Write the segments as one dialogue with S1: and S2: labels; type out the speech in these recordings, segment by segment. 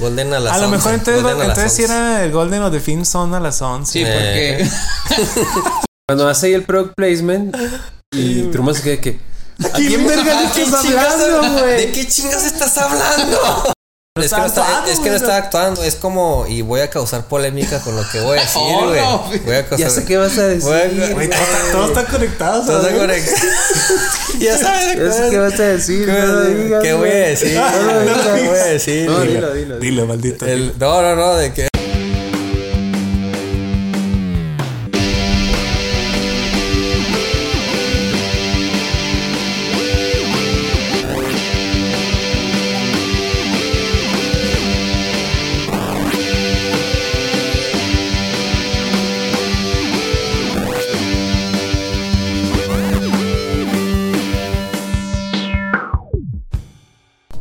S1: Golden a las
S2: a lo
S1: 11,
S2: mejor entonces,
S1: Golden a las
S2: entonces sí
S1: 11.
S2: era el Golden o The Film son a las 11.
S3: Sí,
S1: Eh.
S3: porque.
S4: Cuando hace ahí el product placement y Truman se queda que. ¿A quién verga le
S1: ¿De qué
S4: estás
S1: chingas- ¿De
S4: hablando, güey?
S1: qué chingas estás hablando? Es que, no está,
S4: actuando,
S1: es que no
S4: güey,
S1: está actuando, es como, y voy a causar polémica con lo que voy a decir,
S3: Oh,
S1: güey.
S3: no.
S1: voy a causar.
S4: Ya sé qué vas a decir.
S1: Bueno,
S2: Güey, todo, está- todo está conectado.
S1: No
S2: ¿sabes?
S1: se conecta. ya sabes de
S4: Ya sé qué
S1: cuál.
S4: vas a decir.
S1: ¿Qué
S4: no lo digas,
S1: ¿Qué voy
S4: güey.
S1: a decir?
S4: No lo
S1: güey?
S4: digas.
S1: ¿Qué voy a decir?
S4: No, dilo, dilo. dilo.
S2: Dilo, maldito.
S1: El- no, no, no, de que.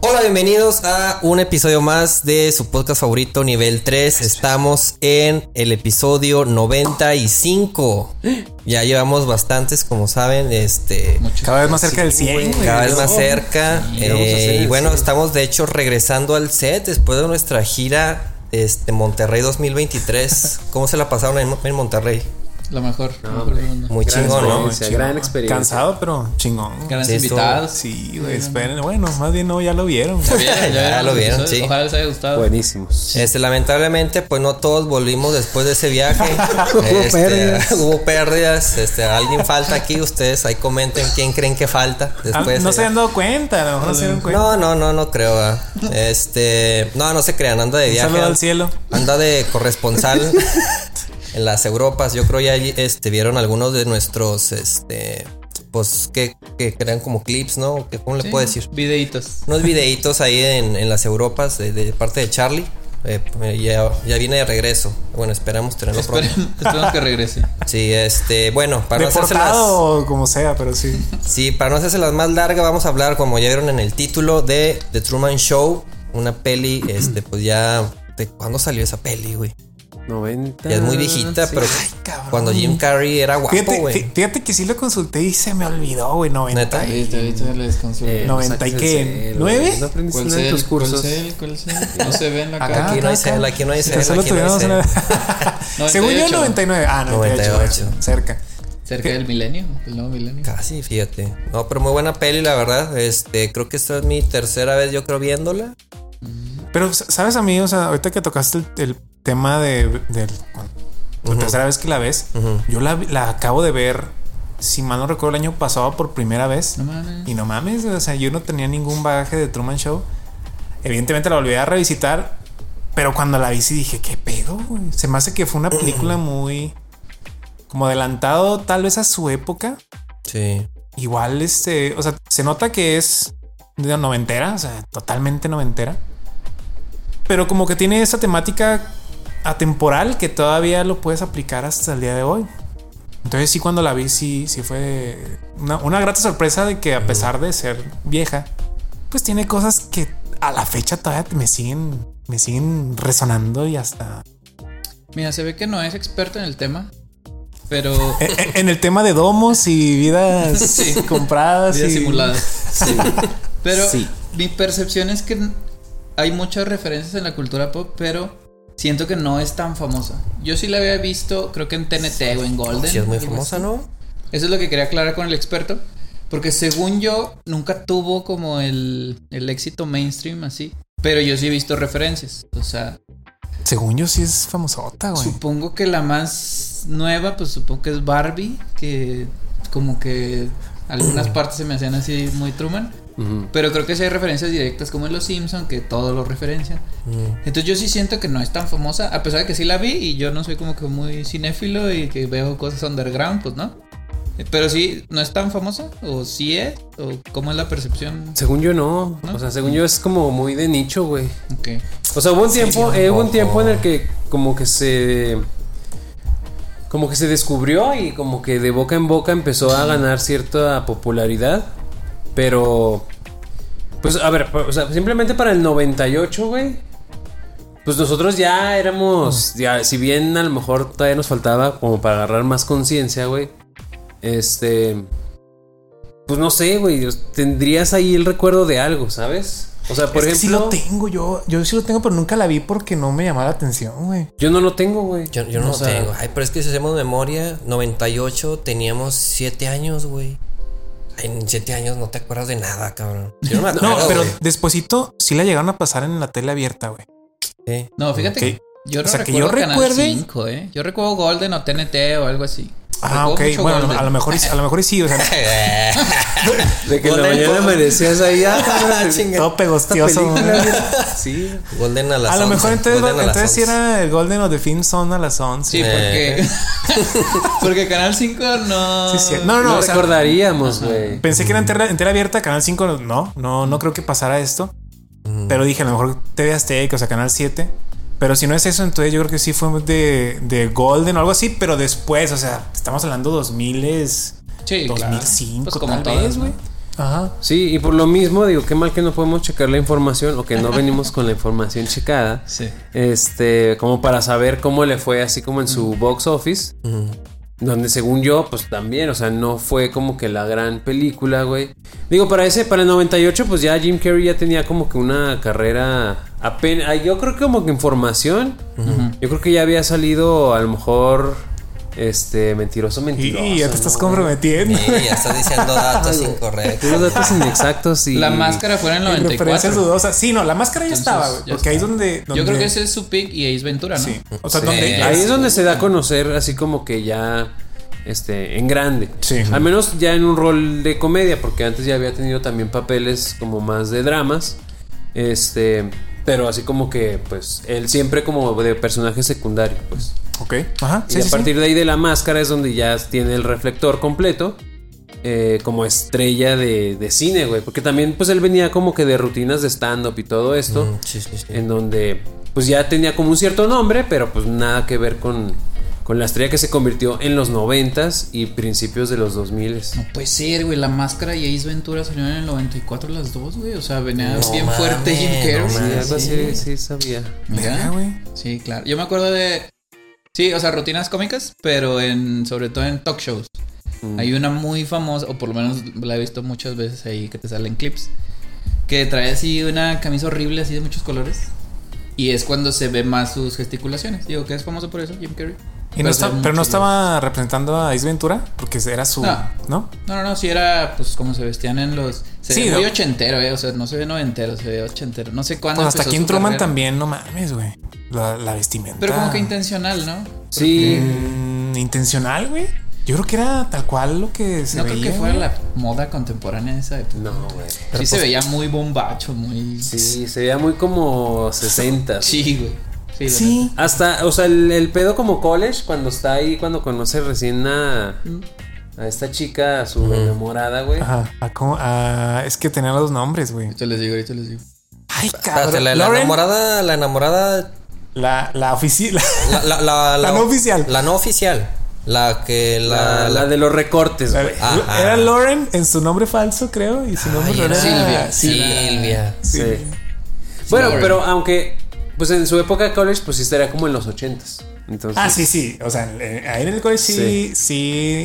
S1: Hola, bienvenidos a un episodio más de su podcast favorito, nivel 3. Estamos en el episodio 95. Ya llevamos bastantes, como saben, este.
S2: Cada vez más cerca del 100. güey.
S1: Cada vez más cerca.
S4: vamos a
S1: Eh,
S4: hacer
S1: y
S4: el
S1: bueno,
S4: set.
S1: estamos de hecho regresando al set después de nuestra gira este Monterrey 2023. ¿Cómo se la pasaron en, en Monterrey?
S3: Lo mejor. lo mejor del mundo.
S1: Muy
S4: Gran
S1: chingón, ¿no?
S4: experiencia, gran experiencia.
S2: Cansado, pero chingón.
S3: Grandes
S1: Sí, estuvo-
S3: invitados.
S2: Sí, güey, esperen. Bueno, más bien no, ya lo vieron. güey.
S3: Bien, ya,
S1: Ya lo
S3: vieron los
S1: vieron,
S3: episodios.
S1: sí.
S3: Ojalá les haya gustado.
S4: Buenísimos.
S1: Este, lamentablemente, pues no todos volvimos después de ese viaje.
S4: Hubo
S1: Este,
S4: pérdidas.
S1: hubo pérdidas. Este, alguien falta aquí. Ustedes ahí comenten quién creen que falta.
S2: Ah,
S1: Después,
S2: no
S1: eh,
S2: se han dado cuenta, a lo mejor no se dieron cuenta.
S1: no, no, no, no creo. ah. Este, no, no se crean. Anda de
S2: Un
S1: viaje.
S2: saludo al cielo.
S1: Anda de corresponsal en las Europas. Yo creo ya este, vieron algunos de nuestros, este, pues que, que crean como clips, ¿no? Que, ¿Cómo le
S3: Sí,
S1: puedo decir?
S3: Videitos.
S1: Unos videitos ahí en, en las Europas de, de parte de Charlie. Eh, ya, ya viene de regreso. Bueno, esperamos tenerlo pronto.
S3: Esperen- Esperemos que regrese.
S1: Sí, este, bueno, para no hacérselas.
S2: Deportado o como sea, pero sí.
S1: Sí, para no hacerse las más largas, vamos a hablar, como ya vieron en el título, de The Truman Show. Una peli, este, pues ya. ¿De cuándo salió esa peli, güey?
S4: 90.
S1: Ya es muy viejita,
S4: sí.
S1: pero
S2: Ah, cabrón.
S1: cuando Jim Carrey era guapo,
S2: Fíjate,
S1: güey.
S2: fí- fíjate que sí lo consulté y se me olvidó, güey, 90.
S1: Neta.
S2: y-
S3: Ahorita, ahorita les consuelo.
S4: Eh,
S2: ¿Noventa
S4: no saques
S2: y
S4: el
S2: qué?
S4: cel,
S2: ¿Nueve?
S4: güey. No aprendiste
S3: ¿Cuál
S4: nada en
S3: cel?
S4: tus cursos.
S3: ¿Cuál cel? ¿Cuál cel? No se ven la
S1: Acá,
S3: cara.
S1: aquí no hay cel, aquí no hay cel,
S2: Que Ah, solo
S1: aquí no hay
S2: tuvimos
S1: cel.
S2: una- Según yo,
S3: 98.
S2: 99. Ah, 98.
S1: 98.
S2: Cerca.
S3: Cerca del milenio. El nuevo milenio.
S1: Casi, fíjate. No, pero muy buena peli, la verdad. Este, creo que esta es mi tercera vez, yo creo, viéndola.
S2: Pero, ¿sabes a mí? O sea, ahorita que tocaste el, el tema de, del- bueno, la tercera vez que la ves, yo la, vi- la acabo de ver, si mal no recuerdo, el año pasado por primera vez.
S3: No mames.
S2: Y no mames, o sea, yo no tenía ningún bagaje de Truman Show. Evidentemente la volví a revisitar, pero cuando la vi sí dije, ¿qué pedo? güey?". Se me hace que fue una película muy... Como adelantado tal vez a su época.
S1: Sí.
S2: Igual, este, o sea, se nota que es de noventera, o sea, totalmente noventera. Pero como que tiene esa temática atemporal que todavía lo puedes aplicar hasta el día de hoy. Entonces sí, cuando la vi, sí, sí fue una, una grata sorpresa de que a pesar de ser vieja, pues tiene cosas que a la fecha todavía me siguen, me siguen resonando y hasta...
S3: Mira, se ve que no es experto en el tema, pero
S2: En, e, en- en el tema de domos y vidas
S3: Sí.
S2: compradas
S3: vida
S2: y...
S3: simulada. Pero
S4: Sí.
S3: mi percepción es que hay muchas referencias en la cultura pop, pero siento que no es tan famosa. Yo sí la había visto, creo que en TNT o en Golden.
S1: Sí, es muy
S3: algo
S1: famosa,
S3: así.
S1: ¿no?
S3: Eso es lo que quería aclarar con el experto, porque según yo nunca tuvo como el, el éxito mainstream así, pero yo sí he visto referencias. O sea,
S2: Según yo sí es famosota, güey.
S3: Supongo que la más nueva, pues supongo que es Barbie, que como que algunas partes se me hacían así muy Truman.
S4: Ujú.
S3: Pero creo que sí hay referencias directas como en Los Simpson, que todo lo referencian.
S1: Mm.
S3: Entonces yo sí siento que no es tan famosa, a pesar de que sí la vi y yo no soy como que muy cinéfilo y que veo cosas underground, pues no. Eh, Pero sí, no es tan famosa, o sí es, o cómo es la percepción.
S4: Según yo no.
S3: ¿No?
S4: O sea, según yo es como muy de nicho, güey.
S3: Ok.
S4: O sea, hubo un tiempo,
S1: Sí,
S4: eh, hubo un
S1: ojo.
S4: tiempo en el que como que se como que se descubrió y como que de boca en boca empezó a ganar cierta popularidad, pero pues a ver, o sea, simplemente para el 98, güey. Pues nosotros ya éramos,
S2: Mm.
S4: ya, si bien a lo mejor todavía nos faltaba como para agarrar más conciencia, güey. Este, pues no sé, güey, tendrías ahí el recuerdo de algo, ¿sabes? O sea, por
S2: es que sí
S4: ejemplo,
S2: lo tengo yo. Yo sí lo tengo, pero nunca la vi porque no me llamaba la atención, güey.
S4: yo no lo tengo, güey.
S1: Yo, yo no
S4: O
S1: lo
S4: sea,
S1: tengo. Ay, pero es que si hacemos memoria, 98 teníamos 7 años, güey. Ay, en 7 años no te acuerdas de nada, cabrón. Yo no me acuerdo.
S2: No, pero
S1: güey.
S2: despuesito sí la llegaron a pasar en la tele abierta, güey.
S1: Sí.
S3: No, fíjate
S2: Ok.
S3: que yo no
S2: O sea, que
S3: recuerdo
S2: yo
S3: Canal
S2: recuerde-
S3: 5, ¿eh? Yo recuerdo Golden o TNT o algo así.
S2: Ah,
S3: Recuerdo
S2: ok.
S3: mucho
S2: Bueno,
S3: Golden.
S2: a lo mejor, y- a lo mejor y sí, o sea,
S4: De que en la
S1: Golden
S4: mañana
S1: Boy.
S4: amanecías ahí, ah,
S1: Ah, chinga.
S2: todo pegostioso. güey.
S4: Sí.
S1: Golden a las
S2: A lo
S1: 11,
S2: mejor entonces,
S1: Golden a las
S2: entonces sí
S1: 11.
S2: era el Golden o The Film Zone a las 11.
S3: Sí,
S1: Eh.
S3: porque. porque Canal 5 no.
S2: Sí, sí. No, no,
S4: No,
S2: o sea,
S4: recordaríamos, güey.
S2: pensé que era entera, entera abierta, Canal 5, no, no, no, creo que pasara esto. Pero dije, a lo mejor TV Azteca, o sea, Canal 7. Pero si no es eso, entonces yo creo que sí fue de, de Golden o algo así, pero después, o sea, estamos hablando 2000 es
S3: Sí, claro.
S2: 2005
S3: Pues como
S2: tal
S3: todas,
S2: vez,
S3: ¿no?
S2: güey. Ajá.
S4: Sí, y por lo mismo digo, qué mal que no podemos checar la información o que no venimos con la información checada.
S3: Sí.
S4: Este, como para saber cómo le fue así como en su box office. Donde según yo, pues también, o sea, no fue como que la gran película, güey. Digo, para ese, para el 98, pues ya Jim Carrey ya tenía como que una carrera apenas... ah, Yo creo que como que en formación. Yo creo que ya había salido a lo mejor, este, mentiroso,
S2: Y,
S4: mentiroso.
S2: y ya te estás
S4: ¿no, güey?
S2: comprometiendo.
S1: Sí, ya estás diciendo datos
S4: Puros
S1: incorrectos.
S4: datos inexactos y...
S3: La máscara fue en el
S2: Y Referencias
S3: 94.
S2: dudosas. Sí, no, la máscara ya
S3: Entonces,
S2: estaba, güey.
S3: ya
S2: Porque ahí es
S3: está.
S2: donde, donde.
S3: Yo creo que ese es su pick y Ace Ventura, ¿no?
S2: Sí. O sea,
S4: Sí,
S2: donde.
S4: ahí es donde se da a conocer así como que ya este en grande.
S2: Sí.
S4: Al menos ya en un rol de comedia, porque antes ya había tenido también papeles como más de dramas. Este, pero así como que pues él siempre como de personaje secundario, pues.
S2: Ok. Ajá. Sí,
S4: y a
S2: sí, sí.
S4: partir de ahí de la máscara es donde ya tiene el reflector completo. eh, como estrella de, de cine, güey. Porque también, pues él venía como que de rutinas de stand-up y todo esto
S1: Mm, sí, sí, sí.
S4: en donde pues ya tenía como un cierto nombre, pero pues nada que ver con, con la estrella que se convirtió en los 90s y principios de los 2000
S3: No puede ser, güey. La máscara y Ace Ventura salieron en el 94 las dos, güey. O sea, venía
S1: No
S3: bien
S1: mames,
S3: fuerte Jim
S1: no mames.
S3: Carrey.
S4: Ah, Sí, algo
S1: sí.
S4: así, sí sabía.
S2: Verga,
S3: Mira.
S2: güey.
S3: Sí, claro. Yo me acuerdo de. Sí, o sea, rutinas cómicas, pero en sobre todo en talk shows.
S2: Mm.
S3: Hay una muy famosa, o por lo menos la he visto muchas veces ahí que te salen clips, que trae así una camisa horrible así de muchos colores. Y es cuando se ve más sus gesticulaciones. Digo que es famoso por eso, Jim Carrey.
S2: Y no está-
S3: salen
S2: pero no
S3: muchos
S2: estaba representando a Ace Ventura porque era su.
S3: Ah.
S2: ¿No?
S3: No.
S2: Pues
S3: videos. No, no, no, sí era pues como se vestían en los... Se
S2: Sí,
S3: ve muy
S2: ¿no?
S3: ochentero, eh. O sea, no se ve noventero, se ve ochentero. No sé cuándo...
S2: Pues hasta
S3: empezó
S2: aquí en
S3: su
S2: Truman
S3: carrera.
S2: también, no mames, güey. La, la vestimenta.
S3: Pero como que intencional, ¿no?
S4: Sí,
S2: Mm, intencional, güey. Yo creo que era tal cual lo que se
S3: no creo
S2: veía.
S3: que fuera
S2: güey.
S3: la moda contemporánea de esa época.
S4: no, güey.
S3: sí se veía muy bombacho, muy... Sí,
S4: Sí, se veía muy como 60.
S3: güey. Sí. la
S2: Sí.
S4: Hasta, o sea, el, el pedo como college, cuando está ahí, cuando conoce recién a, a esta chica, a su enamorada, güey.
S2: Ajá. ¿A cómo- a- es que tenía los nombres, güey.
S3: Ahorita les digo, ahorita les digo.
S2: Ay,
S3: Ah,
S1: Espérate,
S2: cabrón.
S1: la, la
S2: Lauren,
S1: enamorada, la enamorada,
S2: la, la oficina.
S1: la, la,
S2: La no oficial.
S1: La no oficial. La que la,
S4: La, la de los recortes, güey.
S1: Ajá.
S2: Era Lauren en su nombre falso, creo. Y su nombre
S1: Ay,
S2: real
S4: Ah,
S1: era
S2: era
S3: Silvia.
S1: Silvia.
S4: Sí.
S3: Sí,
S4: Bueno,
S3: Lauren.
S4: pero aunque, pues en su época de college, pues sí estaría como en los 80s. Entonces,
S2: Ah, sí, sí. O sea, eh, ahí en el college sí, sí.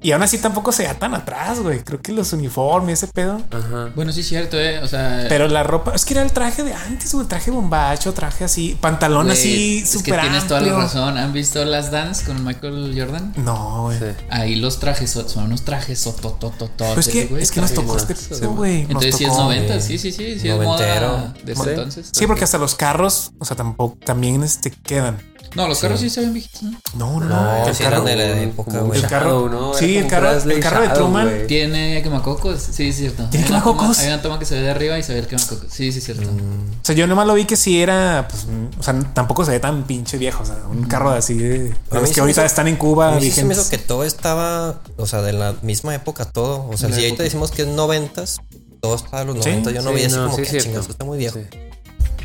S2: Y aún así tampoco se da tan atrás, güey. Creo que los uniformes, ese pedo.
S4: Ajá.
S3: Bueno, sí es cierto, eh. O sea,
S2: Pero la ropa, es que era el traje de antes, güey. Traje bombacho, traje así, pantalón
S3: güey,
S2: así,
S3: es
S2: súper
S3: que tienes toda la
S2: amplio.
S3: razón. ¿Han visto las dance con Michael Jordan?
S2: No, güey.
S4: Sí.
S3: Ahí los trajes son son unos trajes sotototototes,
S2: Pero es que,
S3: güey,
S2: es que nos
S3: trajes.
S2: tocó este
S4: sí,
S2: pedo, güey. Nos
S3: Entonces sí es pues,
S2: tocó.
S3: 90, sí, sí, sí, sí es
S1: Noventero.
S3: moda desde
S4: Sí.
S3: entonces.
S2: Sí, porque hasta los carros, o sea, tampoco, también este quedan.
S3: No, los carros sí se ven viejitos, ¿no?
S2: No, no,
S1: No,
S2: el
S1: sí
S2: carro-
S1: eran de la época, güey.
S2: el carro- sí, el carro- el carro de Truman.
S3: Tiene quemacocos, sí, sí es cierto.
S2: ¿Tiene
S3: Hay una
S2: quemacocos?
S3: toma- Hay una toma que se ve de arriba y se ve el quemacocos. Sí, sí es cierto.
S2: O sea, yo nomás lo vi que sí era, pues, mm, o sea, tampoco se ve tan pinche viejo, o sea, un carro así de, de
S1: A mí
S2: los
S1: sí
S2: que
S1: me
S2: ahorita
S1: hizo-
S2: están en
S1: A
S2: Cuba,
S1: mí sí se me
S2: vigentes.
S1: hizo que todo estaba, o sea, de la misma época todo. O sea,
S3: De la
S1: si ahorita
S3: época.
S1: decimos que es noventas, todo está de los
S2: Sí,
S1: noventas. Yo no
S4: sí,
S1: veía así
S4: no,
S1: como
S4: sí
S1: que "Ah,
S4: es cierto.
S1: chingados, está muy viejo.
S4: Sí.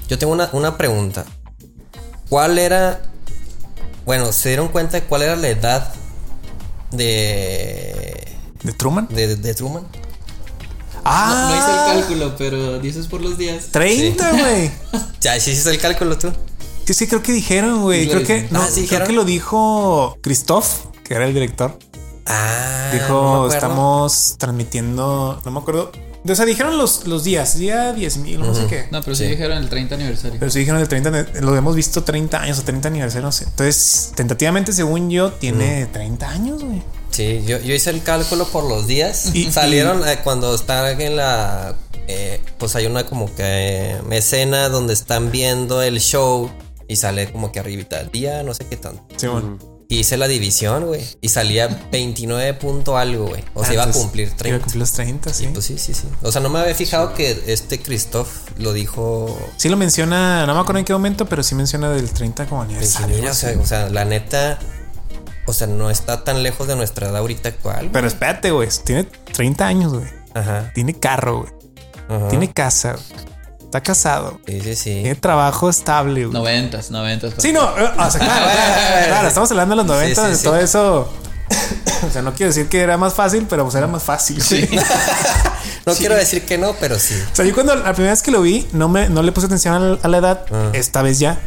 S1: Yo tengo una, una pregunta. ¿Cuál era? Bueno, ¿se dieron cuenta de cuál era la edad de
S2: ¿De Truman?
S1: de, de Truman?
S3: No, no hice
S2: Ah,
S3: el cálculo, pero dices por los días.
S2: 30, güey.
S1: Ya, sí hiciste el cálculo tú.
S2: Sí, sí, creo que dijeron, güey.
S3: Sí, lo
S2: Creo que,
S3: dijeron.
S2: no,
S1: Ah, sí,
S2: creo
S1: dijeron.
S2: que lo dijo Christoph, que era el director.
S1: Ah,
S2: Dijo,
S1: no me acuerdo.
S2: estamos transmitiendo, no me acuerdo O sea, dijeron los, los días, día 10 mil, no sé qué.
S3: No, pero sí,
S1: Sí.
S3: dijeron el 30 aniversario.
S2: Pero sí dijeron el 30, ane- lo hemos visto 30 años o 30 aniversario, no sé. Entonces, tentativamente, según yo, tiene 30 años, güey.
S1: Sí, yo, yo hice el cálculo por los días.
S2: Y-
S1: Salieron eh, cuando están en la. eh, pues hay una como que eh, escena donde están viendo el show y sale como que arribita el día, no sé qué tanto.
S2: Simón.
S1: Y hice la división, güey. Y salía 29 punto algo, güey. O sea, iba a
S2: Entonces,
S1: cumplir 30.
S2: Iba a cumplir los 30, sí.
S1: Pues sí, sí, sí. O sea, no me había fijado que este Christoph lo dijo.
S2: Sí lo menciona, no me acuerdo en qué momento, pero sí menciona del 30 como
S1: Dije,
S2: aniversario.
S1: mira, o sea, o sea, la neta. O sea, no está tan lejos de nuestra edad ahorita actual. güey.
S2: Pero espérate, güey. Tiene 30 años, güey.
S1: Ajá.
S2: Tiene carro, güey.
S1: ajá.
S2: Tiene casa, güey. Está casado.
S1: Sí, sí, sí.
S2: Tiene trabajo estable, güey.
S3: Noventas, noventas.
S2: Sí, no. eh, o sea, claro, claro, claro, estamos hablando de los 90
S1: Sí, sí,
S2: de
S1: sí.
S2: todo eso. O sea, no quiero decir que era más fácil, pero pues era más fácil.
S3: Sí.
S2: güey.
S1: No quiero decir que no, pero sí.
S2: O sea, yo cuando la primera vez que lo vi, no me no le puse atención al- a la edad,
S1: Ah.
S2: esta vez ya.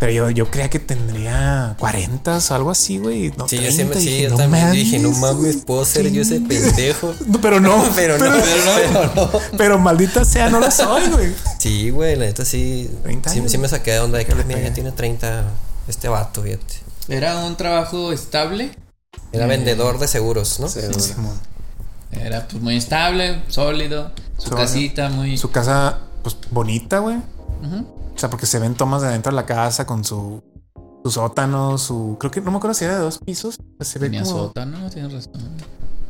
S2: Pero yo, yo creía que tendría 40 o algo así, güey. No,
S1: Sí,
S2: 30,
S1: yo sí, me- sí,
S2: dije,
S1: yo
S2: "No
S1: también dije, no
S2: mames,
S1: mames, puedo ser yo ese pendejo.
S2: No, pero no.
S1: Pero no, pero no, pero no.
S2: Pero maldita sea, no lo soy, güey.
S1: Sí, güey, la neta sí.
S2: 30
S1: Sí,
S2: años.
S1: sí me saqué de onda de que,
S2: le
S1: "Ah, mira, ya
S2: pegué".
S1: tiene 30 este vato, fíjate.
S3: Era un trabajo estable.
S1: Era
S2: Mm.
S1: vendedor de seguros, ¿no?
S2: Simón.
S3: Era pues muy estable, sólido. Su
S2: Sólido.
S3: casita muy...
S2: Su casa, pues bonita, güey.
S3: Ujú.
S2: O sea, porque se ven tomas de adentro de la casa con su, su sótano, su. Creo que no me acuerdo si era de dos pisos. pero Se ve
S3: Tenía
S2: como.
S3: sótano, no tienes razón.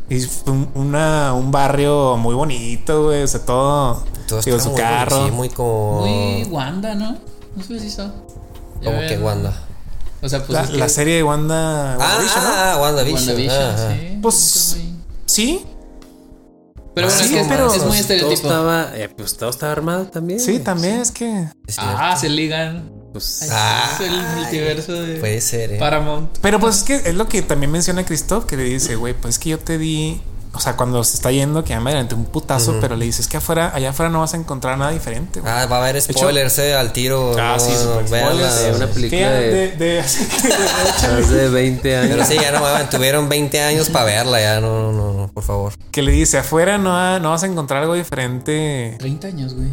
S2: Y fue un, una- un barrio muy bonito, güey. O sea, todo.
S1: Todo
S2: digo,
S1: está
S2: su
S1: muy-
S2: carro.
S1: Sí, muy
S2: Oh.
S1: como.
S3: Muy Wanda, ¿no? No sé si eso. Ya
S1: como
S3: ven.
S1: que Wanda.
S3: O sea, pues
S2: la,
S3: es que
S2: la serie de Wanda.
S1: Ah,
S2: WandaVision, ¿no?
S1: ah, ah, WandaVision.
S3: WandaVision,
S1: ajá.
S3: sí.
S2: Pues-
S3: está muy-
S2: Sí,
S3: Pero bueno,
S2: Sí,
S3: es, que es-
S2: pero-
S3: es muy
S4: pues,
S1: este
S4: Todo
S3: estereotipo.
S4: estaba, eh, pues todo estaba armado también.
S2: sí,
S4: güey.
S2: también es que.
S1: Es cierto.
S3: Ah, se ligan.
S4: Pues,
S3: Ay,
S1: Ah.
S3: es el multiverso de
S1: Puede ser, ¿eh?
S3: Paramount.
S2: Pero pues es que es lo que también menciona Christoph, que le dice, güey, pues es que yo te di. O sea, cuando se está yendo, que ya me adelanté un putazo, pero le dices que afuera, allá afuera no vas a encontrar nada diferente. güey".
S1: Ah, va a haber
S2: hecho-
S1: spoilers, eh, al tiro.
S2: Ah,
S1: no,
S2: sí, super
S1: véanla.
S4: spoilers. Una película.
S2: Que ya
S4: de-
S2: de- de-
S4: más de 20
S1: Pero
S4: años.
S1: sí, ya no mames, tuvieron 20 años para verla, ya no, no, no, por favor.
S2: que le dice, afuera no, ha- no vas a encontrar algo diferente.
S3: 30 años, güey.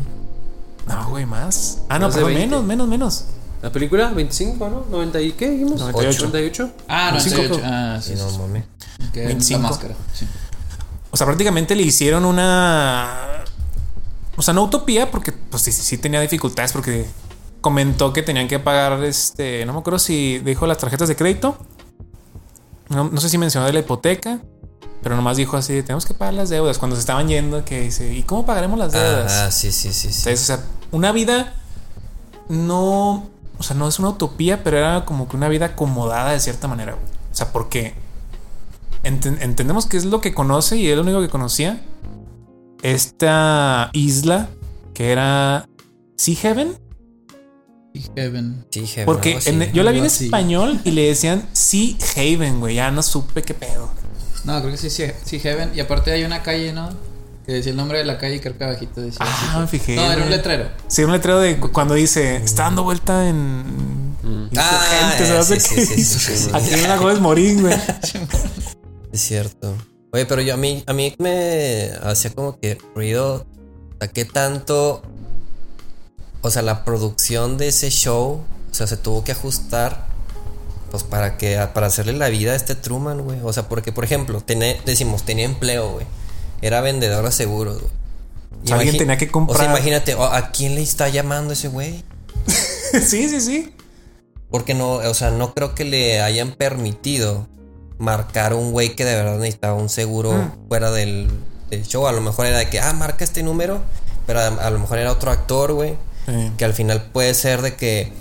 S2: No, güey, más. Ah, no,
S4: Más de
S2: pero
S4: 20.
S2: menos, menos, menos.
S4: La película, 25, ¿no? ¿90 y qué dijimos?
S2: 98.
S4: 98.
S3: Ah,
S2: Un cinco,
S3: 98.
S2: creo.
S3: Ah, sí.
S1: Sí, no
S3: sí,
S1: mames.
S3: sí, que era
S2: 25.
S3: La máscara. sí.
S2: O sea, prácticamente le hicieron una. O sea, no utopía, porque pues sí, sí tenía dificultades, porque comentó que tenían que pagar este. No me acuerdo si dijo las tarjetas de crédito. No, no sé si mencionó de la hipoteca, pero nomás dijo así: tenemos que pagar las deudas. Cuando se estaban yendo, que dice: ¿Y cómo pagaremos las deudas?
S1: Ah, ah, sí, sí, sí, sí.
S2: Entonces, o sea, una vida no. O sea, no es una utopía, pero era como que una vida acomodada de cierta manera. güey. O sea, porque enten- entendemos que es lo que conoce y es lo único que conocía. Esta isla que era Sea Heaven.
S3: Y Heaven.
S1: Sí, dije,
S2: Porque
S1: algo así.
S2: en- yo la vi en
S3: algo así.
S2: español y le decían Sea Haven, güey. Ya no supe qué pedo.
S3: No, creo que sí, sí, sí, Heaven. Y aparte hay una calle, ¿no? Que decía el nombre de la calle y creo que abajito decía.
S2: Ah, me fijé.
S3: no, era un
S2: güey.
S3: letrero.
S2: Sí, un letrero de cu- cuando dice está dando vuelta en.
S1: Ah,
S2: Insurgentes",
S1: eh,
S2: no sé
S1: sí,
S2: qué.
S1: sí, sí, sí, sí.
S2: Aquí en la Gómez Morín, güey.
S1: Es cierto. Oye, pero yo a mí, a mí me hacía como que ruido. O sea, qué tanto. O sea, la producción de ese show. O sea, se tuvo que ajustar. Pues para que. Para hacerle la vida a este Truman, güey. O sea, porque, por ejemplo, tené- decimos, tenía empleo, güey. Era vendedor de seguros, güey.
S2: O sea, alguien
S1: Imagi-
S2: tenía que comprar.
S1: O sea, imagínate, ¿a a quién le está llamando ese güey?
S2: sí, sí, sí.
S1: Porque no, o sea, no creo que le hayan permitido marcar un güey que de verdad necesitaba un seguro
S2: Mm.
S1: fuera del, del show. A lo mejor era de que, ah, marca este número, pero a, a lo mejor era otro actor, güey.
S2: Eh,
S1: Que al final puede ser de que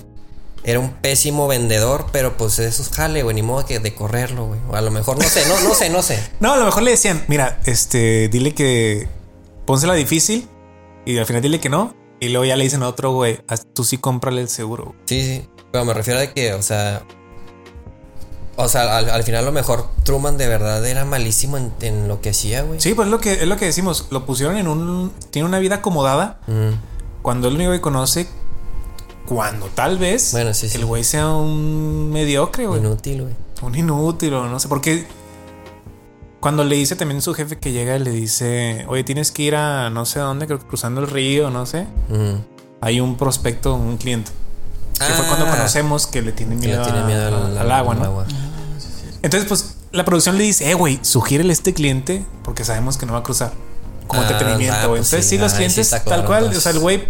S1: era un pésimo vendedor, pero pues eso es jale, güey, ni modo que de correrlo, güey. O a lo mejor, no sé, no, no sé, no sé.
S2: No, a lo mejor le decían, mira, este, dile que pónsela difícil y al final dile que no. Y luego ya le dicen a otro, güey, haz- tú sí cómprale el seguro.
S1: Sí, sí. Pero me refiero a que, o sea. O sea, al, al final a lo mejor Truman de verdad era malísimo en, en lo que hacía, güey.
S2: Sí, pues es lo que, es lo que decimos. Lo pusieron en un. Tiene una vida acomodada
S1: Mm.
S2: cuando es lo único que conoce. Cuando tal vez
S1: Bueno, sí, sí.
S2: el güey sea un mediocre, güey.
S1: Inútil, güey.
S2: Un inútil o no sé. Porque Cuando le dice también su jefe que llega y le dice, oye, tienes que ir a no sé dónde, creo que cruzando el río, no sé.
S1: Ujú.
S2: Hay un prospecto, un cliente. Que fue cuando
S1: Ah,
S2: conocemos que le tiene
S1: que le
S2: miedo,
S1: tiene
S2: a-
S1: miedo
S2: al, agua, ¿no? Entonces, pues la producción le dice, eh, güey, sugírele a este cliente porque sabemos que no va a cruzar como
S1: Ah,
S2: entretenimiento,
S1: ah,
S2: güey.
S1: pues
S2: Entonces,
S1: sí,
S2: sí, los
S1: ah, ahí sí
S2: clientes,
S1: está pues.
S2: tal
S1: claro,
S2: cual,
S1: entonces.
S2: o sea, el güey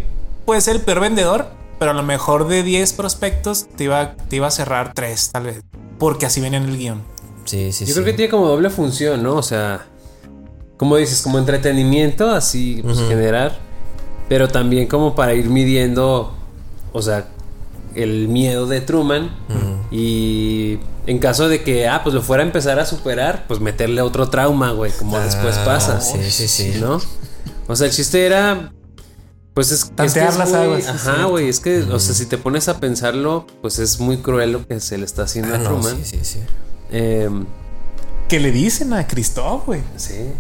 S2: puede ser el peor vendedor, pero a lo mejor de 10 prospectos te iba, te iba a cerrar 3, tal vez, porque así venía en el guión.
S1: Sí, sí,
S4: Yo
S1: sí.
S4: creo que tiene como doble función, ¿no? O sea, como dices, como entretenimiento, así pues, generar, pero también como para ir midiendo, o sea, el miedo de Truman y en caso de que, ah, pues lo fuera a empezar a superar, pues meterle otro trauma, güey, como después
S1: Ah,
S4: pasa,
S1: Sí, sí, sí.
S4: ¿no? O sea, el chiste era, pues es, es que
S2: Tantear
S4: es
S2: las
S4: muy-
S2: aguas, sí,
S4: Ajá,
S2: cierto.
S4: güey, es que, o sea, si te pones a pensarlo, pues es muy cruel lo que se le está haciendo
S1: Ah,
S4: a
S1: no,
S4: Truman.
S1: sí, sí, sí.
S4: Em,
S2: Que le dicen a Cristóbal, güey.
S4: sí.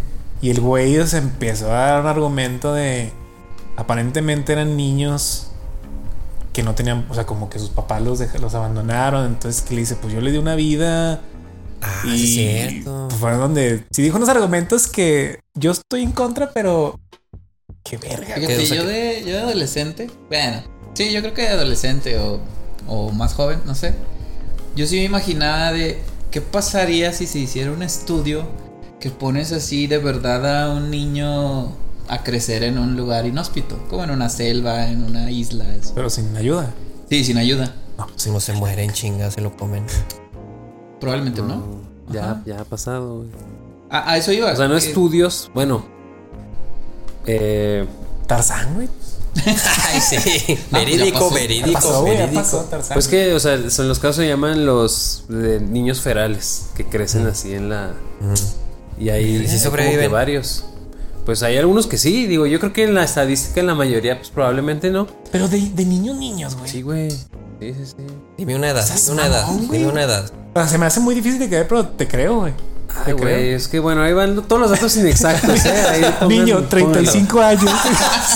S2: Y el güey se empezó a dar un argumento de. Aparentemente eran niños que no tenían. O sea, como que sus papás los, dej- los abandonaron. Entonces, que le dice? Pues yo le di una vida.
S1: Ah,
S2: y pues
S1: sí, cierto.
S2: Fue donde. Sí, dijo unos argumentos que yo estoy en contra, pero. Qué verga.
S3: Fíjate,
S1: o sea,
S3: yo,
S1: que-
S3: de, yo de adolescente, bueno, sí, yo creo que de adolescente o, o más joven, no sé. Yo sí me imaginaba de qué pasaría si se hiciera un estudio que pones así de verdad a un niño a crecer en un lugar inhóspito, como en una selva, en una isla. eso.
S2: Pero sin ayuda.
S3: Sí, sin ayuda,
S1: Si no se mueren chingas, se lo comen.
S3: probablemente, ¿no?
S1: Mm.
S4: Ya,
S3: Ajá.
S4: ya ha pasado, güey.
S3: A, a eso iba.
S4: O sea, no
S3: que-
S4: estudios, bueno. Eh,
S2: Tarzán, güey.
S1: Ay, sí.
S3: Ah, ya
S1: Verídico,
S3: pasó.
S1: verídico,
S2: Pasó, güey. ya
S1: verídico.
S2: pasó, Tarzán.
S4: pues que, o sea, son los casos se llaman los de niños ferales, que crecen así en la... Y ahí
S1: ¿Y si
S4: hay como
S1: sobreviven?
S4: que varios. Pues hay algunos que sí, digo, yo creo que en la estadística en la mayoría, pues probablemente no.
S2: Pero de, de niños, niños, güey.
S4: Sí, güey. Sí, sí, sí.
S1: Dime una edad,
S2: Estás
S1: dime una edad,
S2: mamón,
S1: dime
S2: güey.
S1: una edad.
S2: O sea, se me hace muy difícil de creer, pero te creo, güey.
S4: Ay,
S2: Te
S4: güey,
S2: creo.
S4: es que bueno, ahí van todos los datos inexactos, ¿eh? Ahí pongan-
S2: Niño,
S4: pongan-
S2: 35 años.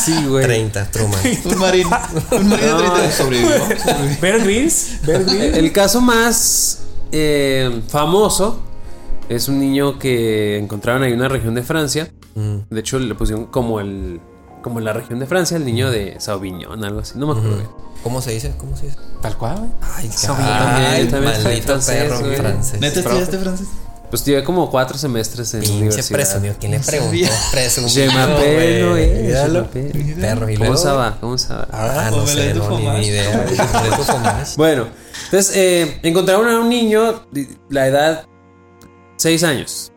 S4: Sí, güey.
S1: 30, Truman.
S3: Un marín. Un marín de 30 sobrevivió.
S2: Ver gris. Ver gris.
S4: El caso más eh, famoso es un niño que encontraron ahí en una región de Francia.
S1: Mm.
S4: De hecho, le pusieron como el. Como la región de Francia, el niño de Sauvignon, algo así. No me acuerdo. bien.
S1: ¿Cómo se dice? ¿Cómo se dice?
S2: Tal cual, güey.
S1: Ay,
S4: también,
S1: ay,
S4: también soy
S1: maldito
S4: francés,
S1: perro
S4: güey.
S1: francés.
S3: ¿Neta estudiaste francés?
S4: Pues llevé como cuatro semestres en la
S1: Pinche
S4: universidad.
S1: presumido. ¿Quién le
S3: No
S1: preguntó?
S3: sabía.
S1: Presumido.
S4: Je m'appelle,
S1: güey.
S4: eh, je
S1: Míralo.
S4: m'appelle.
S1: Perro y
S4: ¿Cómo
S1: luego-
S4: se va? ¿Cómo se va?
S1: Ah, no sé,
S3: Omelette du
S1: no, ni,
S3: fromage.
S1: ni idea. güey. Omelette du fromage.
S4: Bueno, entonces eh, encontraron a un niño, de- la edad. Seis años.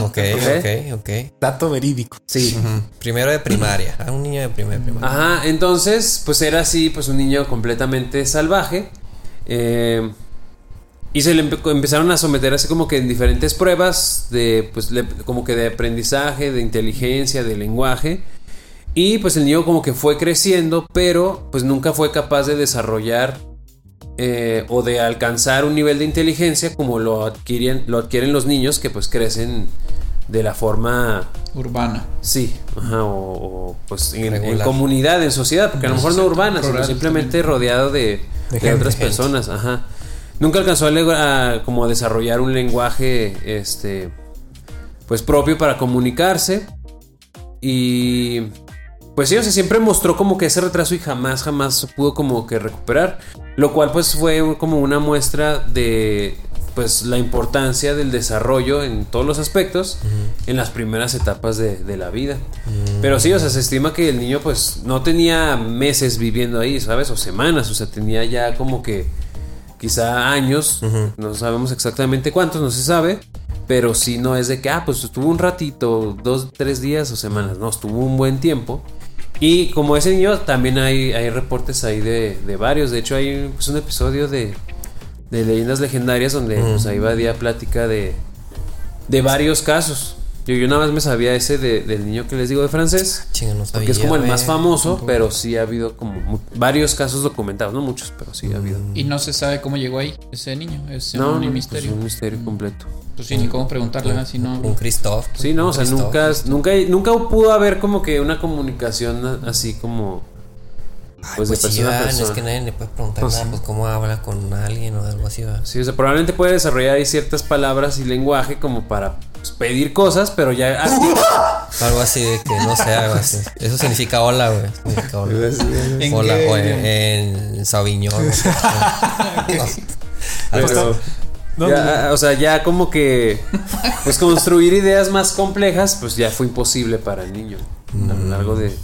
S1: Ok, ok, ok.
S2: Dato verídico.
S4: Sí.
S1: Ujú. Primero de primaria. A un niño de primero de primaria.
S4: Ajá, entonces, pues era así, pues un niño completamente salvaje. eh, y se le empe- empezaron a someter así como que en diferentes pruebas de, pues, le- como que de aprendizaje, de inteligencia, de lenguaje. Y pues el niño como que fue creciendo, pero pues nunca fue capaz de desarrollar eh, o de alcanzar un nivel de inteligencia como lo adquieren, lo adquieren los niños que pues crecen de la forma
S3: Urbana.
S4: Sí, ajá, o, o, pues en, en
S1: Regular.
S4: comunidad, en sociedad, porque a lo mejor no urbana, sino
S3: rural
S4: simplemente rodeado de, de
S2: gente,
S4: otras
S1: gente.
S4: personas, ajá. Nunca alcanzó a, le- a como desarrollar un lenguaje, este, pues propio para comunicarse y, pues sí, o sea, siempre mostró como que ese retraso y jamás, jamás pudo como que recuperar, lo cual pues fue como una muestra de, pues la importancia del desarrollo en todos los aspectos en las primeras etapas de, de la vida. Pero sí, o sea, se estima que el niño pues no tenía meses viviendo ahí, ¿sabes? O semanas, o sea, tenía ya como que quizá años, no sabemos exactamente cuántos, no se sabe, pero si no es de que, ah, pues estuvo un ratito, dos, tres días o semanas, no, estuvo un buen tiempo. Y como ese niño, también hay, hay reportes ahí de, de varios, de hecho hay pues, un episodio de, de Leyendas Legendarias donde pues, ahí va día plática de, de varios casos. Yo, yo nada más me sabía ese de- del niño que les digo de francés.
S1: Chinga, no sabía. eh,
S4: Que es como el
S1: güey.
S4: más famoso, pero sí ha habido como mu- varios casos documentados, no muchos, pero sí ha habido.
S3: Y no se sabe cómo llegó ahí ese niño. Es
S4: No,
S3: un
S4: no,
S3: misterio.
S4: pues, un misterio completo.
S3: Pues sí, ni cómo preguntarle, ¿verdad? si no.
S1: Un Christoph.
S4: Sí, no,
S1: Un
S4: o sea,
S1: Christoph.
S4: nunca, nunca, nunca pudo haber como que una comunicación a- así como pues, de
S1: Pues sí,
S4: persona a
S1: Iván,
S4: persona.
S1: es que nadie le puede preguntar
S2: Pues
S1: nada,
S2: sí.
S1: pues cómo habla con alguien o algo así. va.
S4: Sí, o sea, probablemente puede desarrollar ahí ciertas palabras y lenguaje como para pues, pedir cosas, pero ya acti-
S1: Algo así de que no sé, algo así. Eso significa hola, güey. Significa hola.
S4: Pues
S3: ¿En
S1: Hola,
S3: qué?
S1: o en, en Sauvignon. o sea, no.
S4: pero-
S2: No,
S4: ya, o sea, ya como que pues construir ideas más complejas, pues ya fue imposible para el niño a
S1: Mm.
S4: lo largo de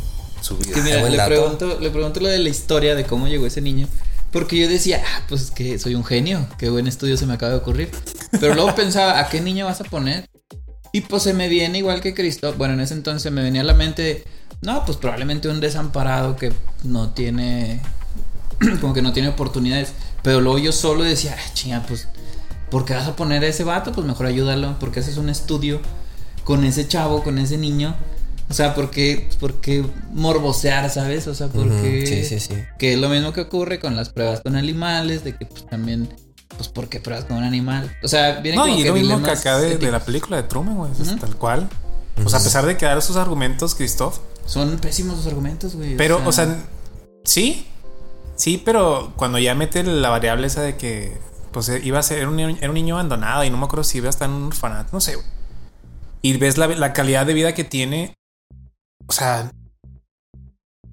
S4: su vida.
S3: Que mira,
S1: buen
S3: le
S1: dato.
S3: pregunto, le pregunto lo de la historia de cómo llegó ese niño. Porque yo decía, ah, pues es que soy un genio, qué buen estudio se me acaba de ocurrir. Pero luego pensaba, ¿a qué niño vas a poner? Y pues se me viene igual que Cristo. Bueno, en ese entonces me venía a la mente, no, pues probablemente un desamparado que no tiene, como que no tiene oportunidades. Pero luego yo solo decía, ah, chinga, pues, ¿por qué vas a poner a ese vato? Pues mejor ayúdalo, porque haces un estudio con ese chavo, con ese niño. O sea, porque, porque morbosear, ¿sabes? O sea, porque...
S1: Ujú, Sí, sí, sí.
S3: Que es lo mismo que ocurre con las pruebas con animales, de que pues también, pues porque pruebas con un animal. O sea, viene
S2: No,
S3: como
S2: y
S3: que
S2: lo mismo que
S3: dilemas
S2: acá de, de
S3: éticos.
S2: la película de Truman, güey. es
S3: Ujú.
S2: Tal cual. O sea, a pesar de que dar sus argumentos, Christoph.
S3: Son pésimos los argumentos, güey.
S2: Pero, o sea, sí. Sí, pero cuando ya mete la variable esa de que. Pues eh, iba a ser era un, niño- era un niño abandonado y no me acuerdo si iba a estar en un orfanato, no sé. güey. Y ves la, la calidad de vida que tiene. O sea.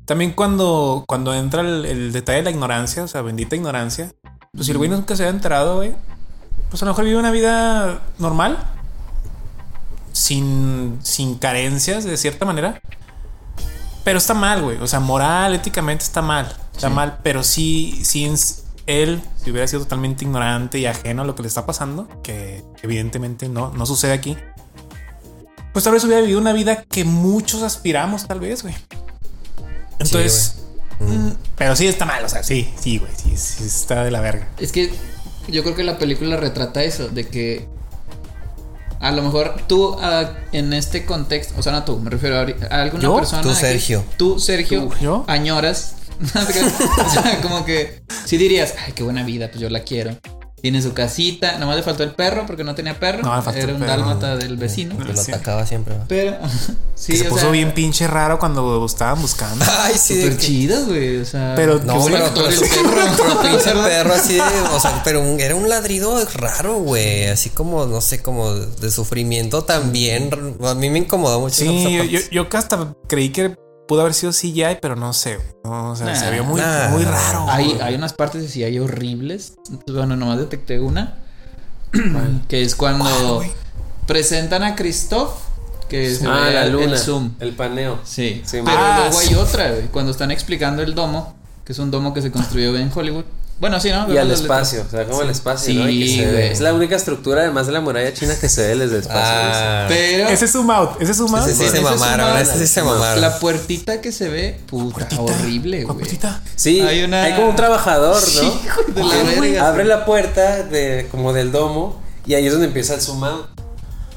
S2: También cuando, cuando entra el, el detalle de la ignorancia, o sea, bendita ignorancia. Pues si el güey nunca se había enterado, güey. Pues a lo mejor vive una vida normal. Sin, sin carencias, de cierta manera. Pero está mal, güey. O sea, moral, éticamente está mal. Está
S3: Sí.
S2: mal. Pero sí, sí, en s- él, si hubiera sido totalmente ignorante y ajeno a lo que le está pasando, que evidentemente no, no sucede aquí, pues tal vez hubiera vivido una vida que muchos aspiramos, tal vez, güey. Entonces, mm, pero sí está mal. O sea, sí, sí, güey. Sí, sí está de la verga.
S3: Es que yo creo que la película retrata eso, de que a lo mejor tú ah, en este contexto, o sea, no tú, me refiero a, ahori- a alguna
S2: ¿Yo?
S3: persona.
S1: Tú,
S3: aquí.
S1: Sergio.
S3: tú, Sergio,
S2: ¿Tú? ¿Yo?
S3: añoras. o sea, como que sí dirías, ay, qué buena vida, pues yo la quiero. Tiene su casita, nomás le faltó el perro porque no tenía perro.
S2: No, le faltó
S3: Era
S2: el
S3: un
S2: perro.
S3: dálmata del vecino.
S1: Que lo
S2: Sí.
S1: atacaba siempre. va.
S3: Pero sí,
S2: Que se
S3: o
S2: puso
S3: sea,
S2: bien pinche raro cuando estaban buscando.
S1: Ay, sí. de
S3: Súper
S1: que-
S3: chido, güey. O sea,
S2: Pero-
S1: No,
S2: Que se
S1: pero,
S3: mató
S1: pero
S3: el
S1: sí,
S3: perro.
S1: pero pinche perro así de, o sea, pero un- era un ladrido raro, güey, así como, no sé, como de sufrimiento también, a mí me incomodó mucho.
S2: Sí,
S1: esa
S2: yo,
S1: parte.
S2: yo- yo que hasta creí que pudo haber sido CGI, pero no sé. güey. No, o sea,
S3: Nah.
S2: se vio muy,
S1: Nah.
S2: muy raro.
S3: hay,
S2: güey.
S3: hay unas partes de si hay horribles. Bueno, nomás detecté una. que es cuando
S2: güey?
S3: presentan a Christoph. Que se
S4: Ah,
S3: ve
S4: la
S3: el-
S4: luna,
S3: el Zoom.
S4: el paneo.
S3: Sí.
S4: Sí,
S3: pero
S2: ah,
S3: luego hay
S2: sí.
S3: otra, güey. Cuando están explicando el domo, que es un domo que se construyó en Hollywood. Bueno, sí, ¿no?
S4: Y
S3: Vemos
S4: al
S3: las letras.
S4: espacio, o sea, como el espacio,
S3: Ah, pues. Sí,
S4: ¿no? Y que se ve.
S3: güey.
S4: Es la única estructura, además de la muralla china, que se ve desde el espacio.
S1: Ah,
S3: Pero.
S2: Ese es zoom out. Ese es zoom out.
S1: ese sí
S3: ese
S1: se
S3: es
S1: mamaron,
S3: humano.
S1: ese sí se mamaron.
S3: La puertita que se ve, puta,
S2: Puertita.
S3: horrible,
S2: ¿Cuál
S3: güey.
S2: puertita?
S4: Sí,
S3: Hay
S4: hay,
S3: una-
S4: como un trabajador, ¿no?
S3: Sí, güey, de la
S4: Que
S3: verga,
S4: abre
S3: sí.
S4: la puerta de, como del domo y ahí es donde empieza el zoom out.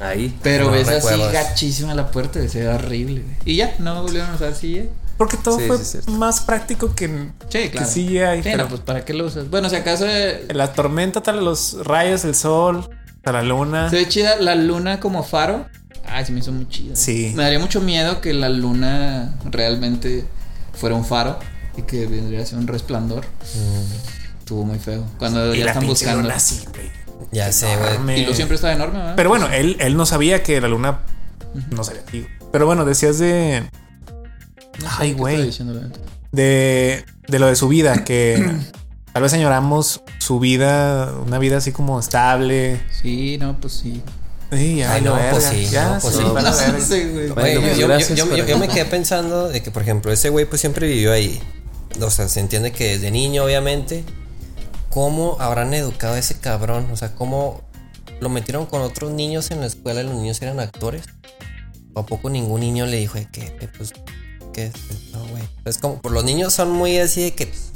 S4: Ahí.
S3: Pero
S1: No
S3: ves
S1: recuerdas.
S3: así gachísima la puerta, güey, se ve horrible, güey. Y ya, no volvieron a usar silla.
S2: Porque todo
S4: Sí,
S2: fue
S4: sí, es cierto.
S2: más práctico que,
S3: Sí,
S2: que
S3: claro.
S2: CGI.
S3: Sí,
S2: pero
S3: no, pues para qué lo usas. Bueno, si acaso eh,
S2: La tormenta, tal, los rayos, el sol, tal, la luna.
S3: se ve chida la luna como faro. Ay, se me hizo muy chida.
S2: Sí.
S3: Me daría mucho miedo que la luna realmente fuera un faro y que vendría a ser un resplandor. Estuvo muy feo. Cuando
S2: Mm. y
S3: ya
S2: la
S3: están
S2: pinche
S3: buscando.
S2: luna así, güey.
S1: Ah, ya sé, güey.
S2: Mames.
S3: Y lo siempre estaba enorme, ¿verdad?
S2: Pero bueno, él, él no sabía que la luna no sabía. tío. Pero bueno, decías de.
S3: No sé
S2: Ay,
S3: qué
S2: güey.
S3: estaba diciendo, la neta.
S2: de, de lo de su vida, que tal vez añoramos su vida, una vida así como estable.
S3: Sí, no, pues sí.
S2: Sí, ya,
S1: Ay,
S2: la
S1: no,
S2: verga.
S1: pues sí,
S2: Ya,
S1: no, pues
S2: sí,
S1: sí.
S2: para la
S3: No
S2: verga.
S3: sé, güey.
S1: Güey,
S4: Bueno,
S1: yo-
S4: pues
S1: yo,
S4: gracias
S1: yo-
S4: por-
S1: yo- yo me quedé pensando de que, por ejemplo, ese güey pues siempre vivió ahí. O sea, se entiende que desde niño, obviamente. ¿Cómo habrán educado a ese cabrón? O sea, ¿cómo lo metieron con otros niños en la escuela y los niños eran actores? ¿O a poco ningún niño le dijo de que, eh, pues, qué es? No, güey. Es como, por los niños son muy así de que pues,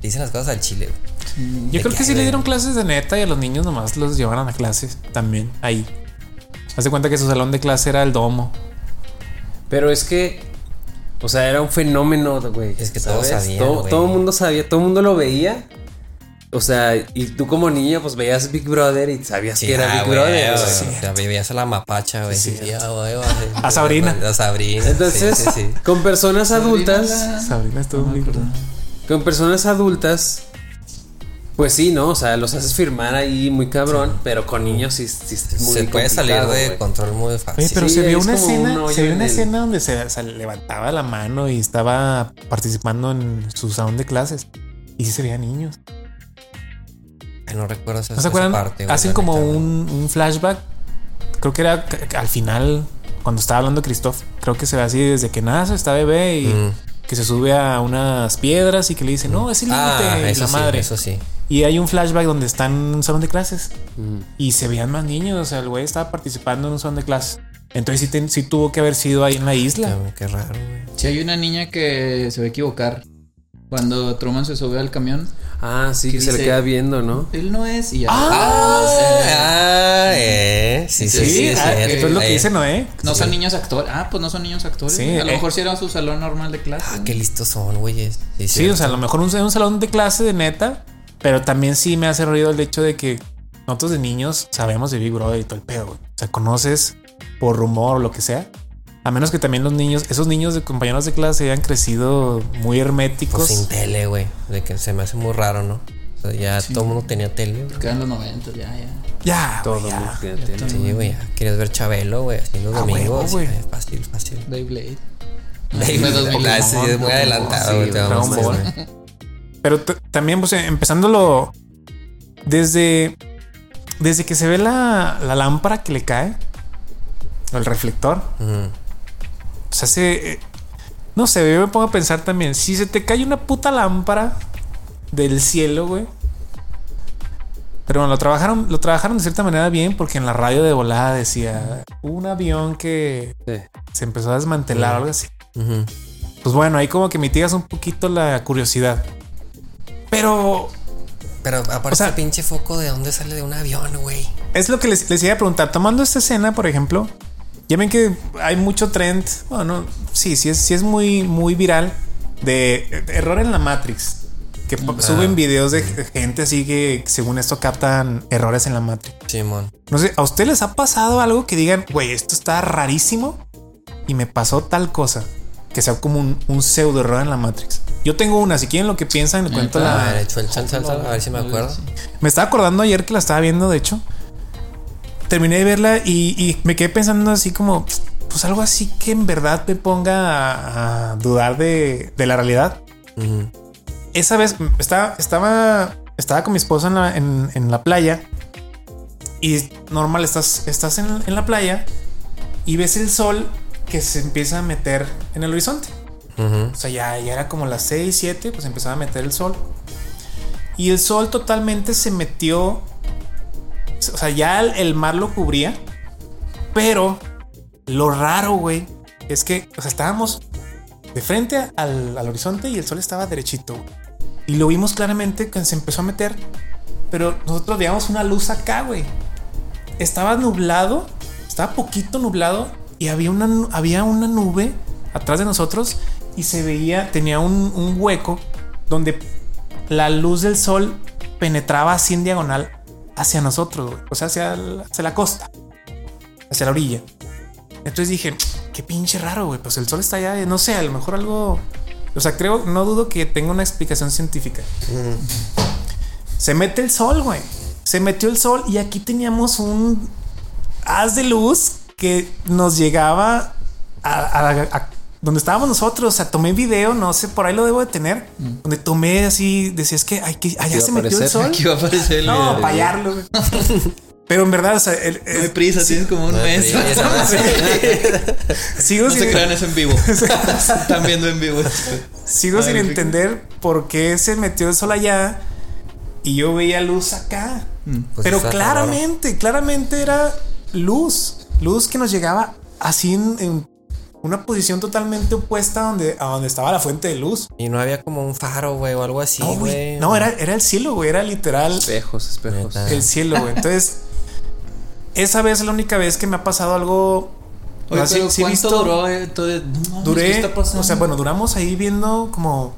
S1: dicen las cosas al chile, güey.
S2: Yo
S1: De
S2: creo
S1: que,
S2: que sí
S1: ay,
S2: le
S1: güey.
S2: dieron clases de neta y a los niños nomás los llevaron a clases también ahí. Haz de cuenta que su salón de clase era el domo.
S4: Pero es que, o sea, era un fenómeno, güey.
S1: Es que todos
S4: ¿sabes?
S1: sabían,
S4: Todo,
S1: güey.
S4: todo el mundo sabía, todo el mundo lo veía. O sea, y tú como niño, pues veías Big Brother y sabías
S1: Sí,
S4: que era
S1: ah,
S4: Big
S1: güey,
S4: Brother.
S1: güey,
S4: o sea,
S1: o sea, veías a la mapacha, güey.
S2: Sí,
S1: sí,
S2: cierto.
S1: ah, güey, güey.
S2: A Sabrina.
S1: A Sabrina. sí,
S4: Entonces,
S1: sí, sí.
S3: Pues,
S4: con personas adultas,
S2: Sabrina estuvo
S3: Ah. No me
S2: muy
S3: acuerdo.
S4: Con personas adultas, pues sí, ¿no? O sea, los haces firmar ahí muy cabrón, pero con niños sí, sí es muy
S1: se puede salir
S4: complicado,
S1: de
S4: güey.
S1: control muy fácil.
S2: Oye, pero
S4: Sí,
S2: se vio
S4: es
S2: una
S4: como
S2: escena,
S4: un hoyo
S2: se vio una
S4: en el-
S2: escena donde se, se levantaba la mano y estaba participando en su salón de clases. Y sí se veían niños.
S1: Ay, no recuerdo esa,
S2: ¿No
S1: esa
S2: se acuerdan?
S1: Pues parte. güey,
S2: Hacen
S1: la
S2: como
S1: neta, Mm. güey.
S2: un, un flashback. Creo que era c- al final, cuando estaba hablando Christoph. Creo que se ve así desde que nace, está bebé y
S1: Mm.
S2: que se sube a unas piedras y que le dice, no, es el límite,
S1: Ah,
S2: y
S1: eso
S2: la
S1: sí,
S2: madre.
S1: eso sí.
S2: Y hay un flashback donde están en un salón de clases
S4: Mm.
S2: y se veían más niños. O sea, el güey estaba participando en un salón de clases. Entonces sí, ten- sí tuvo que haber sido ahí en la isla.
S1: Qué, qué raro, güey.
S3: Si hay una niña que se va a equivocar cuando Truman se sube al camión,
S4: Ah, sí,
S3: ¿Qué
S4: que se le
S3: dice?
S4: queda viendo, ¿no?
S3: él no es y ya. Ah,
S1: Ah, eh. Sí, sí, sí.
S3: Sí,
S1: es
S2: ah,
S1: cierto.
S2: esto es lo que
S1: Eh,
S2: dice Noé.
S3: No son niños actores. Ah, pues no son niños actores.
S2: Sí,
S3: a lo
S2: eh.
S3: mejor sí era su salón normal de clase.
S1: Ah, qué listos son, güeyes.
S2: Sí, o sea, a lo mejor un, un salón de clase de neta, pero también sí me hace ruido el hecho de que nosotros de niños sabemos de Big Brother y todo el pedo. güey. O sea, conoces por rumor o lo que sea. A menos que también los niños, esos niños de compañeros de clase hayan crecido muy herméticos.
S1: Pues sin tele, güey. De que se me hace muy raro, ¿no? O sea, ya todo el mundo tenía tele. güey.
S3: Que eran los 90, ya, ya.
S2: ya,
S4: Todo
S2: güey, ya.
S4: mundo tiene tele.
S1: Sí, güey. ya. Querías ver Chabelo, güey. Así los
S2: A Ah, huevo,
S1: domingos.
S2: güey.
S1: eh, Fácil, fácil.
S3: Beyblade.
S1: David, ah, sí, es muy adelantado, güey.
S4: Sí,
S1: te
S4: Dragon
S1: mamaste,
S2: Ball.
S1: güey.
S2: Pero t- también, pues, eh, empezándolo desde, desde que se ve la, la lámpara que le cae, el reflector,
S1: Ujú.
S2: O sea, se. eh, No sé, yo me pongo a pensar también. Si se te cae una puta lámpara del cielo, güey. Pero bueno, lo trabajaron, lo trabajaron de cierta manera bien, porque en la radio de volada decía un avión que
S4: Sí.
S2: se empezó a desmantelar o algo así.
S1: Ujú.
S2: Pues bueno, ahí como que mitigas un poquito la curiosidad. Pero
S1: Pero aparte,
S2: O sea-
S1: el pinche foco de dónde sale de un avión, güey.
S2: es lo que les, les iba a preguntar. Tomando esta escena, por ejemplo, ya ven que hay mucho trend. Bueno, sí, sí es, sí es muy, muy viral de eh, error en la Matrix. Que
S1: Ah.
S2: po- suben videos de gente así que según esto captan errores en la Matrix.
S1: Simón.
S2: No sé, ¿a ustedes les ha pasado algo que digan, güey, esto está rarísimo y me pasó tal cosa? Que sea como un, un pseudo error en la Matrix. Yo tengo una, si quieren lo que piensan, le cuento
S3: está.
S2: la,
S1: A ver, hecho el chan, chan, chan, a ver si me acuerdo.
S2: me estaba acordando ayer que la estaba viendo, de hecho. Terminé de verla y, y me quedé pensando así como, pues algo así que en verdad me ponga a, a dudar de, de la realidad.
S1: Ujú.
S2: Esa vez mm, estaba, estaba, estaba con mi esposa en la, en- en la playa y normal, estás, estás en, en la playa y ves el sol que se empieza a meter en el horizonte.
S1: Ujú.
S2: O sea, ya, ya era como las 6, 7, pues empezaba a meter el sol. Y el sol totalmente se metió. O sea, ya el, el mar lo cubría. Pero lo raro, güey, es que, o sea, estábamos de frente al, al horizonte y el sol estaba derechito. güey. Y lo vimos claramente que se empezó a meter. Pero nosotros veíamos una luz acá, güey. Estaba nublado, estaba poquito nublado y había una, nu- había una nube atrás de nosotros y se veía, tenía un, un hueco donde la luz del sol penetraba así en diagonal hacia nosotros, güey. o sea, hacia la, hacia la costa, hacia la orilla. Entonces dije, qué pinche raro, güey, pues el sol está allá, no sé, a lo mejor algo... O sea, creo, no dudo que tenga una explicación científica. Se mete el sol, güey. Se metió el sol y aquí teníamos un haz de luz que nos llegaba a, a- a donde estábamos nosotros. O sea, tomé video, no sé, por ahí lo debo de tener. Donde tomé así, decía, es que, ay, que allá
S4: iba
S2: se
S4: a
S2: metió el
S4: aparecer.
S2: sol.
S3: Aquí va a Mm. aparecer el
S2: No,
S3: video.
S2: para hallarlo. güey. Pero en verdad, o sea, el-
S3: No hay
S2: el-
S3: prisa, tienes como un
S1: No,
S3: mes.
S1: pero ya esa madre.
S2: sigo,
S3: No
S2: sin,
S3: se crean eso en vivo. Están viendo en vivo esto.
S2: sigo
S3: A
S2: sin
S3: ver,
S2: entender por qué se metió el sol allá y yo veía luz acá.
S1: Pues
S2: Pero
S1: está raro.
S2: claramente, claramente era luz. Luz que nos llegaba así en, en una posición totalmente opuesta a donde, a donde estaba la fuente de luz.
S1: Y no había como un faro, güey, o algo así,
S2: no, güey.
S1: güey.
S2: No, era, era el cielo, güey. Era literal
S4: Espejos, espejos.
S1: Neta.
S2: el cielo, güey. Entonces, esa vez es la única vez que me ha pasado algo.
S3: Oye,
S2: no, sí-
S3: pero
S2: sí he
S3: ¿cuánto
S2: visto-
S3: duró? eh, todo de- no mames, ¿qué
S2: Duré,
S3: está pasando?
S2: o sea, bueno, duramos ahí viendo como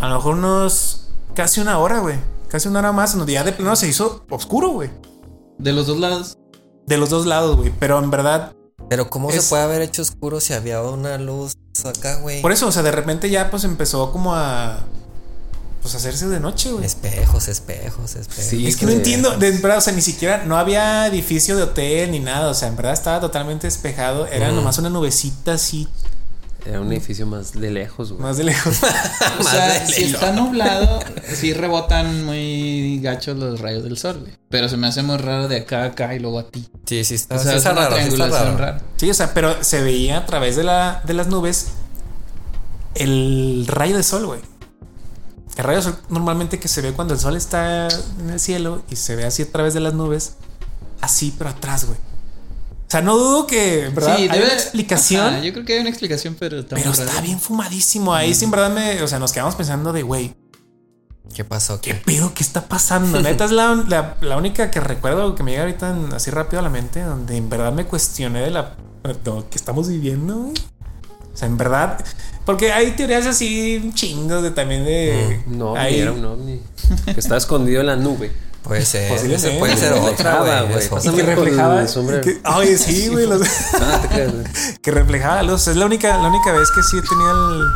S2: a lo mejor unos casi una hora, güey. Casi una hora más, en donde ya de plano se hizo oscuro, güey.
S3: De los dos lados.
S2: De los dos lados, güey. Pero en verdad,
S1: Pero ¿cómo
S2: Es-
S1: se puede haber hecho oscuro si había una luz acá, güey?
S2: por eso, o sea, de repente ya pues empezó como a. pues hacerse de noche, güey.
S1: Espejos, espejos, espejos.
S4: Sí.
S2: Es que no
S4: Híjole.
S2: entiendo, de verdad, o sea, ni siquiera, no había edificio de hotel ni nada, o sea, en verdad estaba totalmente despejado, era nomás una nubecita así,
S4: Era un edificio más de lejos, güey.
S2: más de lejos.
S3: O sea,
S1: Más de
S3: si
S1: lejos.
S3: está nublado, sí rebotan muy gachos los rayos del sol, güey. Pero se me hace muy raro de acá a acá y luego a ti.
S1: Sí, Ah, sí, está,
S3: O sea,
S1: sí está
S3: es una
S1: raro. sí está
S3: triangulación
S1: raro.
S3: rara.
S2: sí, o sea, pero se veía a través de, la, de las nubes el rayo de sol, güey. El rayo de sol normalmente que se ve cuando el sol está en el cielo y se ve así a través de las nubes, así pero atrás, güey. O sea, no dudo que, ¿verdad? Hay
S3: debe-
S2: una explicación.
S3: Ajá, yo creo que hay una explicación, pero está
S2: Pero
S3: muy raro.
S2: está bien fumadísimo. Ahí sin verdad me. O sea, nos quedamos pensando de güey,
S1: ¿Qué pasó? aquí?
S2: ¿qué pedo? ¿Qué está pasando? Neta es la, la- la única que recuerdo que me llega ahorita en- así rápido a la mente, donde en verdad me cuestioné de la de lo que estamos viviendo, güey. O sea, en verdad. Porque hay teorías así chingos de también de.
S4: Mm, No,
S2: hay-
S4: era un ovni. Que estaba escondido en la nube.
S1: Puede ser.
S2: Posiblemente.
S1: esa puede ser otra,
S4: Reflejaba,
S1: güey.
S4: güey.
S1: es otra.
S4: Pásame
S2: que
S4: con
S2: reflejaba.
S4: el sombrero.
S2: que- ay, sí, güey. los-
S4: Ah, te creas, güey.
S2: que reflejaba la luz. Es la única, la única vez que sí he tenido el.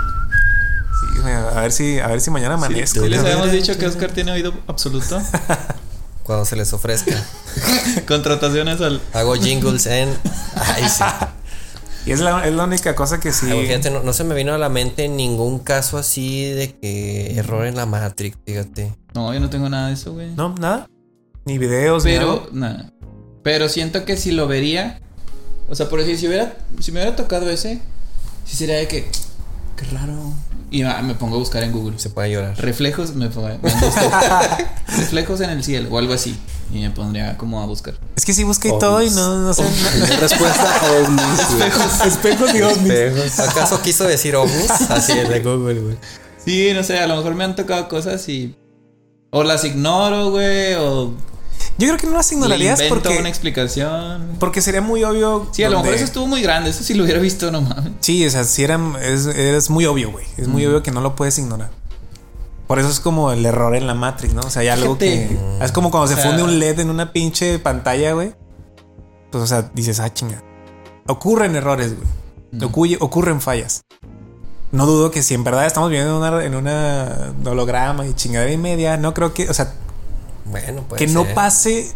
S2: Sí, güey, a ver si, a ver si mañana amanezco.
S3: Sí les
S2: cabrón.
S3: habíamos dicho que Oscar tiene oído absoluto.
S1: Cuando se les ofrezca.
S3: Contrataciones al.
S1: Hago jingles en. Ay, sí.
S2: y es la, es la única cosa que sí.
S4: Ah,
S1: Ay, güey, fíjate, no, no se me vino a la mente ningún caso así de que error en la Matrix, fíjate.
S3: No, yo no tengo nada de eso, güey.
S2: No, pues, nada. Ni videos, ni nada.
S3: Pero, nada. Pero siento que si lo vería. O sea, por decir, si hubiera. Si me hubiera tocado ese, sí sería de que. Qué raro. Y ah, me pongo a buscar en Google.
S1: Se puede llorar.
S3: Reflejos, me pongo- me gusta. Reflejos en el cielo o algo así. Y me pondría como a buscar.
S2: Es que sí busqué
S4: Oh,
S2: y todo y no, no sé.
S4: Respuesta ovnis, güey.
S2: Espejos y ovnis.
S4: Espejos.
S1: ¿Acaso quiso decir ovnis? Así es de Google, güey.
S3: Sí, no sé, a lo mejor me han tocado cosas y. O las ignoro, güey, o.
S2: Yo creo que no las
S3: Le
S2: ignorarías
S3: invento una
S2: porque,
S3: explicación.
S2: porque sería muy obvio.
S3: Sí, a lo
S2: donde-
S3: mejor eso estuvo muy grande. Eso sí lo hubiera visto, no mames.
S2: Sí, o sea, sí eran, es, es muy obvio, güey. Es
S3: Mm.
S2: muy obvio que no lo puedes ignorar. Por eso es como el error en la Matrix, ¿no? O sea, hay algo
S3: Fíjate.
S2: que. Es como cuando
S3: O
S2: se
S3: sea-
S2: funde un LED en una pinche pantalla, güey. Pues, o sea, dices, ah, chinga. Ocurren errores, güey.
S3: Mm.
S2: Ocuye- ocurren fallas. No dudo que si en verdad estamos viviendo en una, en una holograma y chingadera y media, no creo que, o sea,
S1: Bueno, pues.
S2: que no pase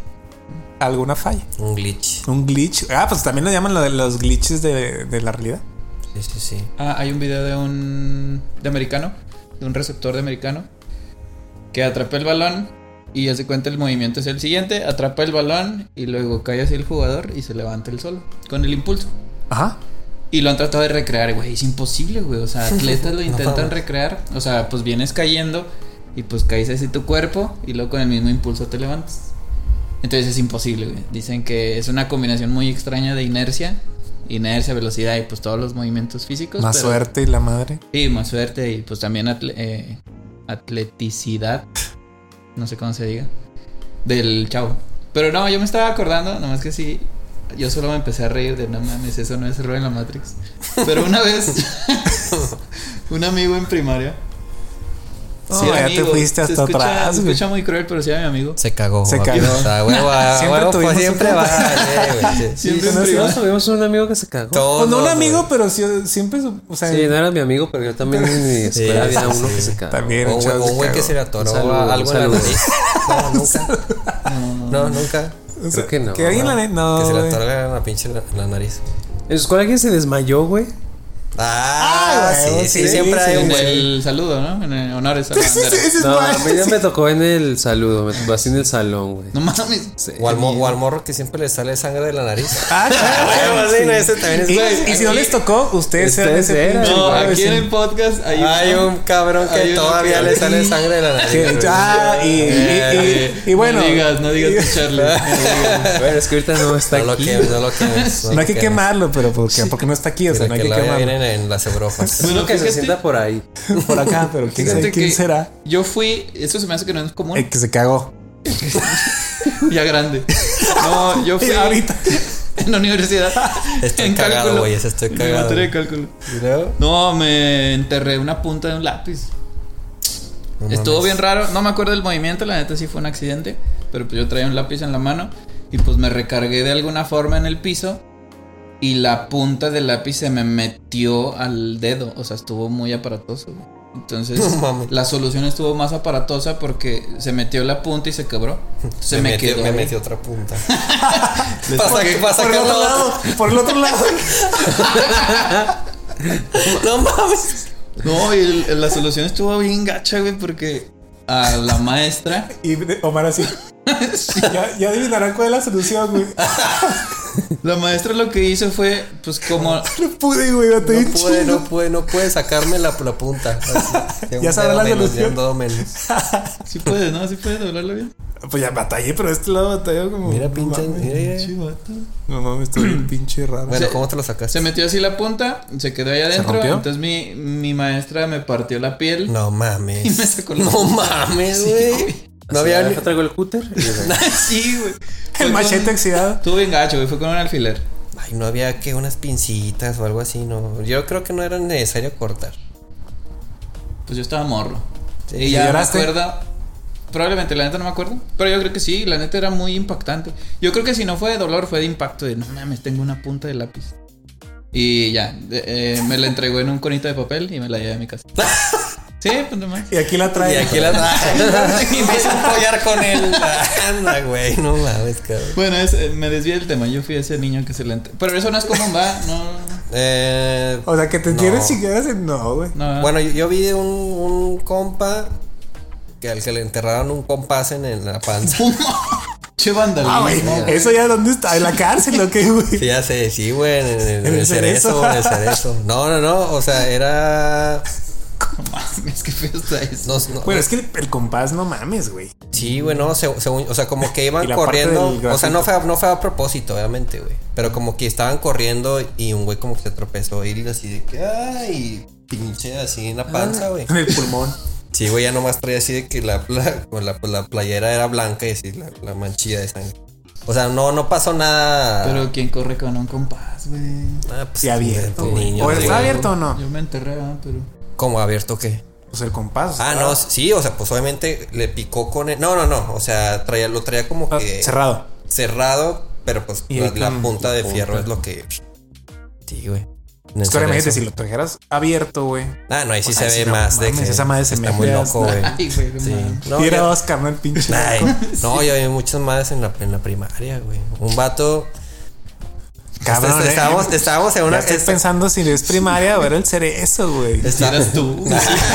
S2: alguna falla.
S1: Un glitch.
S2: Un glitch. Ah, pues también lo llaman lo de los glitches de, de la realidad.
S1: Sí, sí, sí.
S3: Ah, hay un video de un. de americano. De un receptor de americano. Que atrapa el balón. Y ya se cuenta el movimiento es el siguiente. Atrapa el balón. Y luego cae hacia el jugador. Y se levanta el solo. Con el impulso.
S2: Ajá.
S3: Y lo han tratado de recrear, güey. Es imposible, güey. O sea, atletas lo intentan recrear. O sea, pues vienes cayendo y pues caes así tu cuerpo y luego con el mismo impulso te levantas. Entonces es imposible, güey. Dicen que es una combinación muy extraña de inercia, inercia, velocidad y pues todos los movimientos físicos.
S2: Más
S3: Pues, pero-
S2: suerte y la madre.
S3: Sí, más suerte y pues también atle- eh, atleticidad. No sé cómo se diga. Del chavo. Pero no, yo me estaba acordando, nomás que sí. Yo solo me empecé a reír de no mames, eso no es error en la Matrix. Pero una vez, un amigo en primaria.
S2: Oh,
S3: era
S2: ya te fuiste
S3: se
S2: hasta
S3: escucha-
S2: atrás,
S3: Se
S2: güey.
S3: escucha muy cruel, pero sí era mi amigo.
S1: Se cagó.
S2: Se
S1: a
S2: cagó.
S1: puta, huevo, a
S2: Siempre
S1: huevo, pues
S2: tuvimos
S1: siempre
S2: un-
S1: va. eh, güey. Sí.
S3: Siempre en
S4: Sí,
S3: privada.
S4: Todos tuvimos un amigo que se cagó.
S1: Todos,
S2: Pues no un
S1: güey.
S2: amigo, pero sí- siempre, su- o sea,
S4: Sí, no era mi amigo, pero yo también en mi escuela
S1: Sí,
S4: había
S1: sí,
S4: uno
S1: sí.
S4: que se cagó.
S2: también.
S1: O un
S2: el
S1: güey-
S2: chavo
S1: o un güey
S2: se
S1: que se le
S2: cagó.
S1: atoró
S4: Un saludo,
S1: algo
S4: un
S1: en la
S4: saludo.
S1: nariz. No, nunca. No, nunca.
S2: O sea,
S4: Creo que no.
S2: Que alguien la no.
S1: que se le
S2: güey.
S1: atoró la, la pinche la, la nariz.
S4: En su escuela alguien se desmayó, güey.
S1: Ah,
S2: Ah, güey,
S1: sí, sí,
S2: sí,
S1: siempre
S2: sí,
S1: hay un
S3: En
S1: güey.
S3: el saludo, ¿no? En el honores a la
S2: Ese-
S3: bandera.
S2: ese es Ah,
S4: No, a
S2: más-
S4: mí ya me tocó en el saludo, me tocó así en el salón, güey.
S3: No mames.
S4: Sí.
S1: O al, mo- o al morro que siempre le sale sangre de la nariz.
S2: Ah, claro.
S1: sí, no, ese también es-
S2: Y-
S3: Güey,
S2: Y si no
S3: aquí-
S2: les tocó, ustedes eran
S4: Ustedes
S2: ese
S4: eran.
S2: pinche
S3: No,
S2: güey,
S3: aquí
S2: sí.
S3: en el podcast hay,
S1: Hay un cabrón que
S3: Hay uno
S1: todavía
S3: que-
S1: le sale sangre de la nariz.
S2: Que-
S1: güey.
S2: ah, y, y-
S3: Eh,
S2: y- y bueno.
S3: No digas, no digas tu Charlie.
S4: Bueno, es que ahorita no está
S1: No lo
S4: aquí.
S1: quemes, no lo quemes.
S2: No hay que quemarlo, pero porque, porque no está aquí, o sea,
S1: Mira
S2: no hay
S1: que
S2: que
S1: la vida
S2: quemarlo.
S1: vienen en las Europas.
S3: Bueno,
S4: Bueno, que se
S3: fíjate-
S4: sienta por ahí.
S2: Por acá, pero quién
S3: Fíjate
S2: sabe quién
S3: que
S2: será
S3: Yo fui, eso se me hace que no es común,
S2: el que se cagó.
S3: ya grande. No, yo fui
S2: Y ahorita.
S3: en la universidad.
S1: Estoy
S3: en
S1: cagado,
S3: cálculo.
S1: güey, estoy
S3: En
S1: cagado.
S3: materia de cálculo. No, me enterré una punta de un lápiz.
S1: No
S3: Estuvo
S1: mames.
S3: bien raro, no me acuerdo del movimiento, la neta sí fue un accidente, pero pues yo traía un lápiz en la mano y pues me recargué de alguna forma en el piso y la punta del lápiz se me metió al dedo, o sea, estuvo muy aparatoso. güey. Entonces,
S1: No mames.
S3: la solución estuvo más aparatosa porque se metió la punta y se quebró. Se me,
S1: metió,
S3: quedó. ¿eh?
S1: me
S3: ahí.
S1: metió otra punta. Para sac- para
S2: Por el
S1: sacar la
S2: otro
S1: otra.
S2: lado, por el otro lado.
S1: No mames.
S3: No, y el- la solución estuvo bien gacha, güey, porque a la maestra.
S2: Y de- Omar así. Ya, ya adivinarán cuál es la solución, güey.
S3: La maestra lo que hizo fue, pues, como.
S2: No pude, güey. No
S1: No puede, no puede, no puede sacarme la, la punta. Así, de un
S2: Ya sabrá
S1: dedo
S2: la
S1: menos, de
S2: solución.
S1: un dedo menos.
S3: Sí puedes, ¿no? Sí puedes doblarlo bien.
S2: Pues ya batallé, pero de este lado batallé como.
S1: Mira,
S2: no
S1: pinche.
S2: mames.
S1: mira, mira.
S3: Sí, vato.
S2: No mames, estoy bien pinche raro.
S1: Bueno,
S3: Se-
S1: ¿cómo te lo sacaste?
S3: Se metió así la punta, se quedó ahí adentro.
S2: rompió?
S3: Entonces mi, mi maestra me partió la piel.
S1: No mames.
S3: Y me sacó la-
S1: No mames,
S3: Sí,
S1: güey.
S3: güey.
S1: no había ni-
S4: Deja, traigo el cúter.
S3: sí, güey. Fue
S2: el
S3: con-
S2: machete oxidado.
S3: Estuvo bien gacho, güey. Fue con un alfiler.
S1: Ay, no había que unas pincitas o algo así, no. Yo creo que no era necesario cortar.
S3: Pues yo estaba morro.
S1: Sí,
S3: y ya me
S2: lloraste?
S3: acuerdo. Probablemente, la neta no me acuerdo. Pero yo creo que sí, la neta era muy impactante. Yo creo que si no fue de dolor, fue de impacto. De no mames, tengo una punta de lápiz. Y ya, de- eh, me la entregó en un conito de papel y me la llevé a mi casa. sí, pues nomás.
S2: Y aquí la
S1: Y
S2: trae.
S1: aquí la y me hice un collar con él. Anda, güey, no mames, cabrón.
S3: Bueno, es- eh, me desvié del tema. Yo fui ese niño que se la entregó. Pero eso no es común, va. No.
S1: Eh,
S2: O sea, que te
S1: No.
S2: quieres si quieres. No, güey.
S3: No,
S1: bueno, yo, yo vi de un, un compa que al que le enterraron un compás en, en la panza.
S3: Che vandalismo.
S2: Ah, güey. Eso ya, ¿dónde está? En la cárcel, ¿o qué, güey?
S1: Sí, ya sé, sí, güey, en, en- en
S2: En
S1: el
S2: el
S1: cerezo,
S2: cerezo.
S1: en el cerezo. No, no, no, o sea, era.
S3: No mames, qué feo está eso.
S1: no- no-
S2: Bueno, es que el, el compás, no mames, güey.
S1: Sí, güey, no, se- según- o sea, como que
S2: Y
S1: iban
S2: la
S1: corriendo,
S2: parte del
S1: o sea, no fue, a- no fue a propósito, obviamente, güey, pero como que estaban corriendo y un güey como que se tropezó y así de que, ay, pinche, así
S2: Ah.
S1: en la panza, güey.
S2: En el pulmón.
S1: Sí, güey, ya nomás traía así de que la, la, con la, pues, la playera era blanca y así la, la manchilla de sangre. O sea, no, no pasó nada.
S3: Pero quién corre con un compás, güey.
S1: Ah, pues,
S2: Sí, abierto.
S1: de
S2: güey.
S1: niños,
S2: ¿O está
S1: güey.
S2: abierto o no?
S3: Yo me enterré, ah, pero.
S1: ¿Cómo abierto qué?
S2: Pues el compás.
S1: Ah, no, sí, o sea, pues obviamente le picó con el... No, no, no, o sea, traía, lo traía como
S2: Ah,
S1: que...
S2: Cerrado.
S1: cerrado, pero pues
S2: Y
S1: la,
S2: ahí
S1: la
S2: con-
S1: punta de
S4: con-
S1: fierro es lo que. Sí, güey. En el
S2: Es que ahora imagínate,
S1: cerezo.
S2: si lo trajeras abierto, güey.
S1: Ah, no, ahí sí
S2: Ay,
S1: se
S2: sí,
S1: ve
S2: no
S1: más de
S2: mames,
S1: que.
S2: esa madre se
S1: está
S2: me
S1: muy
S2: hace
S1: loco, güey.
S3: Ay, güey, no
S1: Sí.
S3: mames.
S1: No,
S2: y
S1: yo-
S2: era Oscar, ¿no? El pinche.
S1: Ay, no, yo vi muchas madres en la, en la primaria, güey. Un vato.
S2: Cabrón,
S1: Est-
S2: eh.
S1: estábamos, estábamos en
S2: Ya
S1: una.
S2: estoy
S1: est-
S2: pensando si es primaria o era el cerezo, güey.
S1: está-
S3: Si eras tú.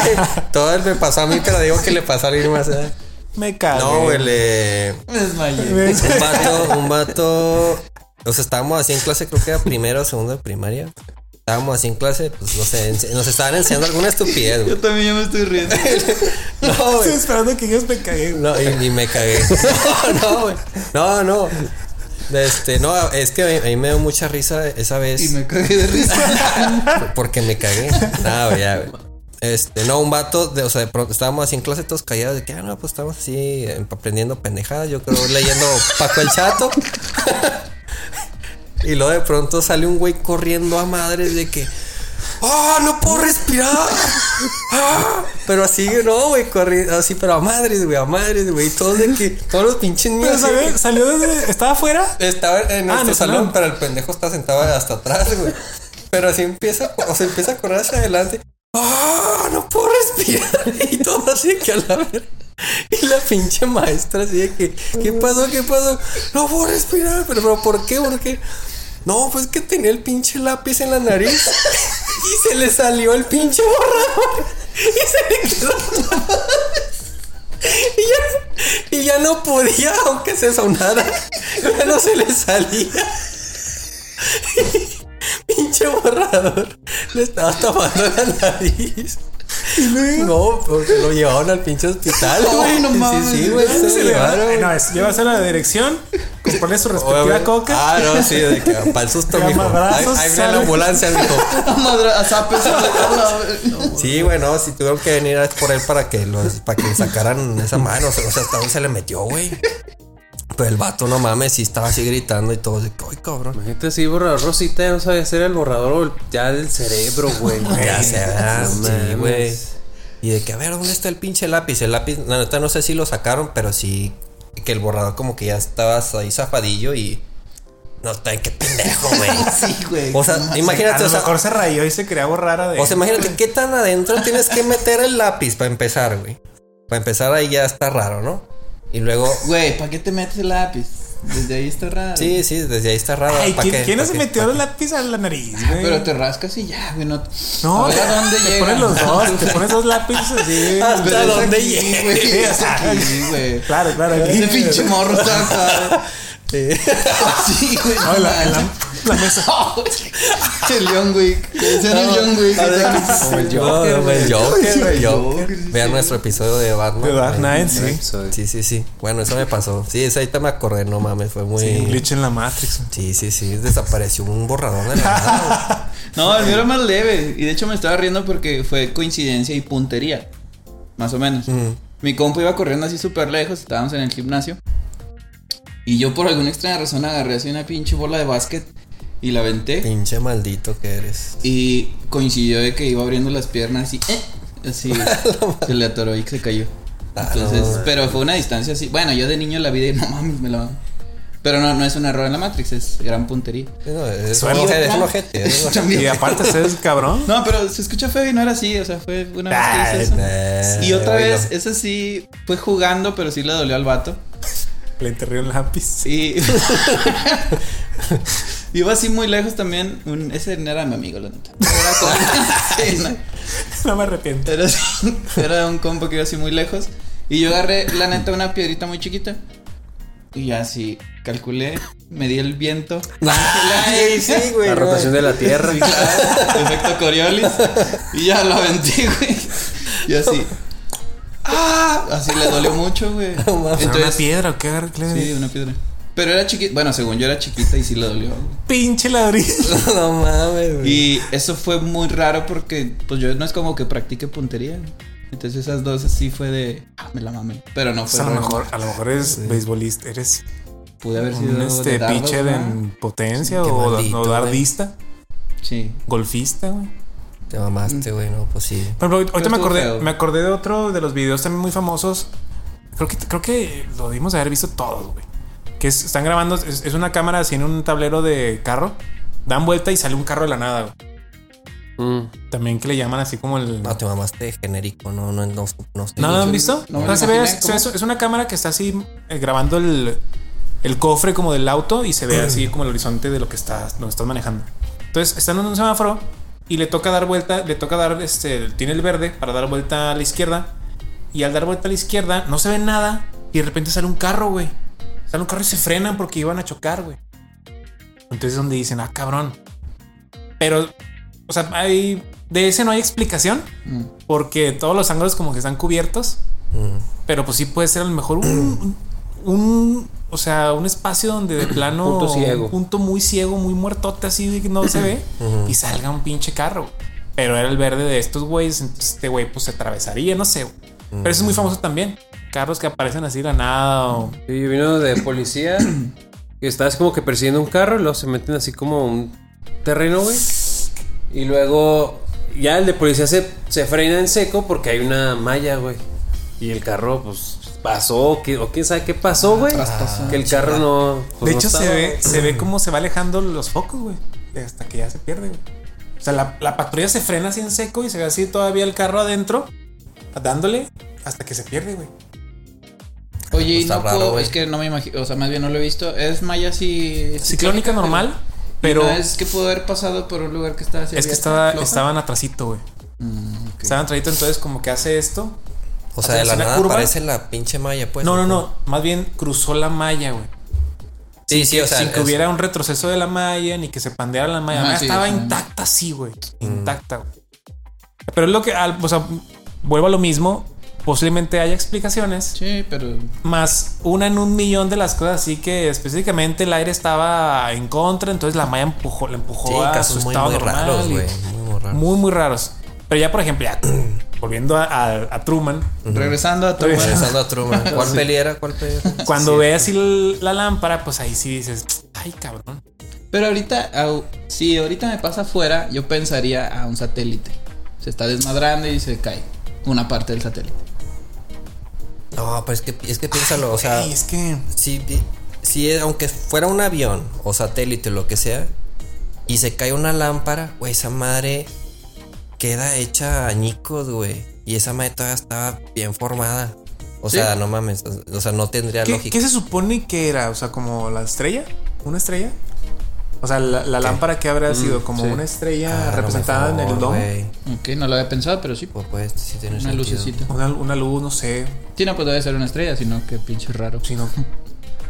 S1: Todo me pasó a mí, pero digo que le pasó a alguien más. ¿eh?
S2: Me cago.
S1: No, güey, le.
S3: Me desmayé.
S1: Un vato, un vato. O sea, estábamos así en clase, creo que era primero o segundo de primaria. Estábamos así en clase, pues no sé, ens- nos estaban enseñando alguna estupidez, güey.
S3: Yo también ya me estoy riendo.
S1: No,
S2: Estoy
S1: güey.
S2: esperando que ellos me caguen.
S1: No, y, y me cagué. No, no, güey. No, no. Este, no, es que a mí, a mí me dio mucha risa esa vez
S3: Y me cagué de risa.
S1: porque me cagué. No, güey, ya, güey. Este, no, un vato, de, o sea, de pronto estábamos así en clase todos callados, de que, ah, no, pues estábamos así eh, aprendiendo pendejadas, yo creo, leyendo Paco el Chato. Y luego de pronto sale un güey corriendo a madres de que, ¡ah, no puedo respirar! ¡Ah! Pero así, no, güey, corriendo, así, pero a madres, güey, a madres, güey, y todos de que, todos los pinches niños.
S2: Pero
S1: así,
S2: salió, salió desde. ¿Estaba afuera?
S1: estaba en nuestro
S2: Ah, en el
S1: salón,
S2: salón.
S1: pero el pendejo está sentado hasta atrás, güey. Pero así empieza, a co- o sea, empieza a correr hacia adelante. ¡Ah! No puedo respirar. Y todo así de que a la verga. Y la pinche maestra así de que, ¿qué pasó? ¿Qué pasó? No puedo respirar. Pero, pero ¿por qué? ¿Por qué? No, pues que tenía el pinche lápiz en la nariz y se le salió el pinche borrador y se le quedó y ya, y ya no podía, aunque se sonara, ya no se le salía. Pinche borrador, le estaba tapando la nariz. No, porque lo llevaron al pinche hospital.
S3: Ay,
S1: güey.
S3: no mames.
S1: Sí, sí, güey, se
S2: Se
S1: lo
S2: le va-
S1: llevaron.
S2: No, es, llevas a la dirección, comprarle su respectiva
S1: Obviamente.
S2: coca.
S1: Ah, no, sí, de que para el susto,
S2: De
S1: mijo. Ahí
S2: amabrazos,
S1: ahí viene la
S2: ¿sabes?
S1: ambulancia, mijo.
S3: A madra- a zapes a la- a la-
S1: Sí, güey, no, si tuvieron que venir a por él para que los, para que sacaran esa mano. O sea, hasta dónde se le metió, güey. Pero el vato, no mames, sí estaba así gritando y todo. De que, ay, cabrón.
S4: Imagínate así, borrador Rosita, ya no sabía hacer el borrador o el- ya del cerebro, güey.
S1: Ya se va,
S4: No
S1: sí,
S4: mames.
S1: güey. Y de que, a ver, ¿dónde está el pinche lápiz? El lápiz, la neta, no sé si lo sacaron, pero sí que el borrador como que ya estaba ahí zafadillo y No, está- qué pendejo, güey.
S3: Sí, güey.
S1: O sea, imagínate,
S2: a
S1: o
S2: lo
S1: sea,
S2: mejor se rayó y se creaba rara de.
S1: o sea, imagínate qué tan adentro tienes que meter el lápiz para empezar, güey. Para empezar ahí ya está raro, ¿no? Y luego,
S3: Güey, ¿para qué te metes el lápiz? Desde ahí está raro.
S1: sí, sí, desde ahí está raro.
S2: Ay,
S1: ¿pa'
S2: ¿quién,
S1: qué?
S2: quién
S1: ¿Pa'
S2: nos
S1: qué?
S2: metió
S1: ¿Pa'
S2: la lápiz a la nariz, güey?
S3: Pero te rascas y ya, güey. No,
S2: no,
S3: a ver a dónde
S2: te
S3: llega.
S2: pones los dos, te pones dos lápices así.
S1: Ah, ¿Hasta
S3: Pero es
S1: dónde
S3: aquí,
S1: llegue?
S3: güey, es
S2: Ajá.
S3: aquí, güey.
S2: Claro, claro. aquí.
S3: Ese pinche morro está acá. Sí, güey.
S2: No, en la- en la- la mesa.
S3: El John Wick. Ese no es John Wick.
S1: a ver,
S3: Ese-
S4: Como el
S1: No,
S4: Joker,
S1: no,
S4: güey.
S1: el Joker,
S3: Sí,
S1: el
S3: el
S1: Joker.
S3: Joker, sí,
S1: Vean
S3: sí.
S1: nuestro episodio de Batman.
S2: De Dark
S1: güey.
S2: Knight, sí.
S4: Episodio.
S1: Sí, sí, sí. Bueno, eso me pasó. Sí, esa ahorita me acordé, no mames, fue muy.
S2: Un glitch en la Matrix.
S1: Sí, sí, sí, desapareció un borrador de la nada.
S3: No, el mío era más leve. Y de hecho me estaba riendo porque fue coincidencia y puntería. Más o menos. Mi compa iba corriendo así súper lejos. Estábamos en el gimnasio. Y yo por alguna extraña razón agarré así una pinche bola de básquet. Y la aventé.
S1: Pinche maldito que eres.
S3: Y coincidió de que iba abriendo las piernas y ¡eh! así se le atoró y se cayó.
S1: Ah,
S3: Entonces,
S1: no, man.
S3: pero fue una distancia así. Bueno, yo de niño la vi de no mames, me la. Pero no, no es un error en la Matrix, es gran puntería.
S1: No, es un
S2: Suelta.
S1: ojete, es un ojete, es un ojete.
S3: También.
S2: Y aparte, usted es cabrón.
S3: No, pero se escucha feo y no era así, o sea, fue una vez que hice eso.
S1: Nah,
S3: Y otra
S1: güey, no.
S3: vez, esa sí fue jugando, pero sí le dolió al vato.
S2: Le enterré un lápiz.
S3: Y. Iba así muy lejos también. un- ese no era mi amigo, la neta. Era como- Sí, no.
S2: No me arrepiento.
S3: Era, así- era un combo que iba así muy lejos. Y yo agarré, la neta, una piedrita muy chiquita. Y ya así calculé, medí el viento.
S1: Ay, sí, güey.
S4: La
S1: no.
S4: rotación de la Tierra.
S3: Sí, claro, efecto Coriolis. Y ya lo aventé, güey. Y así. ¡Ah! Así le dolió mucho, güey.
S1: No mames.
S2: ¿Era ¿Una
S3: Entonces.
S2: piedra o qué? agarré? ¿Qué le-
S3: Sí, una piedra. Pero era chiquita. Bueno, según yo era chiquita y sí le dolió. güey.
S2: Pinche ladrillo.
S1: No mames, güey.
S3: Y eso fue muy raro porque, pues yo no es como que practique puntería. Entonces esas dos así fue de, ah, me la mamé. Pero no
S2: Pues
S3: fue.
S2: a lo
S3: raro.
S2: mejor, a lo mejor eres beisbolista. Eres
S3: Pude haber sido
S2: un este,
S3: de dardos,
S2: pitcher
S3: ¿no?
S2: en potencia
S1: Sí, qué
S2: o,
S1: maldito,
S2: o
S1: güey.
S2: dardista,
S3: Sí.
S2: golfista, güey.
S1: Te mamaste, güey, no, pues sí.
S2: Por ejemplo, ahorita me
S3: estuvo
S2: acordé,
S3: feo.
S2: me acordé de otro de los videos también muy famosos. Creo que, creo que lo dimos haber visto todos, güey. Que es- están grabando, es, es una cámara así en un tablero de carro. Dan vuelta y sale un carro de la nada, güey.
S4: Mm.
S2: También que le llaman así como el.
S1: No, te mamaste genérico, no, no, no, no sé.
S2: ¿No lo han visto?
S3: No
S2: No,
S3: me lo
S2: se ve,
S3: imaginé,
S2: se ve- es una cámara que está así eh, grabando el, el cofre como del auto y se ve así como el horizonte de lo que estás, donde estás manejando. Entonces están en un semáforo y le toca dar vuelta, le toca dar, este, tiene el verde para dar vuelta a la izquierda y al dar vuelta a la izquierda no se ve nada y de repente sale un carro, güey. Sale un carro y se frenan porque iban a chocar, güey. Entonces es donde dicen, ah, cabrón. Pero, o sea, hay, de ese no hay explicación
S3: Mm.
S2: porque todos los ángulos como que están cubiertos.
S1: Mm.
S2: Pero pues sí puede ser a lo mejor un, un, un- o sea, un espacio donde de plano
S4: Punto ciego.
S2: un punto muy ciego, muy muertote así de que no se ve y salga un pinche carro. Pero era el verde de estos güeyes, entonces este güey pues se atravesaría, no sé. Pero eso es muy famoso también. Carros que aparecen así de la nada o
S4: Y vino de policía. Y estás como que persiguiendo un carro. Y luego se meten así como a un terreno, güey. Y luego ya el de policía se, se frena en seco porque hay una malla, güey. Y el carro, pues, pasó. que- o quién sabe qué pasó, güey.
S3: traspasó.
S4: que el carro no. pues,
S2: De
S4: no
S2: hecho, se
S4: estaba,
S2: ve,
S4: güey.
S2: se ve cómo se va alejando los focos, güey. Hasta que ya se pierde, güey. O sea, la, la patrulla se frena así en seco y se ve así todavía el carro adentro, dándole hasta que se pierde, güey.
S3: Oye, y
S2: Pues
S1: Está
S3: no
S1: raro,
S3: puedo-
S1: güey.
S3: es que no me imagino, o sea, más bien no lo he visto. Es Maya así.
S2: Ciclónica normal,
S3: Pero
S2: pero
S3: no Ah, es que pudo haber pasado por un lugar que estaba así.
S2: es que
S3: abierto,
S2: estaba,
S3: floja.
S2: estaban atrasito, güey.
S3: Mm, ok.
S2: Estaban atrasito, entonces como que hace esto.
S1: O sea, de la
S2: Hacerse una
S1: nada
S2: curva.
S1: aparece la pinche malla, pues.
S2: No, no,
S1: ¿o
S2: no. Más bien cruzó la malla, güey.
S1: cómo? Sí, sí, o sea.
S2: sin que
S1: es-
S2: hubiera un retroceso de la malla, ni que se pandeara la malla.
S3: Ajá,
S2: La malla
S3: sí,
S2: estaba
S3: sí.
S2: intacta, sí, güey.
S1: Mm.
S2: Intacta, güey. Pero es lo que, al- o sea, vuelvo a lo mismo. Posiblemente haya explicaciones,
S3: Sí, pero.
S2: más una en un millón de las cosas. Así que específicamente el aire estaba en contra, entonces la malla empujó, la empujó
S1: Sí,
S2: a su
S1: casos muy,
S2: estado
S1: muy
S2: normal
S1: raros,
S2: y-
S1: güey. Muy, muy raros.
S2: Muy, muy raros. Pero ya, por ejemplo, ya volviendo a, a- a Truman,
S3: Regresando a tu.
S1: Regresando a Truman. ¿Cuál peli era? ¿Cuál peli era?
S2: cuando
S1: Sí.
S2: ve así l- la lámpara, pues ahí sí dices, ay, cabrón.
S3: Pero ahorita, au- si ahorita me pasa afuera, yo pensaría a un satélite. Se está desmadrando y se cae una parte del satélite.
S1: pues No, pero es que, es que piénsalo, o sea,
S2: Ay, es que
S1: sí, vi- sí, si es- aunque fuera un avión o satélite o lo que sea, y se cae una lámpara, güey, esa madre queda hecha añicos, güey. Y esa madre todavía estaba bien formada. O
S3: Sí.
S1: sea, no mames. O sea, no tendría
S2: ¿Qué,
S1: lógica.
S2: qué se supone que era? O sea, como la estrella, una estrella. O sea, la, la lámpara que habrá sido como
S4: sí.
S2: una
S1: Mm, Ah,
S2: estrella
S1: a lo
S2: representada en
S1: mejor,
S2: el domo.
S1: güey.
S3: Ok, no lo había pensado, pero sí.
S1: Pues, pues, sí tiene
S3: Una
S1: sentido.
S3: lucecita.
S2: Una, una luz, no sé.
S3: Sí, no, pues debe ser una estrella, sino que pinche raro.
S2: Si no.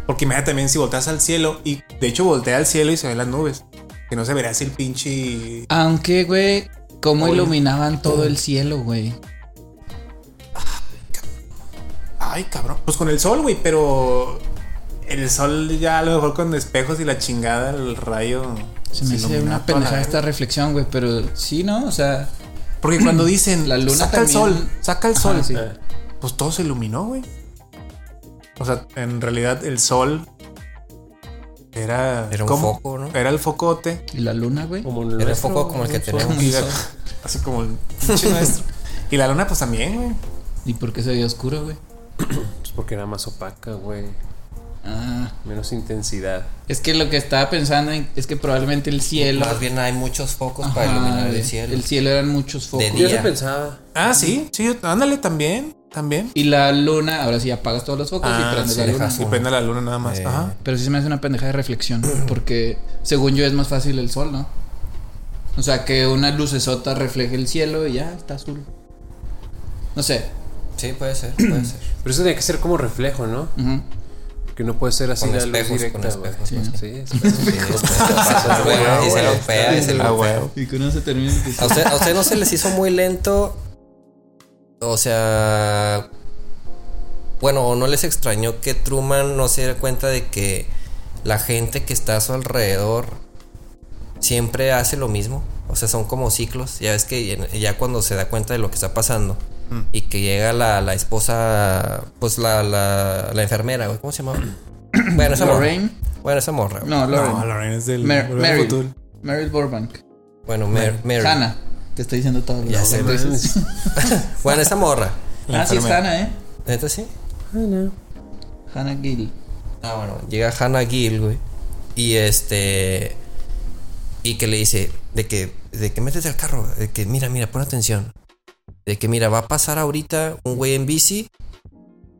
S2: Porque imagínate también si volteas al cielo y de hecho voltea al cielo y se ven las nubes. Que no se verá así el pinche.
S3: Aunque, güey, cómo
S2: Oye.
S3: iluminaban todo el cielo, güey.
S2: Ay, cabrón. Pues con el sol, güey, pero. El sol ya a lo mejor con espejos y la chingada, el rayo.
S3: Se me hace
S2: ilumina
S3: una
S2: toda la
S3: pendejada
S2: verga.
S3: esta reflexión, güey, pero sí, ¿no? O sea,
S2: Porque cuando dicen
S3: La luna
S2: saca el
S3: también-
S2: sol, saca el
S3: Ajá,
S2: sol,
S3: sí.
S4: Eh,
S2: pues todo se iluminó, güey. O sea, en realidad el sol era
S1: Era un
S2: ¿cómo?
S1: foco, ¿no?
S2: Era el focote,
S3: ¿y la luna, güey?
S4: Como el
S1: Era un
S4: nuestro,
S1: foco como el que
S4: nuestro.
S1: tenemos.
S2: Y la- así como el pinche nuestro. Y la luna pues también, güey.
S3: ¿Y por qué se veía oscuro, güey?
S4: Pues porque era más opaca, güey.
S3: Ah,
S4: Menos intensidad.
S3: es que lo que estaba pensando en- es que probablemente el cielo...
S1: Más bien hay muchos focos para
S3: Ajá,
S1: iluminar
S3: güey.
S1: el cielo.
S3: El cielo eran muchos focos.
S1: día.
S4: Yo eso pensaba.
S2: Ah, sí, sí, yo- ándale también, también.
S3: Y la luna, ahora sí apagas todos los focos
S2: Ah,
S3: y prendes
S2: sí,
S3: la luna.
S1: dejas-
S2: y prende la luna nada más.
S1: Eh.
S2: Ajá.
S3: Pero sí se me hace una pendeja de reflexión, porque según yo es más fácil el sol, ¿no? O sea, que una lucesota refleje el cielo y ya está azul. No sé.
S1: Sí, puede ser, puede ser.
S4: Pero eso tenía que ser como reflejo, ¿no?
S3: Ujú.
S4: Que no puede ser así
S1: Con
S4: la luz
S1: espejos, con
S4: directa, güey.
S1: espejos,
S4: Sí,
S3: con
S4: espejos.
S1: Sí, después te pasas, pues, güey,
S4: Ah,
S1: y se
S4: güey,
S1: lo pega, y se lo
S2: Ah,
S1: pega.
S2: güey.
S3: Y que uno se termine.
S1: ¿A usted, a usted no se les hizo muy lento. O sea. Bueno, o no les extrañó que Truman no se diera cuenta de que la gente que está a su alrededor siempre hace lo mismo. O sea, son como ciclos. Ya ves que en- ya cuando se da cuenta de lo que está pasando
S2: Mm.
S1: y que llega la, la esposa, pues la, la, la enfermera, güey, ¿cómo se llama? bueno, esa morra.
S3: Lorraine.
S1: Bueno, esa morra. güey.
S3: No, Lorraine.
S2: No, Lauren es del
S3: Mer-
S2: del
S3: Meryl.
S2: futuro.
S3: Meryl Burbank.
S1: Bueno, Mer- Mary.
S3: Hannah. Te estoy diciendo todo.
S1: Ya
S3: lo
S1: sé,
S3: que tú dices.
S1: Bueno, esa morra.
S2: La
S3: Ah, sí, es
S2: enfermera.
S3: Hannah, ¿eh?
S1: ¿Neta sí?
S3: Hannah Gill.
S1: Ah, bueno, llega Hannah Gill, güey. Y este. Y que le dice, de que, de que métete al carro, de que mira, mira, pon atención. De que mira, va a pasar ahorita un güey en bici,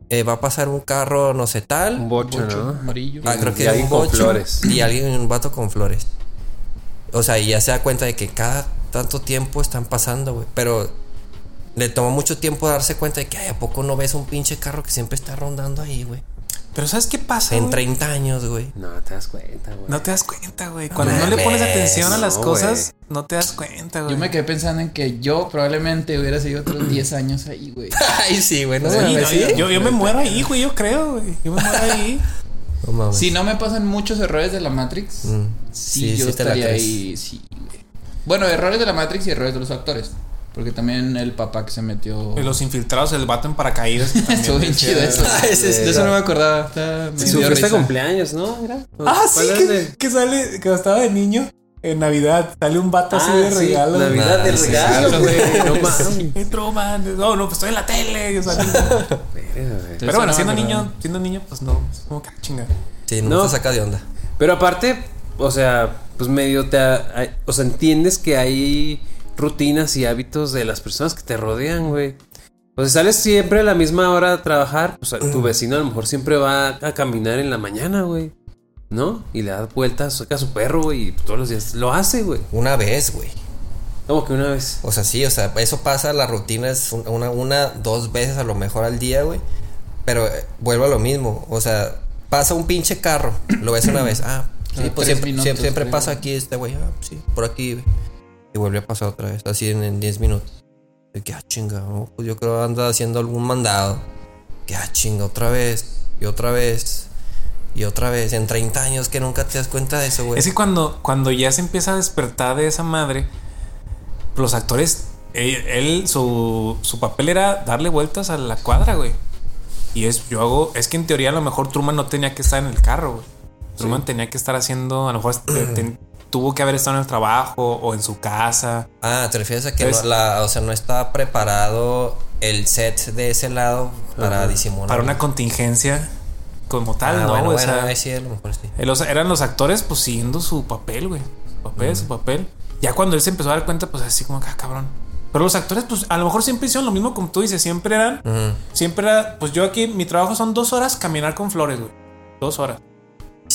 S1: eh, va a pasar un carro, no sé tal.
S4: Un bocho,
S3: Ocho,
S4: ¿no?
S3: Amarillo.
S1: Ah, creo
S4: Y
S1: que
S4: alguien
S1: un
S4: con
S1: bocho
S4: flores.
S1: Y alguien, un vato con flores. O sea, y ya se da cuenta de que cada tanto tiempo están pasando, güey. Pero le tomó mucho tiempo darse cuenta de que, ay, ¿a poco no ves un pinche carro que siempre está rondando ahí, güey?
S2: Pero ¿sabes qué
S4: Ah,
S2: pasa?
S1: En
S2: güey?
S1: 30 años, güey.
S4: No, te das cuenta, güey.
S2: No te das cuenta, güey. Cuando no, le
S1: mames.
S2: pones atención a las
S4: No,
S2: cosas, no te das cuenta, güey.
S3: Yo me quedé pensando en que yo probablemente hubiera seguido otros 10 años ahí, güey.
S1: Ay, sí, güey. No,
S2: Sí,
S1: mames,
S2: no,
S3: pues
S1: sí.
S2: yo- yo, yo me muero ahí, güey, yo creo, güey. Yo me muero ahí.
S1: No mames.
S3: Si no me pasan muchos errores de la Matrix,
S1: pues. Mm.
S3: sí,
S1: Sí,
S3: yo
S1: sí te la
S3: estaría
S1: crees.
S3: ahí. Sí, güey. Bueno, errores de la Matrix y errores de los actores. Porque también el papá que se metió.
S2: Y Los infiltrados, el vato en paracaídas. que también
S3: Estuvo bien
S2: decía-
S3: chido eso.
S1: Ah, ese
S3: De
S1: sí.
S3: eso no me acordaba. Está, me
S4: Sí, su
S3: dio
S4: fiesta de
S3: risa.
S4: cumpleaños, ¿no? Era.
S2: Ah,
S4: ¿Cuál
S2: sí,
S4: era
S2: que,
S4: de-
S2: que sale, que estaba de niño en Navidad. Sale un vato así
S4: Ah,
S2: de
S4: sí,
S2: regalo.
S4: Navidad de
S1: Ah, sí,
S4: regalo,
S1: sí.
S4: güey. No
S2: Sí,
S4: mames.
S2: qué broma, No, no, pues estoy en la tele. o sea, no. Pero bueno,
S3: no
S2: siendo
S3: me
S2: niño,
S3: acordaba.
S2: siendo niño, pues no. Es como que chinga.
S1: Sí, no,
S4: No.
S1: te saca de onda.
S4: Pero aparte, o sea, pues medio te. hay- O sea, entiendes que hay rutinas y hábitos de las personas que te rodean, güey. O sea, sales siempre a la misma hora a trabajar. O sea, tu vecino a lo mejor siempre va a caminar en la mañana, güey. ¿No? Y le da vueltas saca a su perro, güey. Y todos los días lo hace, güey.
S1: Una vez, güey.
S4: Como que una vez.
S1: O sea, sí, o sea, eso pasa, la rutina es un- una, una, dos veces a lo mejor al día, güey. Pero eh, vuelvo a lo mismo. O sea, pasa un pinche carro, lo ves una vez. Ah, sí,
S3: Ah,
S1: pues
S3: tres
S1: siempre,
S3: minutos,
S1: siempre, siempre
S3: creo.
S1: pasa aquí este güey. Ah, sí, por aquí, güey. Y vuelve a pasar otra vez, así en- en 10 minutos. De que, ah, chinga, no, pues yo creo que anda haciendo algún mandado. Que, ah, chinga, otra vez, y otra vez, y otra vez. En 30 años que nunca te das cuenta de eso, güey.
S2: Es que cuando, cuando ya se empieza a despertar de esa madre, los actores, él, él, su, su papel era darle vueltas a la cuadra, güey. Y es, yo hago, es que en teoría a lo mejor Truman no tenía que estar en el carro, güey. Truman tenía que estar haciendo, a lo mejor este, ten- tuvo que haber estado en el trabajo o en su casa.
S1: Ah, te refieres a que
S2: Es-
S1: no, la, o sea, no está preparado el set de ese lado para disimular.
S2: Para una contingencia. como tal,
S1: Ah,
S2: ¿no?
S1: bueno,
S2: güey? O
S1: bueno,
S2: sea,
S1: ahí sí, a lo mejor sí.
S2: eh, los- eran los actores pues siguiendo su papel, güey. Su papel, su papel. Ya cuando él se empezó a dar cuenta, pues así como que, ah, cabrón. Pero los actores, pues a lo mejor siempre hicieron lo mismo como tú dices, siempre eran,
S1: Ujú.
S2: siempre era, pues yo aquí, mi trabajo son dos horas caminar con flores, güey. Dos horas.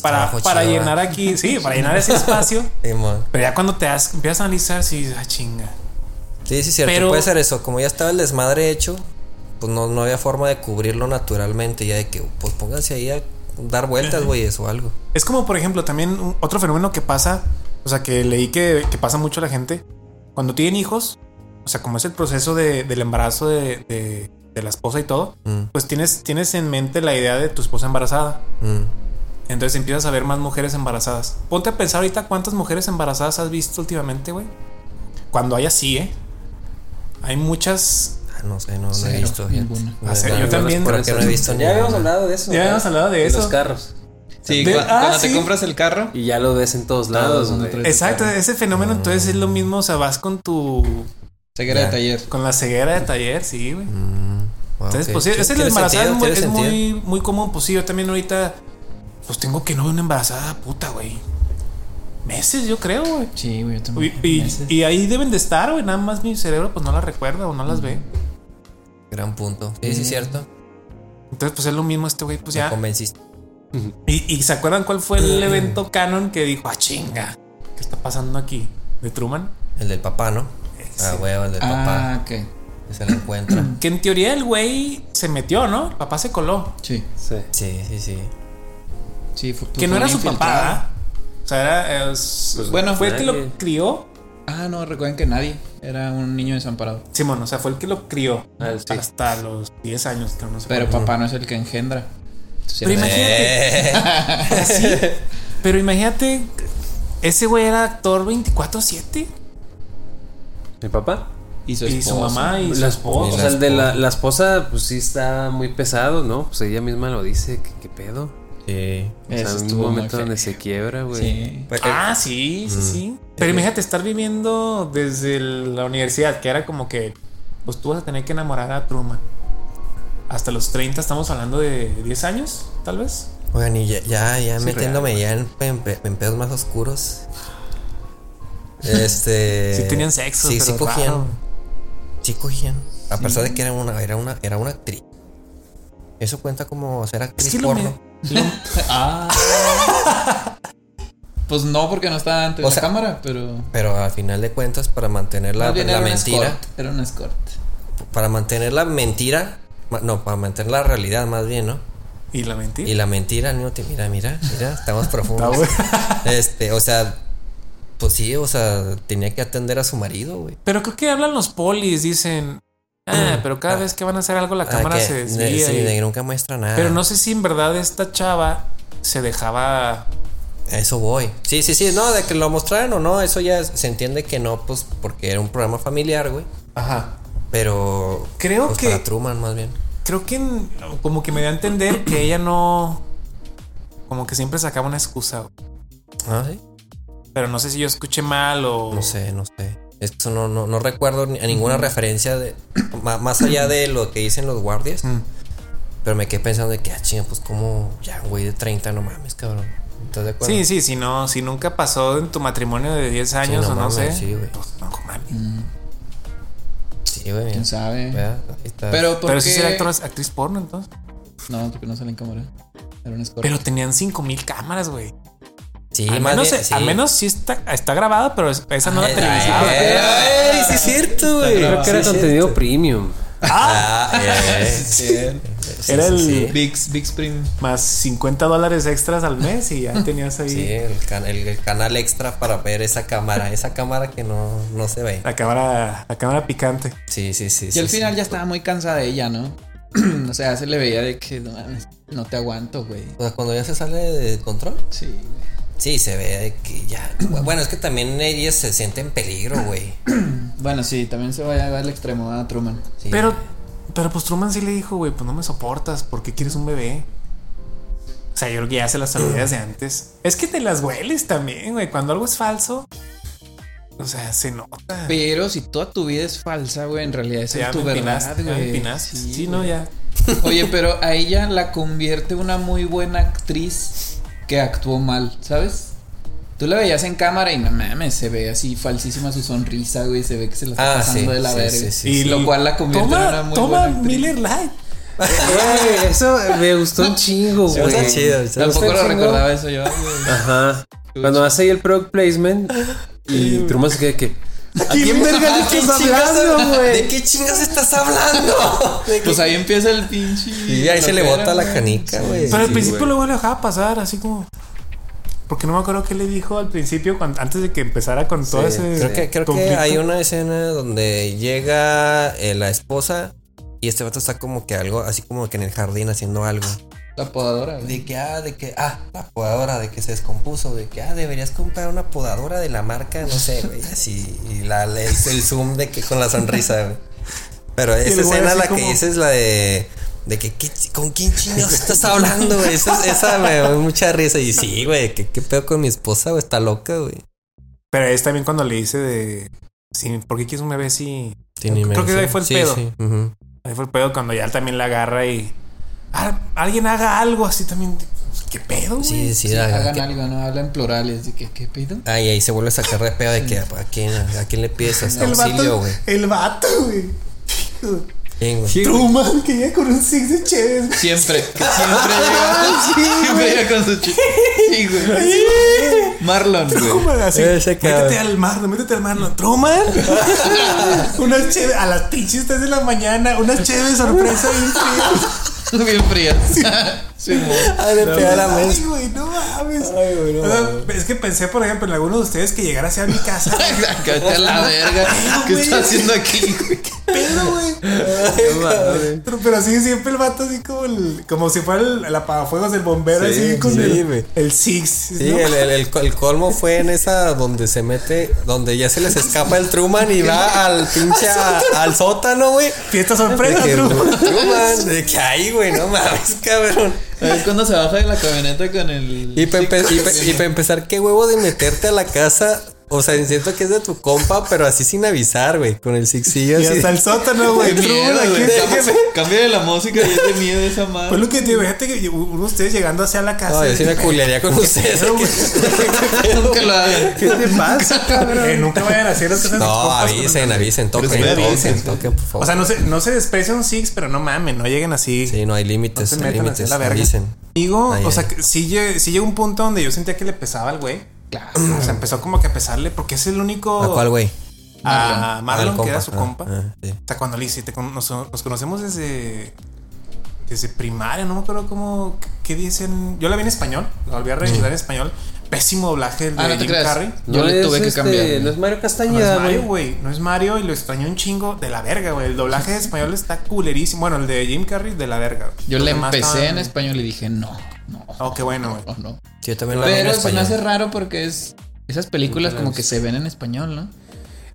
S2: Para,
S1: Trabajo
S2: para
S1: chido,
S2: llenar aquí, sí, para llenar ese espacio.
S1: Simón.
S2: Pero ya cuando te das, empiezas a analizar, sí, dices, ah, chinga.
S1: Sí, sí, cierto.
S2: Pero-
S1: Puede ser eso. Como ya estaba el desmadre hecho, pues no, no había forma de cubrirlo naturalmente. Ya de que, pues pónganse ahí a dar vueltas, güeyes, o algo.
S2: Es como, por ejemplo, también un- otro fenómeno que pasa, o sea, que leí que, que pasa mucho a la gente, cuando tienen hijos, o sea, como es el proceso de- del embarazo de, de- de la esposa y todo,
S1: Mm,
S2: pues tienes, tienes en mente la idea de tu esposa embarazada.
S1: mm.
S2: Entonces empiezas a ver más mujeres embarazadas. Ponte a pensar ahorita cuántas mujeres embarazadas has visto últimamente, güey. Cuando hay así, ¿eh? Hay muchas...
S1: Ah, no sé, no, no he
S3: Cero,
S1: visto. fíjate.
S3: ninguna.
S1: No,
S2: Ah, sí,
S1: no,
S2: yo
S1: no,
S2: también.
S1: Porque no he visto
S4: Ya habíamos
S1: ninguna.
S4: hablado de eso.
S2: Ya
S4: ¿no?
S2: habíamos hablado de
S4: De
S2: eso.
S4: Los carros.
S3: Sí,
S2: De-
S3: cu-
S2: ah,
S3: cuando
S2: sí.
S3: te compras el carro.
S4: Y ya lo ves en todos lados,
S3: Todos,
S4: güey.
S3: donde
S2: Exacto, ese fenómeno
S1: Ah.
S2: entonces es lo mismo, o sea, vas con tu...
S3: Ceguera
S1: Ya.
S3: de taller.
S2: Con la ceguera de taller, sí, güey.
S1: Mm, ah,
S2: Entonces,
S1: ok.
S2: pues sí,
S1: Sí,
S2: ese
S1: tiene
S2: embarazado
S1: sentido,
S2: es, muy,
S1: tiene
S2: es
S1: sentido.
S2: muy, muy común. Pues sí, yo también ahorita, pues tengo que no ver una embarazada puta, güey. Meses, yo creo, güey.
S3: Sí, güey,
S2: Y,
S3: yo también.
S2: y-
S3: Meses.
S2: y ahí deben de estar, güey. Nada más mi cerebro, pues no las recuerda o no las
S1: Mm.
S2: ve.
S1: Gran punto. Sí, sí,
S3: Mm.
S1: cierto.
S2: Entonces, pues es lo mismo este güey, pues
S1: Me Mm.
S2: ya.
S1: convenciste.
S2: Y, y se acuerdan cuál fue el evento canon que dijo, ah, chinga, ¿qué está pasando aquí? ¿De Truman?
S1: El del papá, ¿no?
S2: Ese.
S1: Ah, huevo, el del papá.
S3: Ah, ok.
S1: que Se lo encuentra.
S2: Que en teoría el güey se metió, ¿no? El papá se coló.
S1: Pues
S3: Sí.
S4: Sí.
S1: Sí, sí, sí.
S3: Sí, fu-
S2: que no
S3: fue
S2: era
S3: un
S2: su papá. ¿ah?
S3: infiltrado.
S2: ¿verdad? O sea, era. eh, s-
S4: Pues
S2: bueno, fue el que
S4: nadie.
S2: lo crió.
S3: Ah, no, recuerden que nadie. Era un niño desamparado.
S2: Simón, o sea, fue el que lo crió
S4: Ah, sí.
S2: hasta los 10 años, creo, no sé.
S3: Pero
S2: cuánto.
S3: papá no es el que engendra. Entonces,
S2: Pero
S3: era-
S2: imagínate- Ah, Pero imagínate, ese güey era actor 24-7
S4: ¿Mi papá?
S3: y su,
S2: y su
S3: esposa.
S2: mamá y su
S4: La esposa.
S2: esposa.
S4: O sea, el de la, la esposa, pues sí está muy pesado, ¿no? Pues ella misma lo dice. ¿Qué, qué pedo?
S1: Sí.
S4: O sea,
S3: Eso
S4: un
S3: estuvo muy
S4: momento
S3: feo.
S4: donde se quiebra, güey.
S3: Sí.
S1: Pues, eh,
S2: Ah, sí, sí, sí. Pero imagínate estar viviendo desde el- la universidad, que era como que, pues tú vas a tener que enamorar a Truman. Hasta los 30, estamos hablando de 10 años, tal vez.
S1: Oigan, y ya, ya, ya
S4: Sí,
S1: metiéndome ya en, en pe- en pedos más oscuros. Este.
S2: sí tenían sexo,
S1: Sí,
S2: pero
S1: sí cogían.
S2: raro.
S1: Sí cogían. A pesar de que era una, era una, era una actriz. Eso cuenta como ser actriz
S2: Es que lo,
S1: porno.
S2: me- lo-
S3: Ah. pues no, porque no estaba antes
S1: O
S3: de la
S1: sea,
S3: cámara, pero.
S1: Pero al final de cuentas, para mantener la,
S3: Más bien
S1: la
S3: era un
S1: mentira.
S3: escort, Era un escort.
S1: Para mantener la mentira. ma- No, para mantener la realidad más bien, ¿no?
S2: y la mentira.
S1: Y la mentira, no te mira, mira, mira, estamos
S2: Está
S1: profundos.
S2: Ah, bueno.
S1: este, o sea, pues sí, o sea, tenía que atender a su marido, güey.
S2: Pero creo que hablan los polis, dicen. Ah, pero cada vez que van a hacer algo la
S1: Mm, Ah,
S2: cámara
S1: que-
S2: se
S1: de-
S2: desvía.
S1: sí,
S2: y-
S1: de que nunca muestra nada.
S2: Pero no sé si en verdad esta chava se dejaba.
S1: A eso voy. Sí, sí, sí, no, de que lo mostraran o no, eso ya se entiende que no, pues porque era un programa familiar, güey.
S2: Ajá.
S1: Pero.
S2: Creo
S1: pues,
S2: que-
S1: Para Truman, más bien.
S2: Creo que en- como que me dio a entender que ella no. Como que siempre sacaba una excusa. güey.
S1: Ah, sí.
S2: Pero no sé si yo escuché mal o.
S1: No sé, no sé. Es que eso no, no, no recuerdo ni- a ninguna referencia de. ma- más allá de lo que dicen los guardias.
S2: Mm.
S1: Pero me quedé pensando de que, ah, chinga, pues como ya, un güey de 30, no mames, cabrón. ¿Estás de acuerdo?
S2: Sí, sí, si no, si nunca pasó en tu matrimonio de 10 años
S1: no
S2: o no
S1: mames,
S2: sé.
S1: sí, güey.
S2: pues, no mames.
S1: Sí, güey.
S3: Quién
S1: mira.
S3: sabe.
S1: Vea, ahí está.
S3: Pero porque.
S2: Pero sí sería actor- actriz porno entonces.
S3: No, porque no sale en cámara. Era un escort.
S2: Pero tenían 5000 cámaras, güey.
S1: sí,
S2: al,
S1: más
S2: menos,
S1: bien,
S2: eh,
S1: sí. Ah,
S2: al menos sí está, está grabada, pero es- esa no la
S1: Ay,
S2: televisaban.
S1: ay, sí es cierto, güey.
S4: Creo que era contenido premium.
S1: Ah, eh,
S3: Sí.
S1: sí,
S2: Era el-
S1: sí, sí.
S3: Big, Big Spring.
S2: Más 50 dólares extras al mes y ya tenías ahí
S1: Sí, el, can- el- el canal extra para ver esa cámara, esa cámara que no, no se ve.
S2: la cámara la cámara picante.
S1: Sí, sí, sí.
S3: Y
S1: sí,
S3: al
S1: sí.
S3: final ya estaba muy cansada de ella, ¿no? o sea, se le veía de que no, mames, no te aguanto, güey.
S1: O sea, cuando ya se sale de control,
S3: Sí, güey.
S1: sí, se ve de que ya. Bueno, es que también ellas se sienten en peligro, güey.
S3: Bueno, sí, también se va a llevar al extremo a Truman.
S1: Sí.
S2: Pero pero pues Truman sí le dijo, güey, pues no me soportas, ¿por qué quieres un bebé? O sea, yo creo que ya se las sabía desde antes. Es que te las hueles también, güey, cuando algo es falso. O sea, se nota.
S3: Pero si toda tu vida es falsa, güey, en realidad esa
S2: Ya
S3: es tu
S2: me
S3: verdad,
S2: empinaste, ya me
S3: güey.
S2: empinaste. Sí, no,
S3: güey.
S2: ya.
S3: Oye, pero a ella la convierte una muy buena actriz que actuó mal, ¿sabes? Tú la veías en cámara y no mames, se ve así falsísima su sonrisa, güey. Se ve que se la está
S1: Ah, sí,
S3: pasando de la
S1: sí,
S3: verga.
S1: sí, sí,
S2: Y
S3: lo cual la convierte en una
S2: Toma,
S3: muy
S2: toma
S3: buena actriz.
S2: Miller Light.
S4: Eh, eso me gustó un chingo,
S1: Sí,
S4: güey.
S1: está chido, está
S3: Tampoco
S4: ¿Está
S3: lo
S4: el chingo?
S3: recordaba eso yo. güey.
S4: Ajá. Cuando hace ahí el product placement y Truman se queda que. ¿A quién
S2: Ah,
S4: verga le
S1: ¿De qué
S4: estás
S1: chingas-
S4: hablando,
S1: ¿De
S4: güey?
S1: qué chingas estás hablando? ¿De qué-
S3: Pues ahí empieza el pinche.
S1: Y ahí se le
S3: flojera,
S1: bota la
S3: güey.
S1: canica, güey.
S2: Pero al
S4: sí,
S2: principio
S4: güey.
S2: luego lo dejaba pasar, así como. Porque no me acuerdo qué le dijo al principio, cuando- antes de que empezara con todo
S4: Sí,
S2: ese.
S1: Creo que, creo que
S2: conflicto.
S1: hay una escena donde llega eh, la esposa y este vato está como que algo, así como que en el jardín haciendo algo.
S3: La podadora, güey.
S1: De que, ah, de que, ah, la podadora, de que se descompuso, de que, ah, deberías comprar una podadora de la marca, no sé, güey, así, y la, el, el zoom de que con la sonrisa, güey. Pero
S2: el
S1: esa
S2: güey
S1: escena,
S2: así
S1: la que
S2: como-
S1: dices, la de, de que, ¿qué chi- ¿con quién chingados estás hablando, güey? Esa, esa me da mucha risa, y sí, güey, que qué pedo con mi esposa, güey, está loca, güey.
S2: Pero es también cuando le dice de. Sí, ¿Por qué quieres un bebé si.?
S1: Sí, ni me
S2: Creo que
S1: sé.
S2: ahí fue el
S1: Sí,
S2: pedo.
S1: sí, ujú.
S2: Ahí fue el pedo cuando ya él también la agarra y. "Ah, alguien haga algo así también. ¿Qué pedo, güey?
S1: Sí, sí,
S3: Sí,
S1: la-
S3: hagan
S1: que-
S3: algo, ¿no? Hablan plurales. De que, ¿qué pedo?
S1: Ah, y ahí se vuelve a sacar de pedo de que a a quién, a quién le pides hasta
S2: el
S1: auxilio,
S2: vato.
S1: güey.
S2: El vato, güey.
S1: ¿Quién, güey?
S2: Truman, que llega con un six de chévere.
S3: Siempre, siempre llega. siempre llega con su chico. Ah, Sí, güey. Marlon, güey.
S2: Truman, así.
S1: Ese cabrón.
S2: Métete al mar, no, métete al mar, no. Truman. unas chéves a las pinches 3 de la mañana, unas chéves sorpresa bien frías.
S3: Bien frías. Sí, güey.
S1: Ah, le pega la mesa.
S2: Ay, güey, no mames. O sea, es que pensé, por ejemplo, en alguno de ustedes que llegara hacia mi casa.
S3: Cállate a la verga. ¿Qué
S2: güey.
S3: está haciendo aquí, güey?
S2: Pero, güey. Pero, pero así siempre el vato así como el, como si fuera el, el apagafuegos del bombero,
S1: Sí,
S2: así con
S1: sí, güey.
S2: el, el six.
S1: Sí,
S2: ¿no?
S1: el, el- el co- el colmo fue en esa donde se mete, donde ya se les escapa el Truman y va al pinche a- al sótano, güey.
S2: Fiesta
S1: De
S2: sorpresa,
S1: que
S2: Truman.
S1: Truman, de que ahí, güey, no mames, cabrón.
S3: A ver cuando se baja de la camioneta con el.
S1: Y para empezar, qué huevo de meterte a la casa. O sea, siento que es de tu compa, pero así sin avisar, güey, con el sixillo
S2: Y
S1: así.
S2: hasta el sótano,
S3: Qué
S2: güey. Truman,
S3: miedo,
S2: aquí
S3: güey.
S2: déjeme.
S3: Cambia- Cambia de la música y es de miedo esa
S2: Fue
S3: madre.
S2: lo que te digo, fíjate que uno de ustedes llegando hacia la casa.
S1: No, yo sí me culearía con ustedes.
S2: Pero, güey,
S3: Nunca lo hagan.
S4: ¿Qué te
S3: Ah,
S4: pasa, cabrón?
S2: que Eh, nunca vayan a hacer las cosas.
S1: No,
S2: compas con-
S1: avisen, avisen, toquen,
S3: sí me avisen,
S1: toquen,
S3: sí.
S1: toquen, por favor.
S2: O sea, no se, no se desprecia un Six, pero no mamen, no lleguen así.
S1: sí, no hay límites,
S2: se
S1: hay
S2: metan así a
S1: límites,
S2: la verga.
S1: avisen.
S2: Digo,
S1: Ay,
S2: o
S1: ay.
S2: sea, que sí, lle- sí llegó un punto donde yo sentía que le pesaba al güey. O sea, empezó como que a pesarle porque es el único.
S1: ¿A cuál, güey?
S2: A
S1: Ah,
S2: Marlon,
S1: el
S2: que era su
S1: ah,
S2: compa.
S1: ah, sí.
S2: O sea, cuando le hice, te con- nos, nos conocemos desde. Desde primaria, no me acuerdo cómo. ¿Qué dicen? Yo la vi en español, la volví a
S1: Mm.
S2: revisar en español. Pésimo doblaje el de
S3: Ah, no te
S2: Jim
S3: creas.
S2: Carrey.
S3: Yo le
S4: es
S3: tuve que
S4: este,
S3: cambiar. güey.
S4: No es Mario
S2: No es
S4: Castañeda,
S2: Mario,
S4: güey.
S2: güey. No es Mario y lo extrañó un chingo de la verga, güey. El doblaje de español está culerísimo. Bueno, el de Jim Carrey de la verga. güey.
S3: Yo
S2: Los
S3: le
S2: demás
S3: empecé
S2: estaban-
S3: en español y dije, no, no,
S2: Oh, qué bueno, güey.
S3: no, no.
S1: Sí, yo también la vi en
S3: Pero se me
S1: español.
S3: hace raro porque es. Esas películas como que se ven en español, ¿no?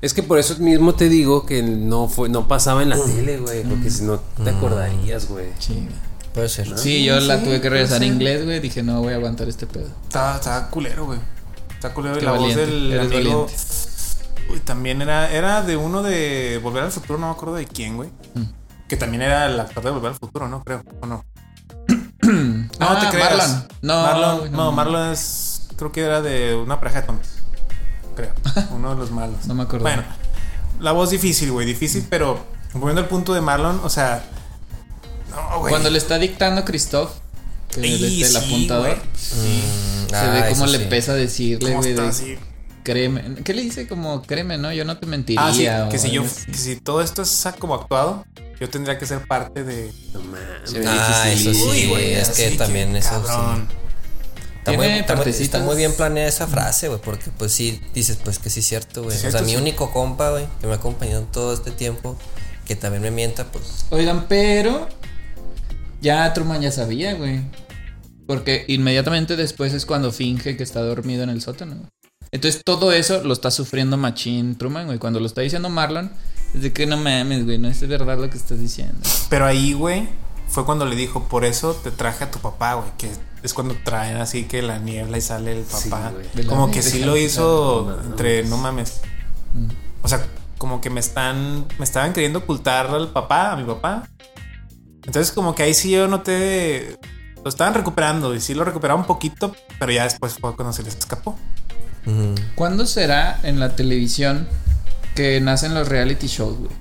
S4: Es que por eso mismo te digo que no fue, no pasaba en la tele, güey. Porque si no te acordarías, güey.
S3: Sí.
S1: Puede ser. ¿no?
S3: Sí, yo la
S2: Ah, sí,
S3: tuve que regresar
S2: puede
S3: en
S2: ser.
S3: inglés, güey. Dije, no voy a aguantar este pedo.
S2: Estaba, estaba culero, güey. Está culero. Y
S3: Qué
S2: la
S3: valiente,
S2: voz del
S3: eres
S2: amigo-
S3: valiente.
S2: Uy, también era, era de uno de Volver al Futuro, no me acuerdo de quién, güey.
S3: Mm.
S2: Que también era el actor de Volver al Futuro, ¿no? Creo, ¿o no? No,
S3: Ah,
S2: te creas.
S3: Marlon. No,
S2: Marlon,
S3: no,
S2: no,
S3: no.
S2: Marlon es. Creo que era de una pareja de tontos. Creo. Uno de los malos.
S3: No me acuerdo. Mm.
S2: Bueno, la voz difícil, güey. Difícil, pero volviendo al punto de Marlon, o sea. No, güey.
S3: Cuando le está dictando Christoph, que
S2: Sí,
S3: es este, el
S2: sí,
S3: apuntador,
S2: güey. Sí.
S1: Mm,
S3: se
S1: ah,
S3: ve
S1: eso
S3: cómo le
S1: sí.
S3: pesa decirle,
S2: ¿Cómo
S3: güey,
S2: está
S3: de
S2: así?
S3: créeme. ¿Qué le dice? Como créeme, ¿no? Yo no te mentiría.
S2: Ah, sí,
S3: o
S2: que si yo,
S3: algo así.
S2: que si todo esto es como actuado, yo tendría que ser parte de.
S4: No mames.
S3: Se ve
S1: Ah,
S3: difícil.
S1: eso sí, güey. Es
S2: así
S1: que también eso sí.
S2: cabrón.
S1: Está muy, está
S3: Tiene
S1: muy- está
S3: partecitas.
S1: muy bien planeada esa frase, güey. Porque, pues sí, dices, pues que sí es cierto, güey.
S2: Sí,
S1: o sea,
S2: cierto,
S1: mi
S2: sí.
S1: único compa, güey, que me ha acompañado en todo este tiempo, que también me mienta, pues.
S3: Oigan, pero ya Truman ya sabía, güey. Porque inmediatamente después es cuando finge que está dormido en el sótano. güey. Entonces todo eso lo está sufriendo Machín Truman, güey. Cuando lo está diciendo Marlon, es de que no mames, güey, no es verdad lo que estás diciendo.
S2: Pero ahí, güey, fue cuando le dijo, por eso te traje a tu papá, güey. Que es cuando traen así que la niebla y sale el
S4: Sí,
S2: papá.
S4: güey.
S3: De la
S2: como que sí
S3: niebla sale
S2: lo
S3: el
S2: hizo
S4: papá, no
S2: entre no mames.
S3: Mm.
S2: O sea, como que me están. Me estaban queriendo ocultar al papá, a mi papá. Entonces, como que ahí sí yo noté. Lo estaban recuperando y sí lo recuperaron un poquito, pero ya después fue cuando se les escapó.
S1: Ujú.
S3: ¿Cuándo será en la televisión que nacen los reality shows, güey?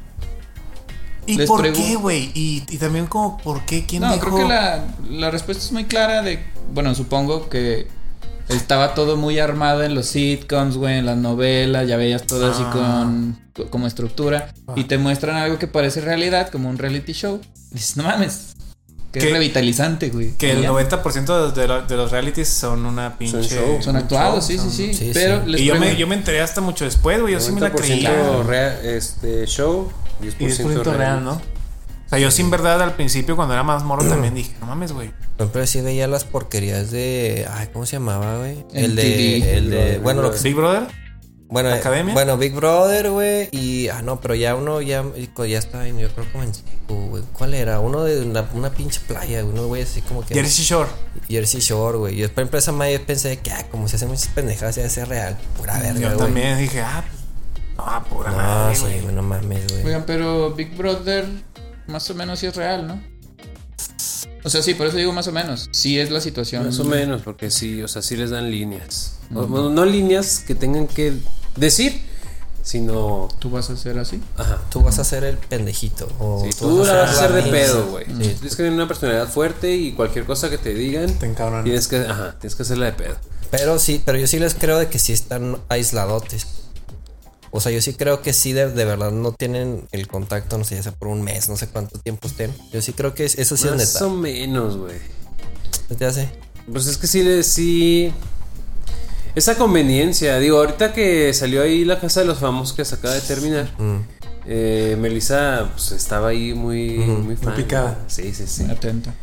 S2: ¿Y
S3: Les
S2: por
S3: pregun-
S2: qué, güey? Y, y también, como, ¿por qué? ¿Quién
S3: No,
S2: dijo?
S3: creo que la, la respuesta es muy clara de, bueno, supongo que estaba todo muy armado en los sitcoms, güey, en las novelas, ya veías todo así
S2: Ah.
S3: con como estructura
S2: Ah.
S3: y te muestran algo que parece realidad, como un reality show. Dices, no mames, que es
S2: Que-
S3: revitalizante, güey.
S2: Que
S3: Y
S2: el
S3: ya.
S2: 90% de, lo- de los realities son una pinche.
S4: show.
S3: son actuados, sí, sí, sí,
S1: Sí,
S3: pero
S1: sí.
S3: les
S2: Y yo me,
S3: pregun-
S2: yo me enteré hasta mucho después, güey. Yo sí me la creí.
S4: 90% rea- este, show, 10%,
S2: Y 10% real,
S4: real.
S2: ¿no? O sea, yo sin verdad al principio, cuando era más moro, también dije, no mames, güey.
S1: Pero sí veía las porquerías de. Ay, ¿cómo se llamaba, güey?
S3: MTV.
S1: El de. El de. Bueno, lo que
S2: Big Brother.
S1: Bueno, eh,
S2: ¿Academia?
S1: bueno, Big Brother, güey. Y. Ah, no, pero ya uno ya, ya está en. Yo creo como en. güey, ¿Cuál era? Uno de una, una pinche playa, güey, uno, güey, así como que.
S2: Jersey Shore.
S1: Jersey Shore, güey. Y después empecé a yo pensé que, ah, como se hacen muchas pendejadas, se hace real. Pura verga,
S2: Yo
S1: güey.
S2: también dije, ah, no, pura
S1: No,
S2: madre,
S1: sí,
S2: güey.
S1: güey, no mames, güey.
S3: Oigan, pero Big Brother más o menos sí es real, ¿no? O sea, sí, por eso digo más o menos. Sí es la situación.
S4: Más o menos, porque sí, o sea, sí les dan líneas. O- bueno, no líneas que tengan que decir, sino.
S3: Tú vas a ser así.
S4: Ajá.
S1: Tú vas a ser el pendejito. O Mm.
S4: Sí, tú la vas a hacer de
S1: la
S4: pedo,
S1: mensa.
S4: güey. Tienes que tener una personalidad fuerte y cualquier cosa que te digan,
S2: Te encabronas.
S4: tienes que, ajá, tienes que hacerla de pedo.
S1: Pero sí, pero yo sí les creo de que sí están aisladotes. O sea, yo sí creo que sí, de, de verdad no tienen el contacto, no sé, ya sea por un mes, no sé cuánto tiempo estén. Yo sí creo que es- eso sí es
S4: Más
S1: neta.
S4: o menos, güey.
S1: ¿Se te hace?
S4: Pues es que sí, le- sí. Esa conveniencia, digo, ahorita que salió ahí la casa de los famosos que se acaba de terminar,
S1: Mm.
S4: eh, Melissa pues, estaba ahí muy, muy fan.
S2: picada.
S4: Sí, sí, sí.
S3: Atenta.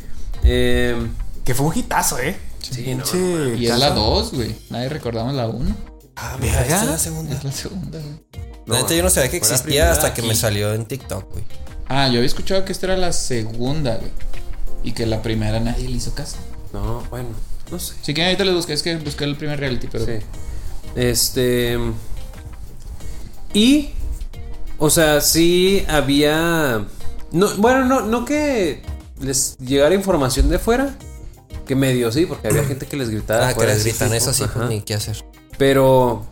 S4: Eh,
S2: Que fue un hitazo, ¿eh?
S4: sí, no.
S2: Pinche
S3: Y es la
S2: hitazo.
S3: 2, güey. Nadie recordamos la 1.
S2: Ah,
S1: Mira, esta es
S2: verga.
S1: la segunda.
S3: Es la segunda, güey.
S4: No,
S1: la neta, yo no sabía que
S4: fue la
S1: existía
S4: primera
S1: hasta que me
S4: aquí.
S1: salió en TikTok, güey.
S3: Ah, yo había escuchado que esta era la segunda, güey. Y que la primera nadie le hizo caso.
S4: No, bueno, no sé.
S3: Si quieren, ahorita les busqué. Es que busqué el primer reality, pero.
S4: Sí. Este. Y. O sea, sí había. No, bueno, no, no que les llegara información de fuera. Que medio sí, porque había gente que les gritaba.
S1: Ah, que
S4: afuera,
S1: les
S4: así,
S1: gritan
S4: tipo,
S1: eso sí,
S4: ajá.
S1: pues ni qué hacer.
S4: Pero.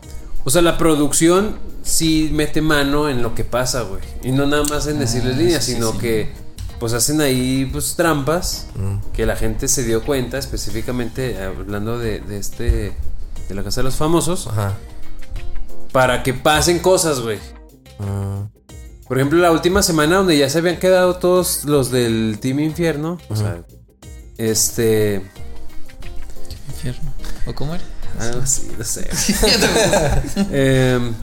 S4: O sea, la producción sí mete mano en lo que pasa, güey. Y no nada más en decirles
S3: Ah,
S4: líneas,
S3: sí, sí,
S4: sino
S3: sí.
S4: que. Pues hacen ahí pues trampas
S3: Mm.
S4: que la gente se dio cuenta, específicamente hablando de, de este. de la casa de los famosos
S3: Ah.
S1: Ajá.
S4: para que pasen cosas, güey.
S1: Mm.
S4: Por ejemplo, la última semana donde ya se habían quedado todos los del Team Infierno. O sea, este.
S3: Infierno. ¿O cómo era?
S4: Algo así, no sé. Em,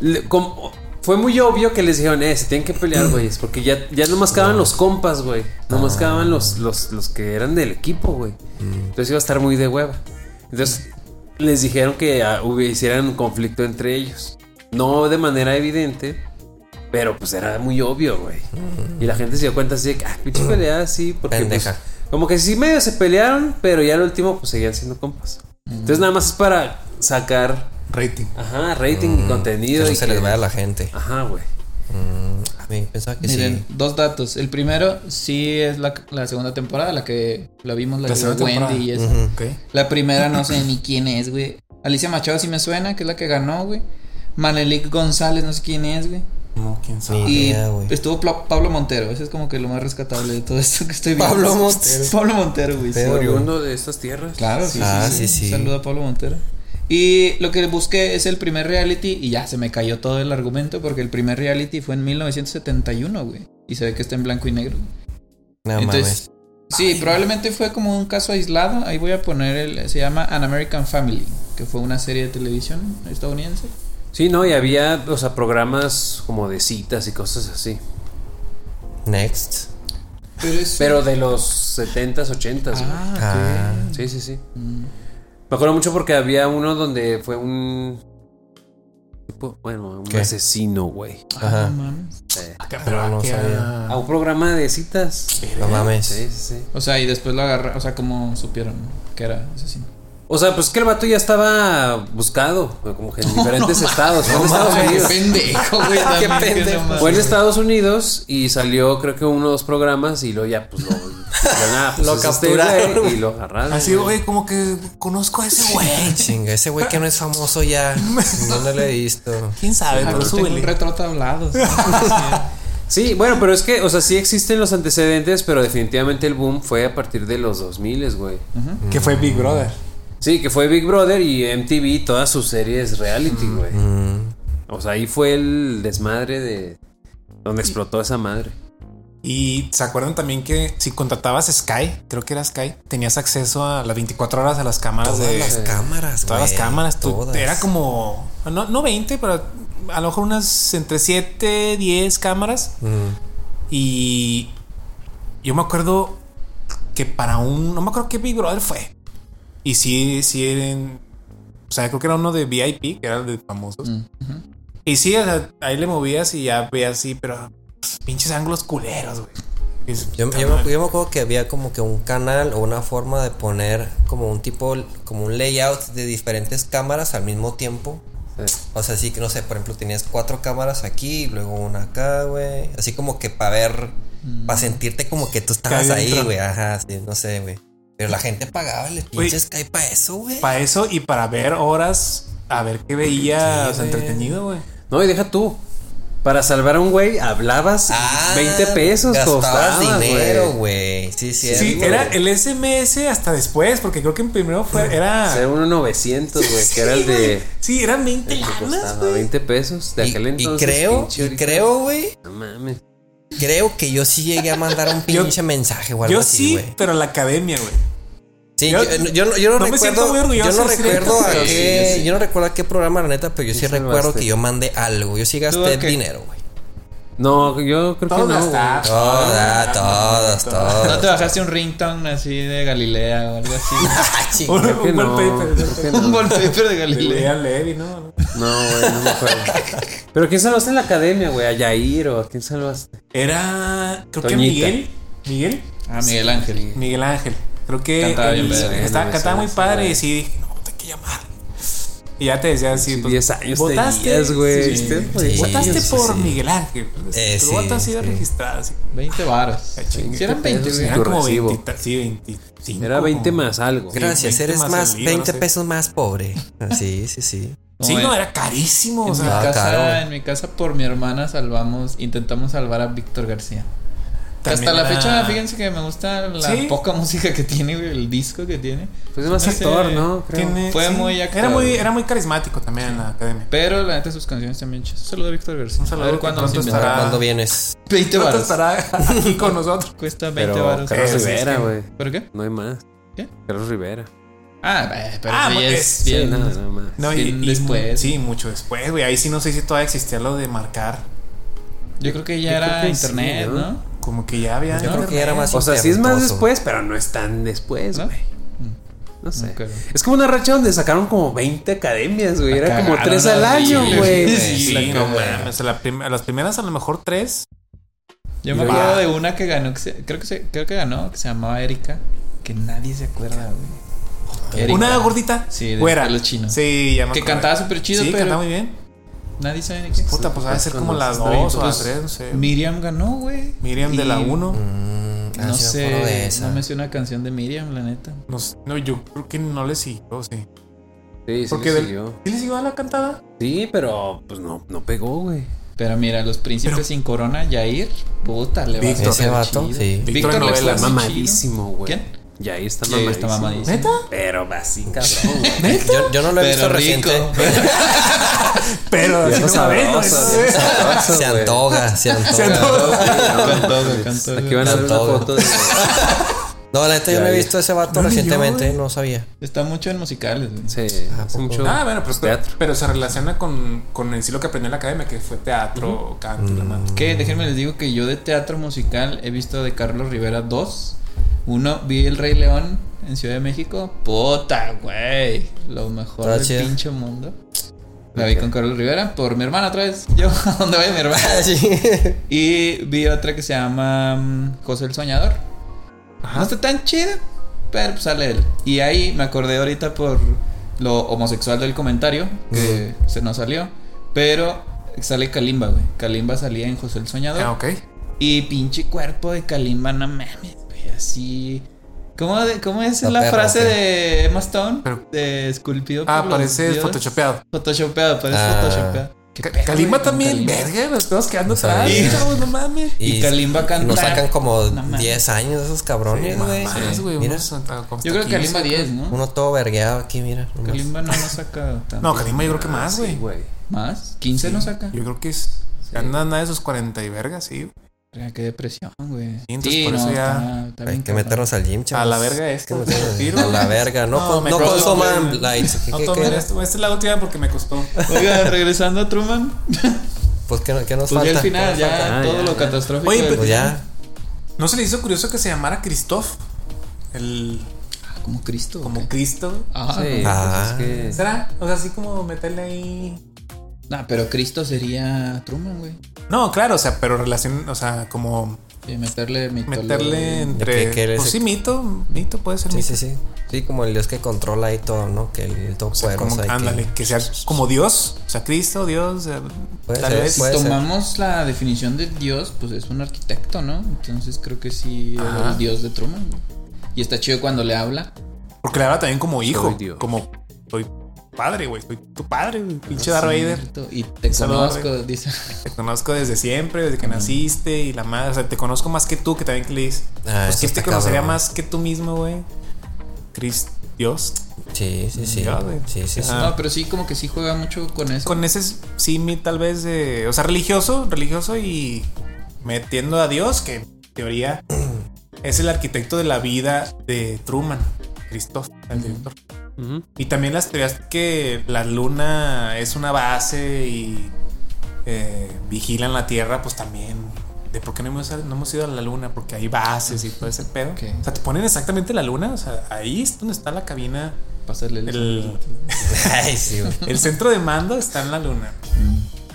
S4: le- como- fue muy obvio que les dijeron, eh, se tienen que pelear, güey. es Porque ya, ya nomás quedaban los compas, güey.
S1: Ah.
S4: Nomás quedaban los, los, los que eran del equipo, güey.
S1: Mm.
S4: Entonces iba a estar muy de hueva. Entonces les dijeron que ah, hubi- hicieran un conflicto entre ellos. No de manera evidente, pero pues era muy obvio, güey. Y la gente se dio cuenta así de que, ah, pinche pelea así. Porque, pues,
S1: Mm. Pendeja.
S4: como que sí medio se pelearon, pero ya al último pues seguían siendo compas. Entonces
S1: Mm.
S4: nada más es para sacar,
S2: Rating.
S4: ajá, rating y contenido.
S1: Mm. Que
S4: y
S1: no se
S4: que-
S1: les vaya a la gente.
S4: Ajá, güey.
S1: Mm, a mí pensaba que
S3: Miren,
S1: sí.
S3: dos datos. El primero, sí es la, la segunda temporada, la que la vimos, la,
S2: La
S3: que dio
S2: segunda temporada.
S3: Wendy y eso.
S2: Ok.
S3: La primera no sé ni quién es, güey. Alicia Machado sí me suena, que es la que ganó, güey. Manelik González, no sé quién es, güey.
S2: No, quién sabe.
S1: Ni
S3: Y
S1: idea, güey.
S3: estuvo Pla- Pablo Montero. Ese es como que lo más rescatable de todo esto que estoy viendo.
S1: Pablo Montero.
S3: Pablo Montero, güey. sí.
S1: Pero-
S4: Oriundo de estas tierras.
S3: Claro, sí.
S1: Ah,
S3: sí, sí.
S1: sí, sí.
S3: Saludo a Pablo Montero. Y lo que busqué es el primer reality y ya se me cayó todo el argumento porque el primer reality fue en 1971, güey. Y se ve que está en blanco y negro.
S1: No mames.
S3: Entonces, sí, probablemente fue como un caso aislado. Ahí voy a poner el. Se llama An American Family, que fue una serie de televisión estadounidense.
S4: Sí, no, y había, o sea, programas como de citas y cosas así.
S1: Next.
S3: Pero es.
S4: Pero de los 70s, 80s, güey.
S3: Ah, Mm. ok.
S1: Ah.
S4: Sí, sí, sí. Me acuerdo mucho porque había uno donde fue un tipo, bueno, un
S1: ¿Qué?
S4: asesino, güey. Eh,
S3: Ah,
S1: Ajá.
S3: no mames.
S1: Pero
S2: Ah,
S1: no sabía.
S4: A un programa de citas.
S1: No mames.
S4: Sí, sí, sí.
S3: O sea, y después lo agarra. O sea, como supieron que era asesino.
S4: O sea, pues que el vato ya estaba buscado, como que en diferentes estados. Fue en Estados
S3: Ay,
S4: Unidos.
S3: Qué pendejo, güey.
S1: Qué
S3: también, que
S1: pendejo.
S3: no mames.
S4: Fue en Estados Unidos y salió creo que uno o dos programas y luego ya pues lo, ya nada, pues,
S1: Lo
S4: es este
S1: capturaron. ¿Ah,
S4: güey, y lo agarraron.
S2: Así, güey, como que conozco a ese güey.
S1: Chinga, ese güey que no es famoso ya. ¿Dónde lo he visto?
S2: ¿Quién sabe?
S3: Ah,
S2: Pero
S3: pues tengo un
S2: súbele.
S3: retrato hablado. sí.
S4: Sí, bueno, pero es que, o sea, sí existen los antecedentes, pero definitivamente el boom fue a partir de los 2000, güey.
S2: Que fue Big Brother.
S4: Sí, que fue Big Brother y MTV y todas sus series reality,
S1: Mm,
S4: güey. O sea, ahí fue el desmadre de donde explotó esa madre.
S2: Y se acuerdan también que si contratabas Sky, creo que era Sky, tenías acceso a las 24 horas a las cámaras
S1: Todas
S2: de
S1: las cámaras,
S2: todas las
S1: güey,
S2: cámaras. tú-
S1: todas.
S2: Era como, no, no 20, pero a lo mejor unas entre 7, 10 cámaras.
S1: Mm.
S2: Y yo me acuerdo que para un, no me acuerdo qué Big Brother fue. Y sí, sí, eran, o sea, creo que era uno de VIP, que era el de famosos.
S3: Mm, ujú.
S2: Y sí, o sea, ahí le movías y ya veías así, pero pues, pinches ángulos culeros, güey. Y es-
S1: Yo, yo me, yo me acuerdo que había como que un canal o una forma de poner como un tipo, como un layout de diferentes cámaras al mismo tiempo.
S4: Sí.
S1: O sea, sí que no sé, por ejemplo, tenías cuatro cámaras aquí y luego una acá, güey. Así como que para ver, para sentirte como que tú estabas
S2: Cae
S1: ahí,
S2: dentro.
S1: güey. Ajá, sí, no sé, güey. Pero la gente pagaba el pinche Sky para eso, güey.
S2: Para eso y para ver horas, a ver qué veía, o sea, entretenido, güey.
S4: No, y deja tú. Para salvar a un güey, hablabas y
S1: Ah,
S4: 20 pesos,
S1: Gastabas
S4: costabas,
S1: dinero,
S4: güey.
S1: güey. Sí, sí.
S2: Sí,
S1: güey.
S2: era el SMS hasta después, porque creo que en primero fue,
S4: O sea,
S2: era.
S4: uno 900, güey, que era el de.
S2: Sí, eran 20
S4: que
S2: lanas,
S4: costaba
S2: güey.
S4: 20 pesos de
S1: Y,
S4: aquel
S1: y
S4: entonces.
S1: creo,
S4: pinche
S1: y
S4: ahorita.
S1: creo, güey.
S4: No mames.
S1: Creo que yo sí llegué a mandar un
S2: Yo-
S1: pinche mensaje o algo
S2: Yo
S1: así,
S2: sí,
S1: güey.
S2: pero la academia, güey.
S1: Sí,
S2: Yo-
S1: yo, yo no, yo no
S2: no me siento
S1: recuerdo.
S2: muy
S1: yo
S2: orgulloso
S1: no
S2: de decir
S1: recuerdo
S2: esto,
S1: a
S2: pero
S1: qué.
S4: sí, sí.
S1: Yo no recuerdo a qué programa, la neta, pero yo sí,
S4: Sí,
S1: recuerdo
S4: salvaste.
S1: que yo mandé algo. Yo sí gasté
S3: acá.
S1: dinero, güey.
S4: No, yo creo
S2: Todos
S4: que no. güey.
S2: gastaban.
S1: Todas,
S2: Ah,
S1: todas,
S3: ¿No
S1: todas.
S3: te bajaste un ringtone así de Galilea o algo así?
S1: Ah,
S2: Un,
S1: chinga.
S4: Creo que
S2: un
S4: no,
S2: wallpaper.
S4: creo que
S3: un
S4: no.
S3: wallpaper de
S2: Leía
S3: Galilea.
S2: Levi, ¿no?
S4: No, güey, no me acuerdo. Pero ¿quién salvaste en la academia, güey? ¿A Yair o a quién salvaste?
S2: Era. Creo que
S4: Toñita.
S2: Miguel. Miguel.
S3: Ah, Miguel Ángel.
S2: Miguel Ángel. Creo que
S3: Cantaba bien
S2: él-
S3: padre.
S2: estaba-
S4: Bueno,
S2: cantaba
S4: ese-
S2: muy
S4: ese
S2: padre
S4: güey.
S2: y sí dije, no, tengo que llamar. Y ya te decía así,
S4: Sí,
S2: pues,
S4: 10 años
S2: votaste,
S4: tenías, güey.
S2: sí,
S4: Este, güey,
S1: sí.
S2: votaste
S1: sí,
S2: por
S1: sí.
S2: Miguel Ángel. pues,
S1: Eh,
S2: tu
S1: sí,
S2: voto ha sido
S1: sí.
S2: registrado. Así.
S3: 20 varos.
S2: chingue.
S3: Si eran 20, güey.
S4: Y
S2: Eran
S4: tu
S2: como
S4: recibo.
S2: 20, sí, 25.
S4: Era 20
S2: como-
S4: más algo.
S1: Gracias,
S2: 20
S1: eres
S2: más
S1: más
S2: el libro,
S1: 20
S2: sí.
S1: pesos más pobre. Sí, sí, sí.
S2: Sí,
S3: Como
S2: no,
S3: en-
S2: era carísimo. O
S3: En mi,
S2: sea,
S1: Ah,
S3: casa,
S1: caro.
S3: en mi casa, por mi hermana, salvamos, intentamos salvar a Víctor García. Que
S2: también
S3: hasta la
S2: era-
S3: fecha, fíjense que me gusta la
S2: Sí.
S3: poca música que tiene, güey, el disco que tiene.
S4: Pues es más
S3: Se me hace-
S4: actor, ¿no? Creo.
S2: tiene-
S3: Fue muy
S2: era
S3: actor.
S2: muy Era muy carismático también en la academia.
S3: Pero la neta, sus canciones también chidas. Un saludo a Víctor García.
S2: Un saludo,
S3: A ver cuándo nos
S2: pronto
S3: invitará.
S2: estará-
S1: ¿Cuándo vienes?
S3: 20
S2: ¿Cuánto
S3: varos.
S2: estará aquí con nosotros?
S3: Cuesta 20
S4: Pero
S3: varos.
S4: Carlos
S1: Eh,
S2: Sí, sí,
S4: Rivera,
S2: es que-
S4: güey.
S3: ¿Pero qué?
S4: No hay más.
S3: ¿Qué?
S4: Carlos Rivera.
S3: Ah, eh, pero
S2: Ah,
S3: eso ya
S2: es-
S3: es
S2: sí,
S4: Sí,
S3: bien.
S4: nada, nada más.
S2: No, y,
S3: Bien
S2: y-
S3: después.
S2: Sí, mucho después, güey. Ahí sí no sé si todavía existía lo de marcar.
S3: Yo creo que ya
S4: Yo creo
S3: era
S4: que sí,
S3: internet,
S4: ¿no?
S3: ¿no?
S2: Como que ya había.
S1: Yo creo que ya era más.
S4: O sea, sí es más
S1: interventoso.
S4: después, pero no es tan después,
S3: ¿No?
S4: güey. No sé.
S3: Ok.
S4: Es como una racha donde sacaron como 20 academias, güey. Era como
S3: cagaron
S4: tres al año,
S3: horrible,
S4: güey.
S3: güey.
S2: Sí,
S3: la
S2: no
S3: cagada.
S2: mames. A la prim- a las primeras, a lo mejor tres.
S3: Yo me
S2: Yo
S3: acuerdo
S2: ya-
S3: de una que ganó, que se- creo, que se- creo que ganó, que se llamaba Erika, que nadie se acuerda, güey. Erika.
S2: Una gordita.
S3: Sí, de
S2: güera.
S3: pelo chino.
S2: Sí, ya me
S3: Que
S2: acordé.
S3: cantaba súper chido,
S2: Sí,
S3: pero-
S2: cantaba muy bien.
S3: Nadie sabe ni qué.
S2: Puta, pues va a ser como
S4: Con
S2: las
S4: los
S2: dos o las
S3: Pues,
S2: tres, no sé.
S3: Miriam ganó, güey.
S2: Miriam de
S3: Y
S2: la uno.
S1: Mm, ah,
S3: No
S1: sí me acuerdo de
S3: sé,
S1: esa.
S3: no me sé una canción de Miriam, la neta.
S2: No, sé, no, yo creo que no le siguió, sí.
S4: Sí, sí,
S2: Porque
S4: le
S2: del-
S4: siguió.
S2: ¿Sí le siguió a la cantada?
S4: sí, pero pues no, no pegó, güey.
S3: Pero mira, los príncipes
S2: Pero-
S3: sin corona, Yair, puta, le va
S2: Víctor.
S3: a
S1: Ese vato, sí.
S2: Víctor
S3: Víctor le fue
S2: Novela,
S3: muy
S4: Está
S3: chido.
S4: mamadísimo, güey.
S3: ¿Quién?
S4: Y ahí está
S3: Yair
S4: mamadísimo.
S3: está mamadísimo.
S2: ¿Neta?
S4: Pero así, cabrón, güey.
S1: Yo, yo no lo he visto
S3: Pero rico.
S1: reciente.
S2: Pero
S4: Ya
S2: sí,
S4: está
S2: no mames, no
S4: sabroso,
S2: sé.
S4: bien sabroso,
S1: Se
S4: güey.
S1: antoja, se
S2: Se
S1: antoja.
S2: antoja.
S3: Cantó, güey, cantó,
S4: Aquí
S3: güey.
S4: van a ver una
S1: Todo.
S4: foto de...
S1: No, la neta, yo no he
S4: Ya, ya.
S1: visto a ese vato
S2: No, ni yo,
S1: recientemente,
S2: güey.
S1: no sabía.
S3: Está mucho en musicales, güey.
S4: Sí,
S1: ¿A
S4: es
S1: poco?
S4: mucho...
S2: Ah, bueno, pero,
S4: Teatro.
S2: pero se relaciona con, con en sí lo que aprendió en la academia, que fue teatro, canto, y la madre.
S3: Que déjenme les digo que yo de teatro musical he visto de Carlos Rivera dos. Uno, vi El Rey León en Ciudad de México. Puta, güey. Lo mejor
S1: Está
S3: del
S1: chido.
S3: pinche mundo. La vi con Carlos Rivera por mi hermana otra vez. Yo, ¿a dónde vaya mi hermana?
S1: Sí.
S3: Y vi otra que se llama mm, José el Soñador. No está tan chida, Pero pues sale él. Y ahí me acordé ahorita por lo homosexual del comentario que se nos salió. Pero sale Kalimba, güey. Kalimba salía en José el Soñador.
S2: Ah, ok.
S3: Y pinche cuerpo de Kalimba, no mames, güey. Así. ¿Cómo, de- cómo es
S1: Está
S3: la
S1: perro,
S3: frase
S1: sí.
S3: de Emma Stone?
S2: Pero-
S3: de esculpido.
S2: Ah,
S3: por los
S2: parece
S3: dioses.
S2: photoshopeado.
S3: Photoshopeado, parece
S1: Ah.
S3: photoshopeado. ¿Qué
S2: Ca-
S3: pedo,
S2: Kalimba
S3: güey, con
S2: también,
S3: Kalimba?
S2: verga, nos estamos quedando
S1: O sea,
S2: atrás,
S1: y-
S2: chavos, no mames.
S3: Y Kalimba canta.
S1: Nos sacan como
S3: No mames.
S1: 10 años esos cabrones, güey.
S2: Más, güey,
S1: Mira,
S2: unos, ah, como
S3: Yo creo
S2: hasta
S3: que Kalimba
S2: 15.
S3: 10, ¿no?
S1: uno todo vergueado aquí, mira. nomás.
S3: Kalimba no nos saca tanto.
S2: No, Kalimba yo creo que más, güey.
S4: güey.
S3: ¿Más? ¿15 no saca?
S2: Yo creo que es. Andan nada de esos 40 y vergas, sí.
S3: Verga, Ah, Qué depresión, güey.
S2: Y entonces por eso ya
S3: está- está
S1: Hay
S3: bien
S1: que
S3: cabrón.
S1: meternos al gym, chavos.
S2: A la verga
S1: Es que
S2: esto.
S1: meternos-
S2: Tiro.
S1: A la verga. No,
S2: No,
S1: con-
S2: me
S1: no
S2: costó,
S1: consuman
S2: güey.
S1: lights. ¿Qué-
S2: No este,
S1: qué-
S2: tomen
S1: qué-
S2: esto, esta es la última porque me costó.
S3: Oiga, regresando a Truman.
S1: Pues que, no- que nos
S3: Pues ya
S1: falta.
S3: al final,
S1: ¿Qué nos
S3: ya
S1: falta?
S4: Ah,
S3: todo
S4: ya,
S3: lo
S4: ya.
S3: catastrófico.
S2: Oye,
S3: del-
S2: pero-
S1: Pues ya.
S2: ¿No se le hizo curioso que se llamara Christoph? El.
S3: Como Cristo. ¿o
S2: Como
S3: qué?
S2: Cristo.
S3: Ajá.
S4: Sí,
S1: Ah.
S4: pues es que-
S2: ¿Será? O sea, así como meterle ahí.
S3: Nah, pero Cristo sería Truman, güey.
S2: No, claro, o sea, pero relación, o sea, como
S3: Y meterle mitolo-
S2: meterle
S1: ¿De
S2: entre.
S1: qué- qué eres?
S2: pues sí, mito, mito puede ser
S1: Sí,
S2: mito.
S1: sí, sí. Sí, como el dios que controla ahí todo, ¿no? Que el
S2: Como-
S1: todopoderoso. ahí que-
S2: ándale, que... sea como Dios, o sea, Cristo, Dios, eh,
S1: Puede
S2: tal
S1: ser,
S2: vez.
S1: puede-
S3: si
S1: ser.
S3: tomamos la definición de Dios, pues es un arquitecto, ¿no? Entonces creo que sí era
S2: Ajá.
S3: el Dios de Truman. güey. Y está chido cuando le habla.
S2: Porque le habla también como hijo,
S4: Soy Dios.
S2: como soy padre, güey, soy tu padre, güey, pinche
S3: Sí,
S2: Darth Vader.
S3: Y te
S2: Saludo,
S3: conozco,
S2: Darth
S3: dice.
S2: Te conozco desde siempre, desde que naciste y la madre, o sea, te conozco más que tú, que también que le dices.
S1: Ah,
S2: pues
S1: eso
S2: quién te
S1: está
S2: conocería
S1: cabrón.
S2: más que tú mismo, güey. Cristo, Dios.
S1: Sí, sí, sí.
S2: Ya, güey.
S1: Sí, sí, sí.
S2: Ah.
S3: No, pero sí, como que sí juega mucho con eso.
S2: Con ese simi tal vez de, o sea, religioso, religioso y metiendo a Dios, que en teoría es el arquitecto de la vida de Truman, Christoph, el director.
S4: Ujú.
S2: Y también las teorías que la luna es una base y eh, vigilan la Tierra, pues también. De por qué no hemos, no hemos ido a la luna, porque hay bases y todo ese pedo.
S3: Ok.
S2: O sea, te ponen exactamente la luna, o sea, ahí es donde está la cabina.
S3: Pasarle el.
S2: El,
S1: Ay, sí, güey.
S2: el centro de mando está en la luna.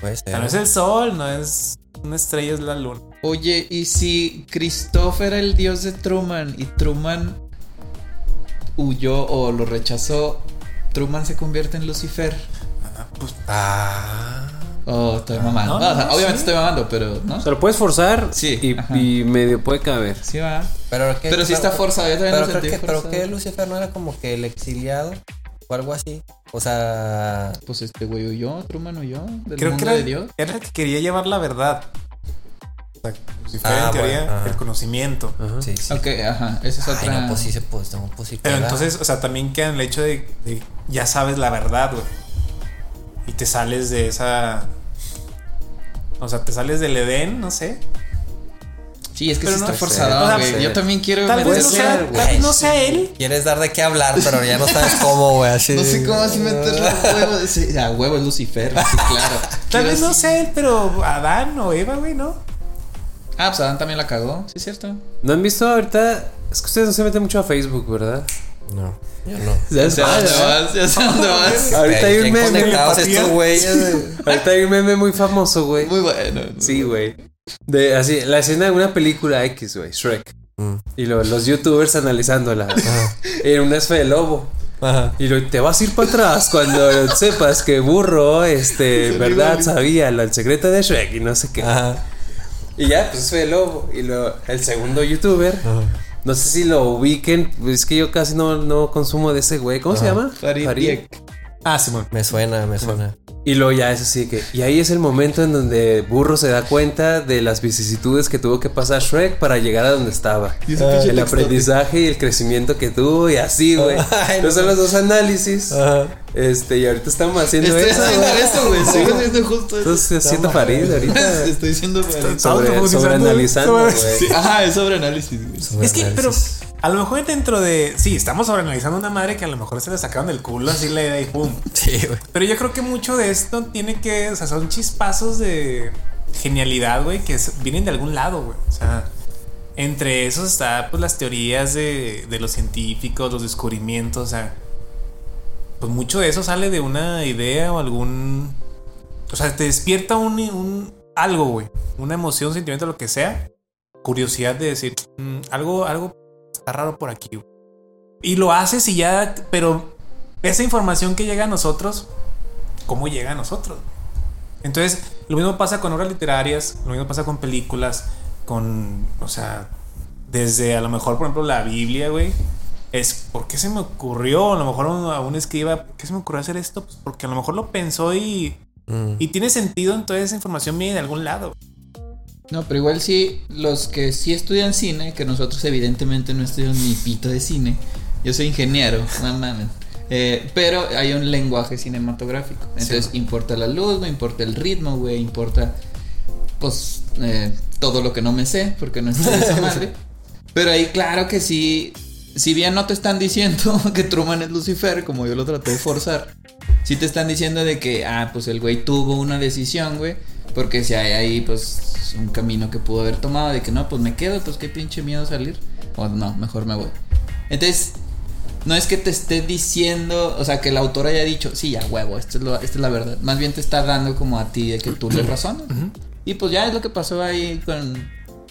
S1: Puede
S2: O sea,
S1: ser.
S2: no es el sol, no es una estrella, es la luna.
S3: Oye, ¿y si Christopher era el dios de Truman y Truman huyó o lo rechazó, Truman se convierte en Lucifer?
S2: Ah, Pues,
S3: Oh, estoy mamando.
S2: Ah, no,
S3: No, o sea,
S2: no,
S3: obviamente
S2: sí.
S3: estoy mamando, pero no.
S4: O sea, lo puedes forzar
S3: Sí,
S4: y,
S3: ajá.
S4: y medio puede caber.
S3: Sí va.
S1: Pero, que-
S3: Pero sí está forzado, yo también
S1: pero
S3: lo
S1: creo
S3: sentí
S1: que, pero
S3: forzado.
S1: que Lucifer no era como que el exiliado o algo así. O sea,
S3: Pues este güey huyó, Truman huyó del
S2: creo
S3: mundo
S2: que era,
S3: de Dios.
S2: era el que quería llevar la verdad. O sea, si
S1: Ah,
S2: fuera en teoría
S1: bueno, ajá. Ah,
S2: el conocimiento.
S4: Ajá.
S1: sí, sí.
S3: Ok, ajá, esa es
S1: Ay,
S3: otra.
S1: no, pues sí se puede, no, pues sí
S2: Pero
S1: queda.
S2: entonces, o sea, también queda en el hecho de, de ya sabes la verdad, güey. Y te sales de esa. O sea, te sales del Edén, no sé.
S3: Sí, es que sí
S2: Pero
S3: está
S2: no-
S3: forzado,
S2: Puede
S3: güey.
S4: ser.
S3: Yo también quiero
S2: Tal vez
S3: meterle-
S2: no sea,
S1: güey.
S2: tal vez no sea él.
S1: Quieres dar de qué hablar, pero ya no sabes cómo, güey. así-
S3: No sé cómo así meterle a huevo. Sí, a huevo es Lucifer, sí, claro.
S2: Tal
S3: Quiero
S2: vez no
S3: así-
S2: sea él, pero Adán o Eva, güey, ¿no?
S3: Ah, pues Adán también la cagó, sí es cierto.
S4: ¿No han visto ahorita? Es que ustedes no se meten mucho a Facebook, ¿verdad?
S1: No, yo no.
S4: ¿Sabes?
S3: Ya
S4: Ah,
S3: dónde
S4: ya.
S3: vas, ya sé Ah, dónde vas.
S4: Ahorita hay un
S1: Bien
S4: meme.
S1: conectados
S2: Telepatía.
S1: estos güeyes. güey.
S4: Ahorita hay un meme muy famoso, güey.
S3: Muy bueno. muy
S4: Sí, güey. De así, la escena de una película X, güey, Shrek.
S1: Mm.
S4: Y lo- los youtubers analizándola. En una esfera de lobo.
S1: Ajá.
S4: Y lo- te vas a ir para atrás cuando sepas que burro, este, en verdad, sabía la- el secreto de Shrek y no sé qué.
S1: Ajá.
S4: Y ya, pues fue el lobo. Y lo, el segundo youtuber, no sé si lo ubiquen, pues, es que yo casi no, no consumo de ese güey. ¿Cómo se llama?
S3: Farid Dieck.
S2: Ah, Simón.
S1: Me suena, me suena.
S4: Y luego ya es así que. Y ahí es el momento en donde Burro se da cuenta de las vicisitudes que tuvo que pasar Shrek para llegar a donde estaba. el aprendizaje y el crecimiento que tuvo y así, güey.
S1: Ay,
S4: Entonces son
S1: no.
S4: los dos análisis.
S1: Ajá.
S4: Este, y ahorita estamos haciendo
S3: Estoy
S4: eso,
S3: haciendo
S4: güey.
S3: eso, güey. Estoy haciendo justo eso.
S4: Entonces siento Farid ahorita.
S3: Estoy haciendo para-
S4: Sobre,
S2: Automatizando.
S4: sobreanalizando, güey.
S2: Sí.
S3: Ajá, es sobre análisis, güey.
S2: Es que, pero a lo mejor dentro de. Sí, estamos sobreanalizando una madre que a lo mejor se le sacaron del culo así la idea y pum.
S1: Sí, güey.
S2: Pero yo creo que mucho de esto tiene que. O sea, son chispazos de genialidad, güey, que es- vienen de algún lado, güey. O sea, entre esos está pues las teorías de, de los científicos, los descubrimientos, o sea. Pues mucho de eso sale de una idea o algún. O sea, te despierta un, un algo, güey. Una emoción, sentimiento, lo que sea. Curiosidad de decir, "Mm, algo, algo está raro por aquí, güey". Y lo haces y ya, pero esa información que llega a nosotros, ¿cómo llega a nosotros? Entonces, lo mismo pasa con obras literarias, lo mismo pasa con películas, con, o sea, desde a lo mejor, por ejemplo, la Biblia, güey. Es, ¿por qué se me ocurrió? A lo mejor a un escriba, ¿por qué se me ocurrió hacer esto? Pues porque a lo mejor lo pensó y, y tiene sentido, entonces esa información viene de algún lado.
S3: No, pero igual sí, los que sí estudian cine, que nosotros evidentemente no estudiamos ni pito de cine. Yo soy ingeniero, no mames. Eh, pero hay un lenguaje cinematográfico. Entonces importa la luz, me importa el ritmo, güey, importa pues eh, todo lo que no me sé, porque no estudié esa madre. Pero ahí claro que sí, si bien no te están diciendo que Truman es Lucifer, como yo lo traté de forzar, sí te están diciendo de que, ah, pues el güey tuvo una decisión, güey, porque si hay ahí, pues, un camino que pudo haber tomado, de que no, pues me quedo, pues qué pinche miedo salir, o no, mejor me voy. Entonces, no es que te esté diciendo, o sea, que el autor haya dicho, sí, ya huevo, esto es lo- esta es la verdad, más bien te está dando como a ti de que tú le razonas. Y pues ya es lo que pasó ahí con...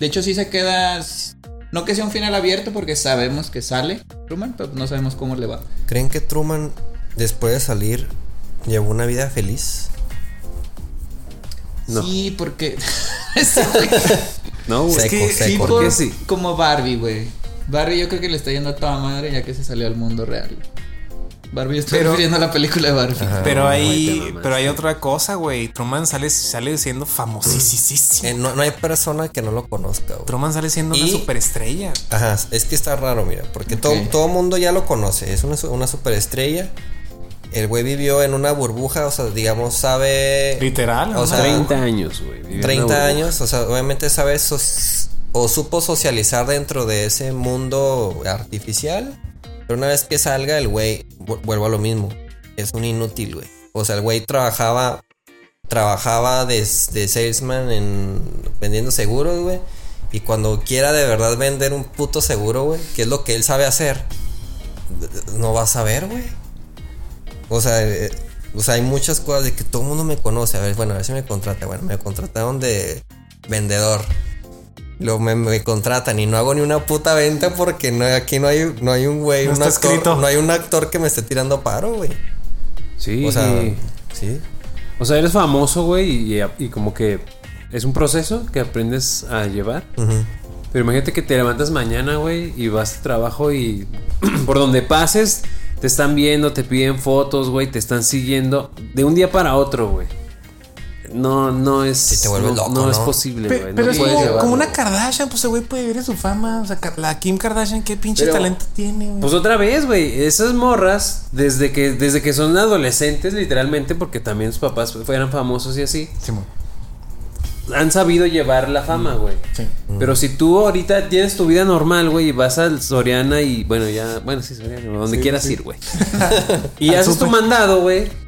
S3: De hecho sí se queda... No que sea un final abierto porque sabemos que sale Truman, pero no sabemos cómo le va.
S1: ¿Creen que Truman, después de salir, llevó una vida feliz?
S4: No.
S3: Sí, porque... Sí, güey.
S4: No, güey.
S1: Seco,
S2: que- sí,
S1: seco.
S4: ¿por qué
S3: Por-
S4: sí?
S3: Como Barbie, güey. Barbie yo creo que le está yendo a toda madre ya que se salió al mundo real. Barbie, estoy
S2: Pero-
S3: refiriendo a la película de Barbie.
S2: Pero
S4: no, ahí te
S2: hay,
S4: mamaste.
S2: pero hay otra cosa, güey. Truman sale, sale siendo famosísimo.
S1: Eh, no, no hay persona que no lo conozca,
S4: Mm.
S1: güey.
S2: Truman sale siendo
S1: Y-
S2: una superestrella.
S1: Ajá, es que está raro, mira, porque
S3: Ok.
S1: todo, todo mundo ya lo conoce, es una, su- una superestrella. El güey vivió en una burbuja, o sea, digamos, sabe...
S2: Literal.
S1: O
S2: ¿no?
S1: sea,
S4: 30 años, güey. viviendo
S1: 30
S4: burbuja.
S1: años, o sea, obviamente sabe sos- o supo socializar dentro de ese mundo artificial. Pero una vez que salga, el güey, vu- vuelvo a lo mismo, es un inútil, güey. O sea, el güey trabajaba, trabajaba de, de salesman en vendiendo seguros, güey. Y cuando quiera de verdad vender un puto seguro, güey, que es lo que él sabe hacer, no va a saber, güey. O sea, eh, o sea, hay muchas cosas de que todo el mundo me conoce. A ver, bueno, a ver si me contrata. Bueno, me contrataron de vendedor. Luego me, me contratan y no hago ni una puta venta porque no, aquí no hay, no hay un güey,
S2: No
S1: un
S2: está
S1: actor-
S2: escrito.
S1: no hay un actor que me esté tirando paro, güey.
S4: Sí.
S1: O sea, sí.
S4: O sea, eres famoso, güey, y, y como que es un proceso que aprendes a llevar.
S1: Ujú.
S4: Pero imagínate que te levantas mañana, güey, y vas a trabajo y por donde pases, te están viendo, te piden fotos, güey, te están siguiendo de un día para otro, güey. No, no es.
S1: Sí te vuelves
S4: no,
S1: loco,
S4: es
S1: ¿no?
S4: posible,
S2: Pe-
S4: güey.
S2: pero
S4: no
S2: es
S4: puedes
S2: como,
S4: llevarlo,
S2: como una
S4: güey.
S2: Kardashian, pues el güey puede vivir de su fama. O sea, Ka- la Kim Kardashian, qué pinche
S4: Pero-
S2: talento tiene, güey.
S4: Pues otra vez, güey, esas morras, desde que, desde que son adolescentes, literalmente, porque también sus papás fueran famosos y así,
S2: Simón.
S4: han sabido llevar la fama, güey.
S2: Sí.
S4: Pero si tú ahorita tienes tu vida normal, güey, y vas al Soriana y bueno, ya, bueno, sí, Soriana, o donde quieras ir, güey. y
S2: Al
S4: haces
S2: súper.
S4: tu mandado, güey.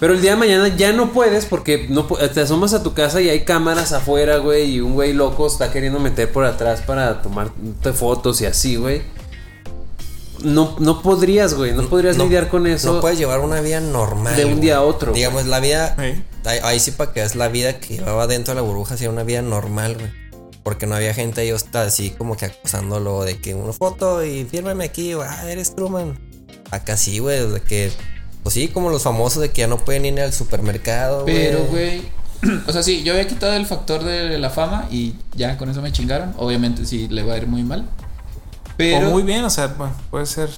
S4: Pero el día de mañana ya no puedes porque no pu- te asomas a tu casa y hay cámaras afuera, güey, y un güey loco está queriendo meter por atrás para tomarte fotos y así, güey. No, no podrías, güey, no podrías
S1: No-
S4: lidiar con eso.
S1: No puedes llevar una vida normal.
S4: De un
S1: güey.
S4: día a otro,
S1: Digamos, la vida.
S2: Sí.
S1: Ahí, ahí sí, para que veas la vida que llevaba dentro de la burbuja, hacía una vida normal, güey. Porque no había gente ahí hasta así como que acusándolo de que una foto y fírmame aquí, o, ah, eres Truman. Acá sí, güey, de que. Pues sí, como los famosos de que ya no pueden ir al supermercado,
S3: Pero, güey. O sea, sí, yo había quitado el factor de la fama y ya con eso me chingaron. Obviamente, sí, le va a ir muy mal. Pero.
S2: o muy bien, o sea, bueno, puede ser.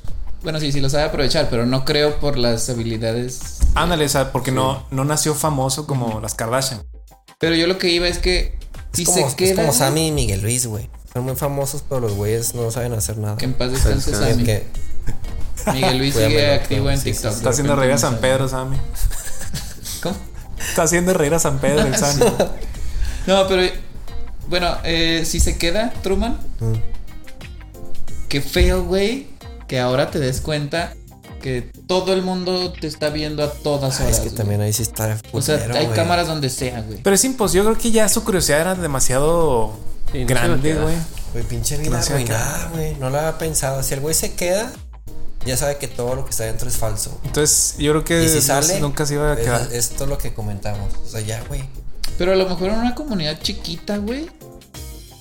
S3: Bueno, sí, sí lo sabe aprovechar, pero no creo por las habilidades.
S2: Ándale, o sea, porque no, no nació famoso como las Kardashian.
S3: Pero yo lo que iba es que. Si
S1: Es como,
S3: se
S1: es
S3: queda.
S1: como Sammy y Miguel Luis, güey. Son muy famosos, pero los güeyes no saben hacer nada.
S3: Que en paz descanse
S4: Descanse.
S3: Sammy.
S1: Que-
S3: Miguel Luis
S1: Cuídamelo,
S3: sigue activo
S1: claro,
S3: en
S1: sí, sí,
S3: TikTok.
S1: sí.
S2: Está haciendo reír a San Pedro, Sammy.
S3: ¿Cómo?
S2: Está haciendo reír a San Pedro, el Sammy.
S3: No, pero. Bueno, eh, si se queda Truman.
S1: Ah.
S3: Qué feo, güey. Que ahora te des cuenta que todo el mundo te está viendo a todas
S1: Ah,
S3: horas.
S1: es que
S3: güey.
S1: también ahí sí está.
S3: O sea,
S1: culero,
S3: hay
S1: güey.
S3: cámaras donde sea, güey.
S2: Pero es imposible, yo creo que ya su curiosidad era demasiado
S4: Sí, no se va a
S2: grande,
S4: quedar.
S2: güey.
S1: Güey, pinche vida
S2: no se va a
S1: arruinada, güey. No la había pensado. Si el güey se queda, ya sabe que todo lo que está dentro es falso.
S2: Entonces, yo creo que
S1: Y si
S2: Eh, no-
S1: sale,
S2: nunca se iba a
S1: es-
S2: quedar.
S1: Esto es lo que comentamos. O sea, ya, güey.
S3: Pero a lo mejor en una comunidad chiquita, güey.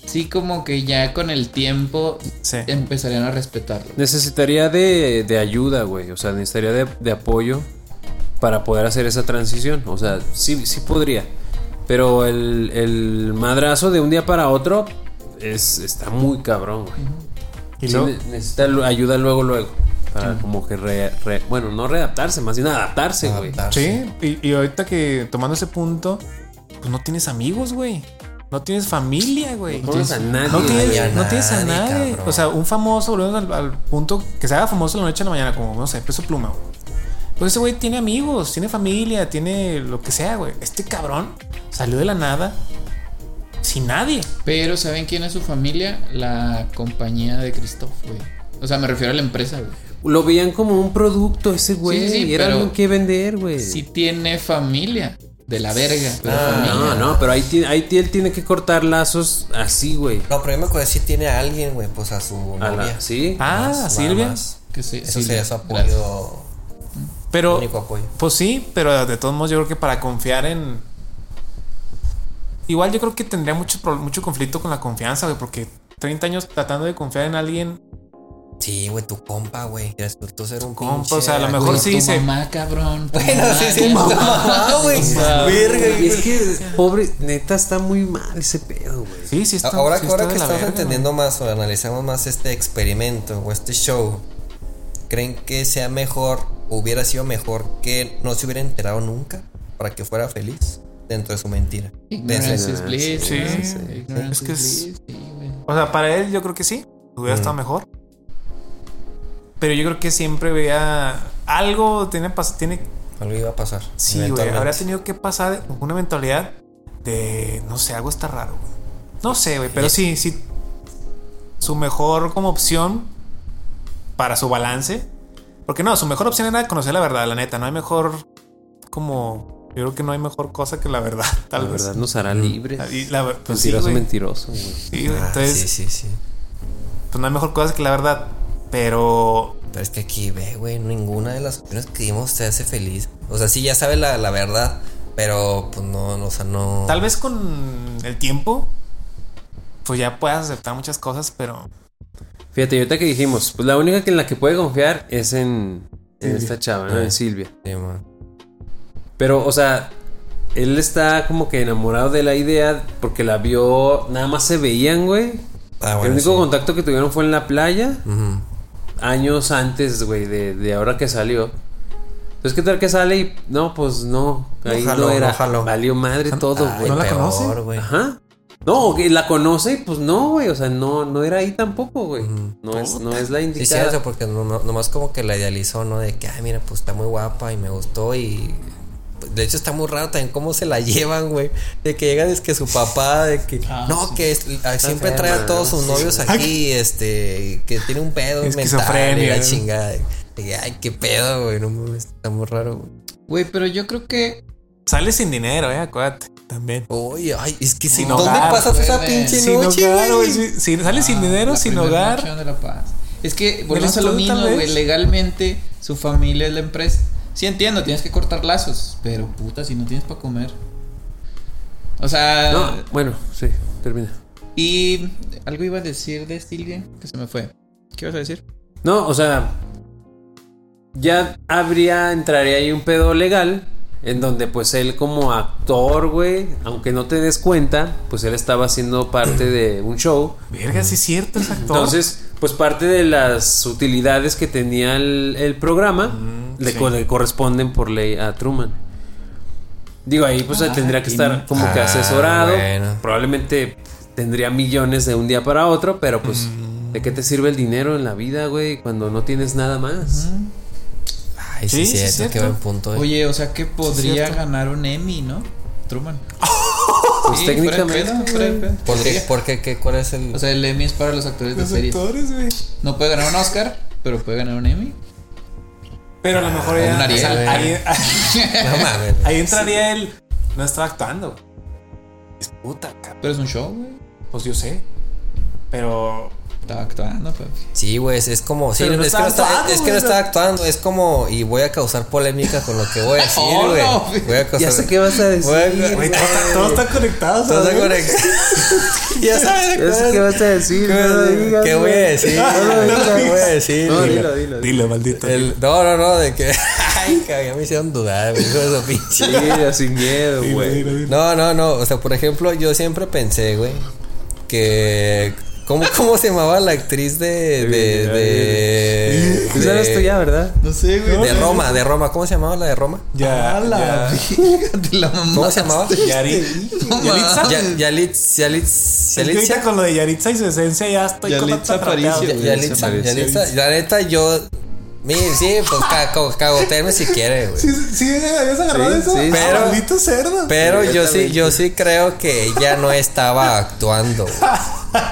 S3: sí como que ya con el tiempo
S2: Sí.
S3: empezarían a respetarlo.
S4: Necesitaría de, de ayuda, güey. O sea, necesitaría de, de apoyo para poder hacer esa transición. O sea, sí, sí podría. Pero el, el madrazo de un día para otro es, está muy cabrón, güey.
S2: Y
S4: Sí,
S2: luego-
S4: ne- necesita lu- ayuda luego, luego. Para como que re- re- bueno, no readaptarse, más bien
S1: Ah,
S4: adaptarse, güey.
S1: Adaptarse.
S2: Sí, y, y ahorita que tomando ese punto, pues no tienes amigos, güey. No tienes familia, güey.
S4: No tienes a nadie.
S2: No tienes,
S4: güey.
S1: a
S2: no tienes a
S1: nadie,
S2: nadie.
S1: cabrón.
S2: O sea, un famoso, volvemos al, al punto que se haga famoso de la noche a la mañana, como no sé, peso pluma. güey. Pues ese güey tiene amigos, tiene familia, tiene lo que sea, güey. Este cabrón salió de la nada sin nadie.
S3: Pero ¿saben quién es su familia? La compañía de Christoph, güey. O sea, me refiero a la empresa, güey.
S4: Lo veían como un producto ese güey.
S3: sí,
S4: y era
S3: pero-
S4: algo que vender, güey.
S3: Sí tiene familia de la verga, pero
S1: Ah,
S4: No,
S3: familia.
S4: no, pero ahí, ti- ahí ti- él tiene que cortar lazos así, güey.
S1: No, pero yo me acuerdo si tiene a alguien, güey, pues a su
S4: A la-
S1: novia.
S4: ¿Sí?
S2: Ah,
S1: Nada
S2: Silvia.
S1: más.
S3: Que sí,
S1: Eso
S3: sí,
S1: sería su
S3: gracias.
S1: apoyo,
S2: Pero,
S1: único apoyo.
S2: pues sí, pero de todos modos, yo creo que para confiar en. Igual yo creo que tendría mucho, pro- mucho conflicto con la confianza, güey, porque 30 años tratando de confiar en alguien.
S1: Sí, güey, tu compa, güey. Que resultó ser un
S2: compa,
S1: pinche
S2: o sea, a lo
S1: actor.
S2: mejor
S3: Güey,
S2: sí
S3: tu
S2: dice-
S3: mamá, cabrón. tu
S1: Bueno, sí, sí, tu
S3: mamá.
S1: mamá, güey.
S3: Tu mamá.
S1: Verga,
S4: Y es que, pobre, neta, está muy mal ese pedo, güey.
S2: Sí, sí, está.
S1: Ahora,
S2: sí
S1: ahora
S2: está de
S1: que
S2: la
S1: estamos
S2: verga, güey.
S1: entendiendo más o analizamos más este experimento o este show, ¿creen que sea mejor, hubiera sido mejor que no se hubiera enterado nunca para que fuera feliz dentro de su mentira?
S3: Ignorance
S1: Desde-
S3: is bliss.
S2: Sí,
S3: ¿no?
S2: sí.
S3: Ignorance
S2: Es que
S3: is
S2: es-
S3: bliss, sí, güey.
S2: O sea, para él yo creo que sí. Hubiera estado mejor. Pero yo creo que siempre veía algo. Tiene, pas- tiene
S1: Algo iba a pasar.
S2: Sí, güey.
S1: eventualmente.
S2: Habría tenido que pasar una eventualidad de, no sé, algo está raro, güey. No sé, güey, pero sí, sí. Su mejor como opción para su balance. Porque no, su mejor opción era conocer la verdad, la neta. No hay mejor como... Yo creo que no hay mejor cosa que la verdad, tal
S4: la
S2: vez.
S4: verdad nos hará libres.
S2: Y la- pues sí,
S4: mentiroso,
S2: güey.
S4: mentiroso, güey.
S2: Sí, güey,
S1: Ah,
S2: entonces,
S1: sí, sí, sí.
S2: pues no hay mejor cosa que la verdad. Pero...
S1: Pero es que aquí ve, güey, ninguna de las opciones que dimos te hace feliz. O sea, sí, ya sabe la, la verdad, pero pues no, no, o sea, no.
S2: Tal vez con el tiempo, pues ya puedas aceptar muchas cosas, pero...
S4: Fíjate, y ahorita que dijimos, pues la única que en la que puede confiar es en, en esta chava, ¿no? En
S1: Ah.
S4: Silvia.
S1: Sí, man.
S4: Pero, o sea, él está como que enamorado de la idea porque la vio, nada más se veían, güey.
S1: Ah, bueno,
S4: El único
S1: sí.
S4: contacto que tuvieron fue en la playa,
S1: Ujú.
S4: años antes, güey, de, de ahora que salió. Entonces, ¿qué tal que sale? Y no, pues no,
S1: No
S4: ahí no,
S1: jaló,
S4: era.
S1: no jaló. ah,
S4: Valió madre todo,
S1: Ay,
S4: güey.
S2: ¿No la
S1: peor,
S2: conoce?
S1: güey.
S4: Ajá. No, que la conoce y pues no, güey. O sea, no, no era ahí tampoco, güey. No es, no es la
S1: Sí,
S4: indicada.
S1: cierto, porque no- no- nomás como que la idealizó, ¿no? De que, ay, mira, pues está muy guapa y me gustó y... pues, De hecho, está muy raro también cómo se la llevan, güey. De que llegan, es que su papá, de que...
S3: Ah,
S1: no, que es- ah, siempre trae a todos sus novios aquí, este... Que tiene un pedo mental y
S2: Esquizofrenia, ¿eh?
S1: la
S2: ¿no?
S1: chingada. de que, ay, qué pedo, güey. No mames, está muy raro, güey.
S3: Güey, pero yo creo que
S2: Sale sin dinero, eh, acuérdate. También.
S1: Oye, ay, es que si...
S2: Sin
S1: ¿Dónde
S2: hogar,
S1: pasas esa
S3: güey.
S1: pinche
S2: Sin
S1: noche,
S2: hogar,
S1: güey?
S2: güey. sí, sí, sale sin
S3: Ah,
S2: dinero,
S3: la
S2: sin
S3: primera
S2: hogar.
S3: noche de la paz. Es que volvemos a lo
S2: estudio,
S3: mismo,
S2: tal
S3: güey.
S2: vez.
S3: Legalmente, su familia es la empresa. Sí, entiendo, tienes que cortar lazos. Pero puta, si no tienes para comer. O sea.
S4: No, bueno, sí, termina.
S3: Y algo iba a decir de Silvia que se me fue. ¿Qué ibas a decir?
S4: No, o sea, ya habría, entraría ahí un pedo legal en donde pues él como actor, güey, aunque no te des cuenta, pues él estaba haciendo parte de un show.
S2: Verga, sí es cierto, es actor.
S4: Entonces, pues parte de las utilidades que tenía el, el programa le,
S2: sí.
S4: co- le corresponden por ley a Truman. Digo, ahí pues tendría que estar como que
S1: Ah,
S4: asesorado.
S1: bueno.
S4: Probablemente tendría millones de un día para otro, pero pues, ¿de qué te sirve el dinero en la vida, güey? Cuando no tienes nada más.
S1: Ay, sí,
S2: Sí, sí,
S1: cierto,
S2: cierto.
S1: qué buen punto, eh. güey.
S3: Oye, o sea que podría
S2: cierto.
S3: ganar un Emmy, ¿no? Truman.
S4: Pues
S3: Sí,
S4: técnicamente.
S3: fuera de pedo, fuera de pedo.
S1: ¿Por qué?
S3: Podría.
S1: ¿Por qué? ¿Qué? ¿Cuál es el...?
S3: O sea, el Emmy es para los actores de
S2: Los
S3: series.
S2: actores, güey.
S3: No puede ganar un Oscar, pero puede ganar un Emmy.
S2: Pero a lo mejor era-
S3: un Ariel,
S2: o sea,
S1: güey.
S2: ahí,
S1: no mames. güey.
S2: ahí entraría él. No estaba actuando. Es puta, cabrón.
S3: Pero es un show, güey.
S2: Pues yo sé. Pero
S3: Estaba actuando, pues.
S1: Sí, güey, es, es como. Sí,
S2: Pero no
S1: es, que
S2: estaba
S1: no está-
S2: actuando,
S1: es que no
S2: güey,
S1: estaba
S2: no-
S1: actuando. Es como. Y voy a causar polémica con lo que voy a decir,
S3: Oh,
S1: güey.
S3: no.
S1: Voy a causar.
S4: Ya sé qué vas a decir.
S1: Güey,
S2: Güey, todo, está- todo está conectado.
S1: Todo está
S2: ¿sabes?
S1: conectado. ya sabes,
S4: Ya sé
S1: güey.
S4: qué vas a decir.
S1: ¿Qué,
S4: no lo digas,
S1: qué voy
S4: güey.
S1: a decir?
S4: No lo
S1: güey?
S4: digas.
S1: ¿Qué voy a decir?
S4: No,
S1: güey?
S4: dilo, dilo.
S2: Dilo, maldito.
S1: El- no, no, no, de que. Ay, cabrón, ya me hicieron dudar, güey, hijo de su pinche.
S4: Dilo, sin miedo,
S2: Dilo,
S4: güey.
S2: dilo, dilo.
S1: No, no, no. O sea, por ejemplo, yo siempre pensé, güey, que. ¿Cómo, cómo se llamaba la actriz de. de. de.
S4: Tú sabes tú pues, ya, ¿verdad?
S3: No sé, güey.
S1: de Roma, de Roma. ¿Cómo se llamaba la de Roma?
S2: Ya.
S3: la
S2: ya.
S3: vida de la mamá.
S1: ¿Cómo se llamaba?
S2: Yari-
S3: No
S2: Yaritza.
S3: mames.
S1: Ya- Yalitz, Yalitz,
S2: Es que ahorita
S1: Yalitza.
S2: con lo de Yaritza y su esencia ya estoy con
S3: Yalitza
S2: otra trapeada,
S3: Aparicio,
S2: güey.
S3: güey.
S1: Yalitza,
S4: se parecía.
S1: Yalitza. La neta, yo. Mi, sí, pues ca- co- cagotearme si quiere, güey.
S2: ¿Sí, sí habías agarrado
S4: Sí,
S2: eso?
S4: sí,
S1: Pero-
S2: Ah, maldito cerdo.
S1: Pero yo sí,
S4: Directamente.
S1: yo sí creo que ella no estaba actuando.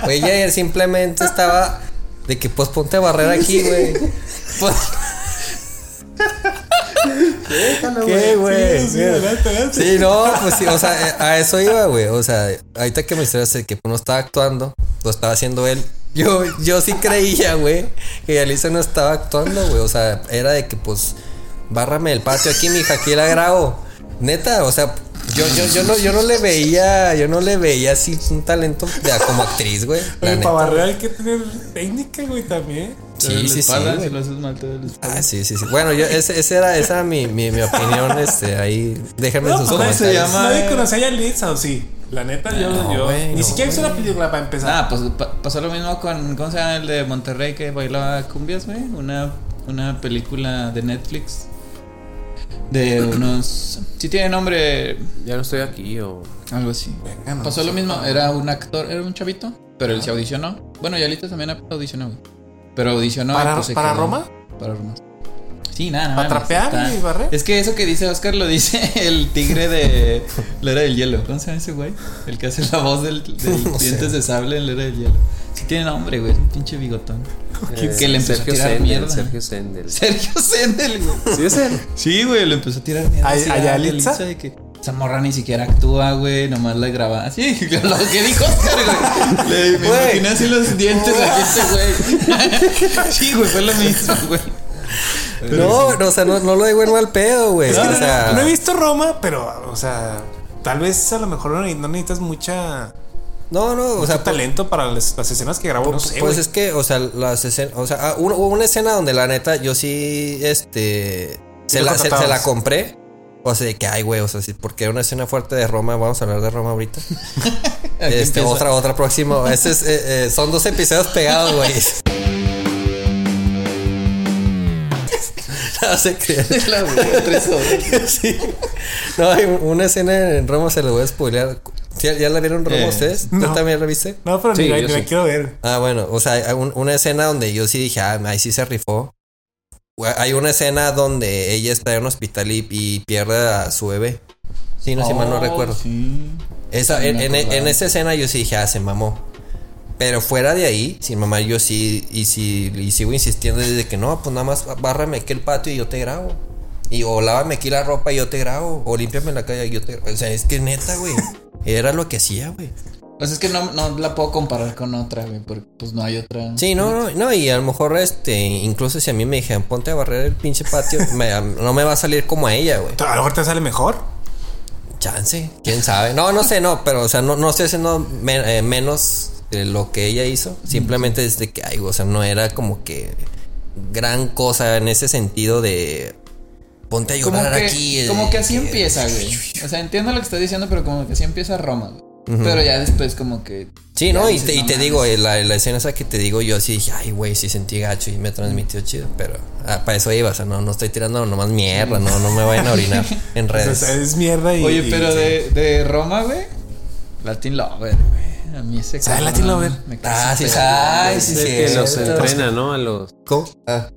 S1: güey. Ella simplemente estaba de que pues ponte barrera aquí, güey. Pues,
S2: ¿Qué, güey?
S1: Sí,
S2: Sí, adelante, adelante.
S1: sí, no, pues sí, o sea, eh, a eso iba, güey. O sea, ahorita que me hiciste que no estaba actuando, lo estaba haciendo él. Yo, yo sí creía, güey, que Alisa no estaba actuando, güey. O sea, era de que pues bárrame el patio aquí, mija, aquí la grabo. Neta, o sea, yo, yo, yo no, yo no le veía, yo no le veía así un talento de- como actriz, güey. la
S2: Oye,
S1: neta.
S2: para barrer hay que tener técnica, güey, también.
S1: Sí, sí, sí. güey.
S3: Si lo haces mal, te duele la espalda.
S1: Ah, sí, sí, sí. Bueno, yo, ese, ese era, esa era mi, mi, mi opinión, este, ahí, déjenme sus
S2: nadie-
S1: comentarios.
S3: se llama-
S2: Nadie conocía a Yalitza, ¿o sí? La neta, yo...
S1: No,
S2: yo
S1: güey,
S2: ni
S1: no,
S2: siquiera hice la película para empezar.
S3: Ah, pues pa- pasó lo mismo con. ¿Cómo se llama el de Monterrey que bailaba cumbias, güey? Una, una película de Netflix. De unos. Sí, tiene nombre.
S4: Ya no estoy aquí o.
S3: Algo así.
S2: Venga, no,
S3: Pasó
S2: no
S3: lo
S2: sé.
S3: mismo, era un actor, era un chavito, pero él se audicionó. Bueno, Yalita también audicionó, güey. Pero audicionó. pues, y
S2: ¿Para-
S1: pues,
S3: se
S2: para
S3: quedó.
S2: Roma?
S3: Para Roma. Sí, nada, nada.
S2: ¿Para
S3: más,
S2: trapear
S3: está-
S2: y barrer?
S3: Es que eso que dice Oscar lo dice el tigre de la era del hielo. ¿Cómo se llama ese güey? El que hace la voz del, del
S1: No sé.
S3: dientes de sable en la era del hielo. Sí tiene nombre, güey, es un pinche bigotón.
S4: Eh,
S3: que le empezó a
S4: Sergio
S3: tirar
S4: Sendel,
S3: mierda.
S4: Sergio Sendel.
S3: Sergio Sendel, güey.
S4: Sí, es él.
S3: Sí, güey, le empezó a tirar mierda.
S2: ¿A-
S3: así
S2: a Yalitza?
S3: de que esa morra ni siquiera actúa, güey, nomás la graba. Sí, lo que dijo Oscar, güey. Le, me
S1: Güey.
S3: imaginé así los dientes aquí este güey. sí, güey, fue lo mismo, güey.
S1: No, no, o sea, no, no lo digo en mal pedo, güey.
S2: No,
S1: o
S2: no, no,
S1: sea,
S2: no he visto Roma, pero, o sea, tal vez a lo mejor no ne- no necesitas mucha,
S1: no, no, o
S2: mucho
S1: sea, pues,
S2: talento para las, las escenas que grabó. No sé,
S1: pues
S2: güey.
S1: es que, o sea, las escenas, o sea, ah, hubo hubo una escena donde la neta yo sí, este, se
S2: lo
S1: la, se,
S2: contratabas.
S1: se la compré. O sea, de que, ay, güey, o sea, sí, porque era una escena fuerte de Roma, vamos a hablar de Roma ahorita.
S3: Aquí
S1: Este,
S3: empieza.
S1: otra, otra próxima. Este es, eh, eh, son dos episodios pegados, güey. no se crean.
S3: La güey, tres horas.
S1: Sí. No, hay una escena en Roma, se la voy a spoilear. ¿Ya, ya la vieron Roma
S3: Eh,
S1: ustedes? ¿Tú
S2: no.
S1: también la viste?
S2: No, pero
S4: Sí,
S2: ni la-
S4: yo
S2: ni la
S4: sí.
S2: quiero ver.
S1: Ah, bueno, o sea, hay un- una escena donde yo sí dije, ah, ahí sí se rifó. Güey, Hay una escena donde ella está en un hospital y, y pierde a su bebé. Sí, no, si mal no
S3: Oh,
S1: recuerdo.
S3: Sí.
S1: Esa,
S3: Sí,
S1: en,
S3: me
S1: en-
S3: acordaba.
S1: en esa escena yo sí dije, ah, se mamó. Pero fuera de ahí, sin mamá, yo sí, y sí, y sigo insistiendo desde que no, pues nada más bárrame aquí el patio y yo te grabo. Y o lávame aquí la ropa y yo te grabo. O límpiame la calle y yo te grabo. O sea, es que neta, güey. Era lo que hacía, güey.
S3: Pues es que no, no la puedo comparar con otra, güey, porque pues no hay otra.
S1: Sí, no, no, no, y a lo mejor, este, incluso si a mí me dijeron, ponte a barrer el pinche patio, me- no me va a salir como a ella, güey.
S2: A lo mejor te sale mejor.
S1: Chance, quién sabe. No, no sé, no, pero, o sea, no, no estoy haciendo me- eh, menos de lo que ella hizo. Simplemente es de que, ay, o sea, no era como que gran cosa en ese sentido de ponte a
S3: Como
S1: llorar
S3: que,
S1: aquí. eh,
S3: como que así empieza, güey. O sea, entiendo lo que estás diciendo, pero como que así empieza Roma, güey. Pero ya después como que...
S1: Sí, no,
S3: ya
S1: y
S3: dices,
S1: te, y
S3: "No
S1: te
S3: mames".
S1: digo, eh, la, la escena esa que te digo, yo sí dije, ay, güey, sí sentí gacho y me transmitió chido, pero ah, para eso iba, o sea, no, no estoy tirando nomás mierda, no, no me vayan a orinar en
S2: O sea,
S1: redes.
S2: es mierda y.
S3: Oye,
S2: y-
S3: pero
S2: sí.
S3: de, de Roma, güey. Latin Lover, güey. A mí ese
S2: ¿Sabe
S3: cabrón
S2: Latin Lover?
S3: me cae
S1: Ah, sí,
S3: súper
S1: ay, sí,
S4: Es
S1: sí.
S4: el que los
S1: cierto.
S4: entrena, ¿no? A los.
S1: ¿Cómo? Ah,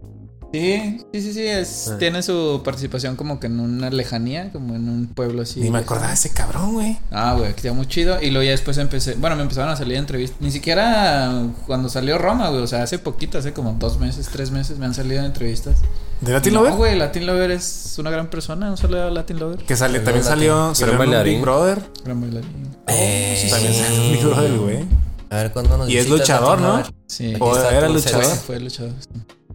S3: bien. Sí, sí, sí, sí. es-
S4: Ah.
S3: Tiene su participación como que en una lejanía, como en un pueblo así.
S2: Ni me
S3: güey.
S2: acordaba de ese cabrón, güey.
S3: Ah, güey, que estaba muy chido. Y luego ya después empecé. Bueno, me empezaron a salir entrevistas. Ni siquiera cuando salió Roma, güey. O sea, hace poquito, hace como dos meses, tres meses, me han salido entrevistas.
S2: ¿De Latin
S3: no,
S2: Lover?
S3: güey, Latin Lover es una gran persona. Un saludo a Latin Lover.
S2: Que sale, también
S1: Latin.
S2: salió, salió en un
S4: bailarín.
S2: Big Brother.
S3: Gran bailarín.
S1: eh,
S2: Oh, También salió en Big Brother, güey.
S1: A ver cuándo nos
S2: Y es
S1: visitas,
S2: luchador,
S1: Latino?
S2: ¿no?
S1: A ver.
S3: Sí.
S2: O
S1: está
S2: era
S1: tu
S2: luchador.
S1: César.
S3: Fue luchador.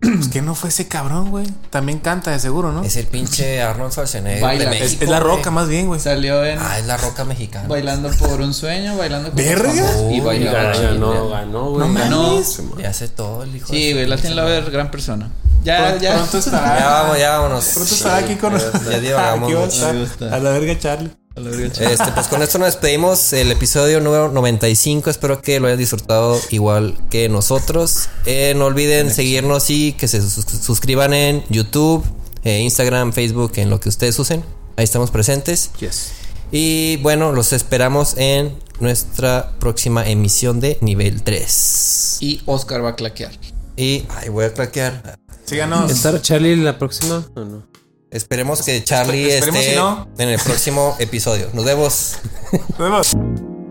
S2: Pues que no fue ese cabrón, güey. También canta, de seguro, ¿no?
S1: Es
S2: Es,
S1: el pinche Arnold Schwarzenegger
S3: Baila.
S1: de
S3: Es-
S1: México.
S2: es la
S1: güey.
S2: roca, más bien, güey.
S3: Salió en
S1: Ah, es la roca mexicana.
S3: Bailando por un sueño, bailando por
S2: ¿Verga?
S3: Y
S1: Uy,
S4: Y
S3: bailando.
S1: gacho.
S4: ganó, ganó,
S2: No
S4: güey.
S2: mames.
S1: Le hace todo el hijo
S3: Sí,
S1: de
S3: güey,
S1: su
S3: Latin
S1: pinche madre.
S3: Lover, gran persona. Ya,
S2: Pronto-
S3: ya.
S2: Pronto estará.
S1: Ya vamos, ya vámonos.
S2: Pronto estará aquí con
S1: Ya
S2: nosotros.
S1: divagamos
S2: Aquí va
S1: mucho.
S2: a estar.
S3: Me gusta.
S2: A la verga, Charlie.
S3: A la verga, chico.
S1: Este, pues con esto nos despedimos el episodio número 95. Espero que lo hayan disfrutado igual que nosotros. Eh, no olviden seguirnos y que se sus- suscriban en YouTube, eh, Instagram, Facebook, en lo que ustedes usen. Ahí estamos presentes.
S4: Yes.
S1: Y bueno, los esperamos en nuestra próxima emisión de nivel 3.
S3: Y Oscar va a claquear.
S1: Y ay, voy a craquear.
S2: Síganos.
S4: ¿Estar Charlie la próxima o no?
S1: Esperemos que Charlie
S2: Esperemos
S1: esté
S2: si no.
S1: en el próximo episodio. Nos vemos.
S2: Nos vemos.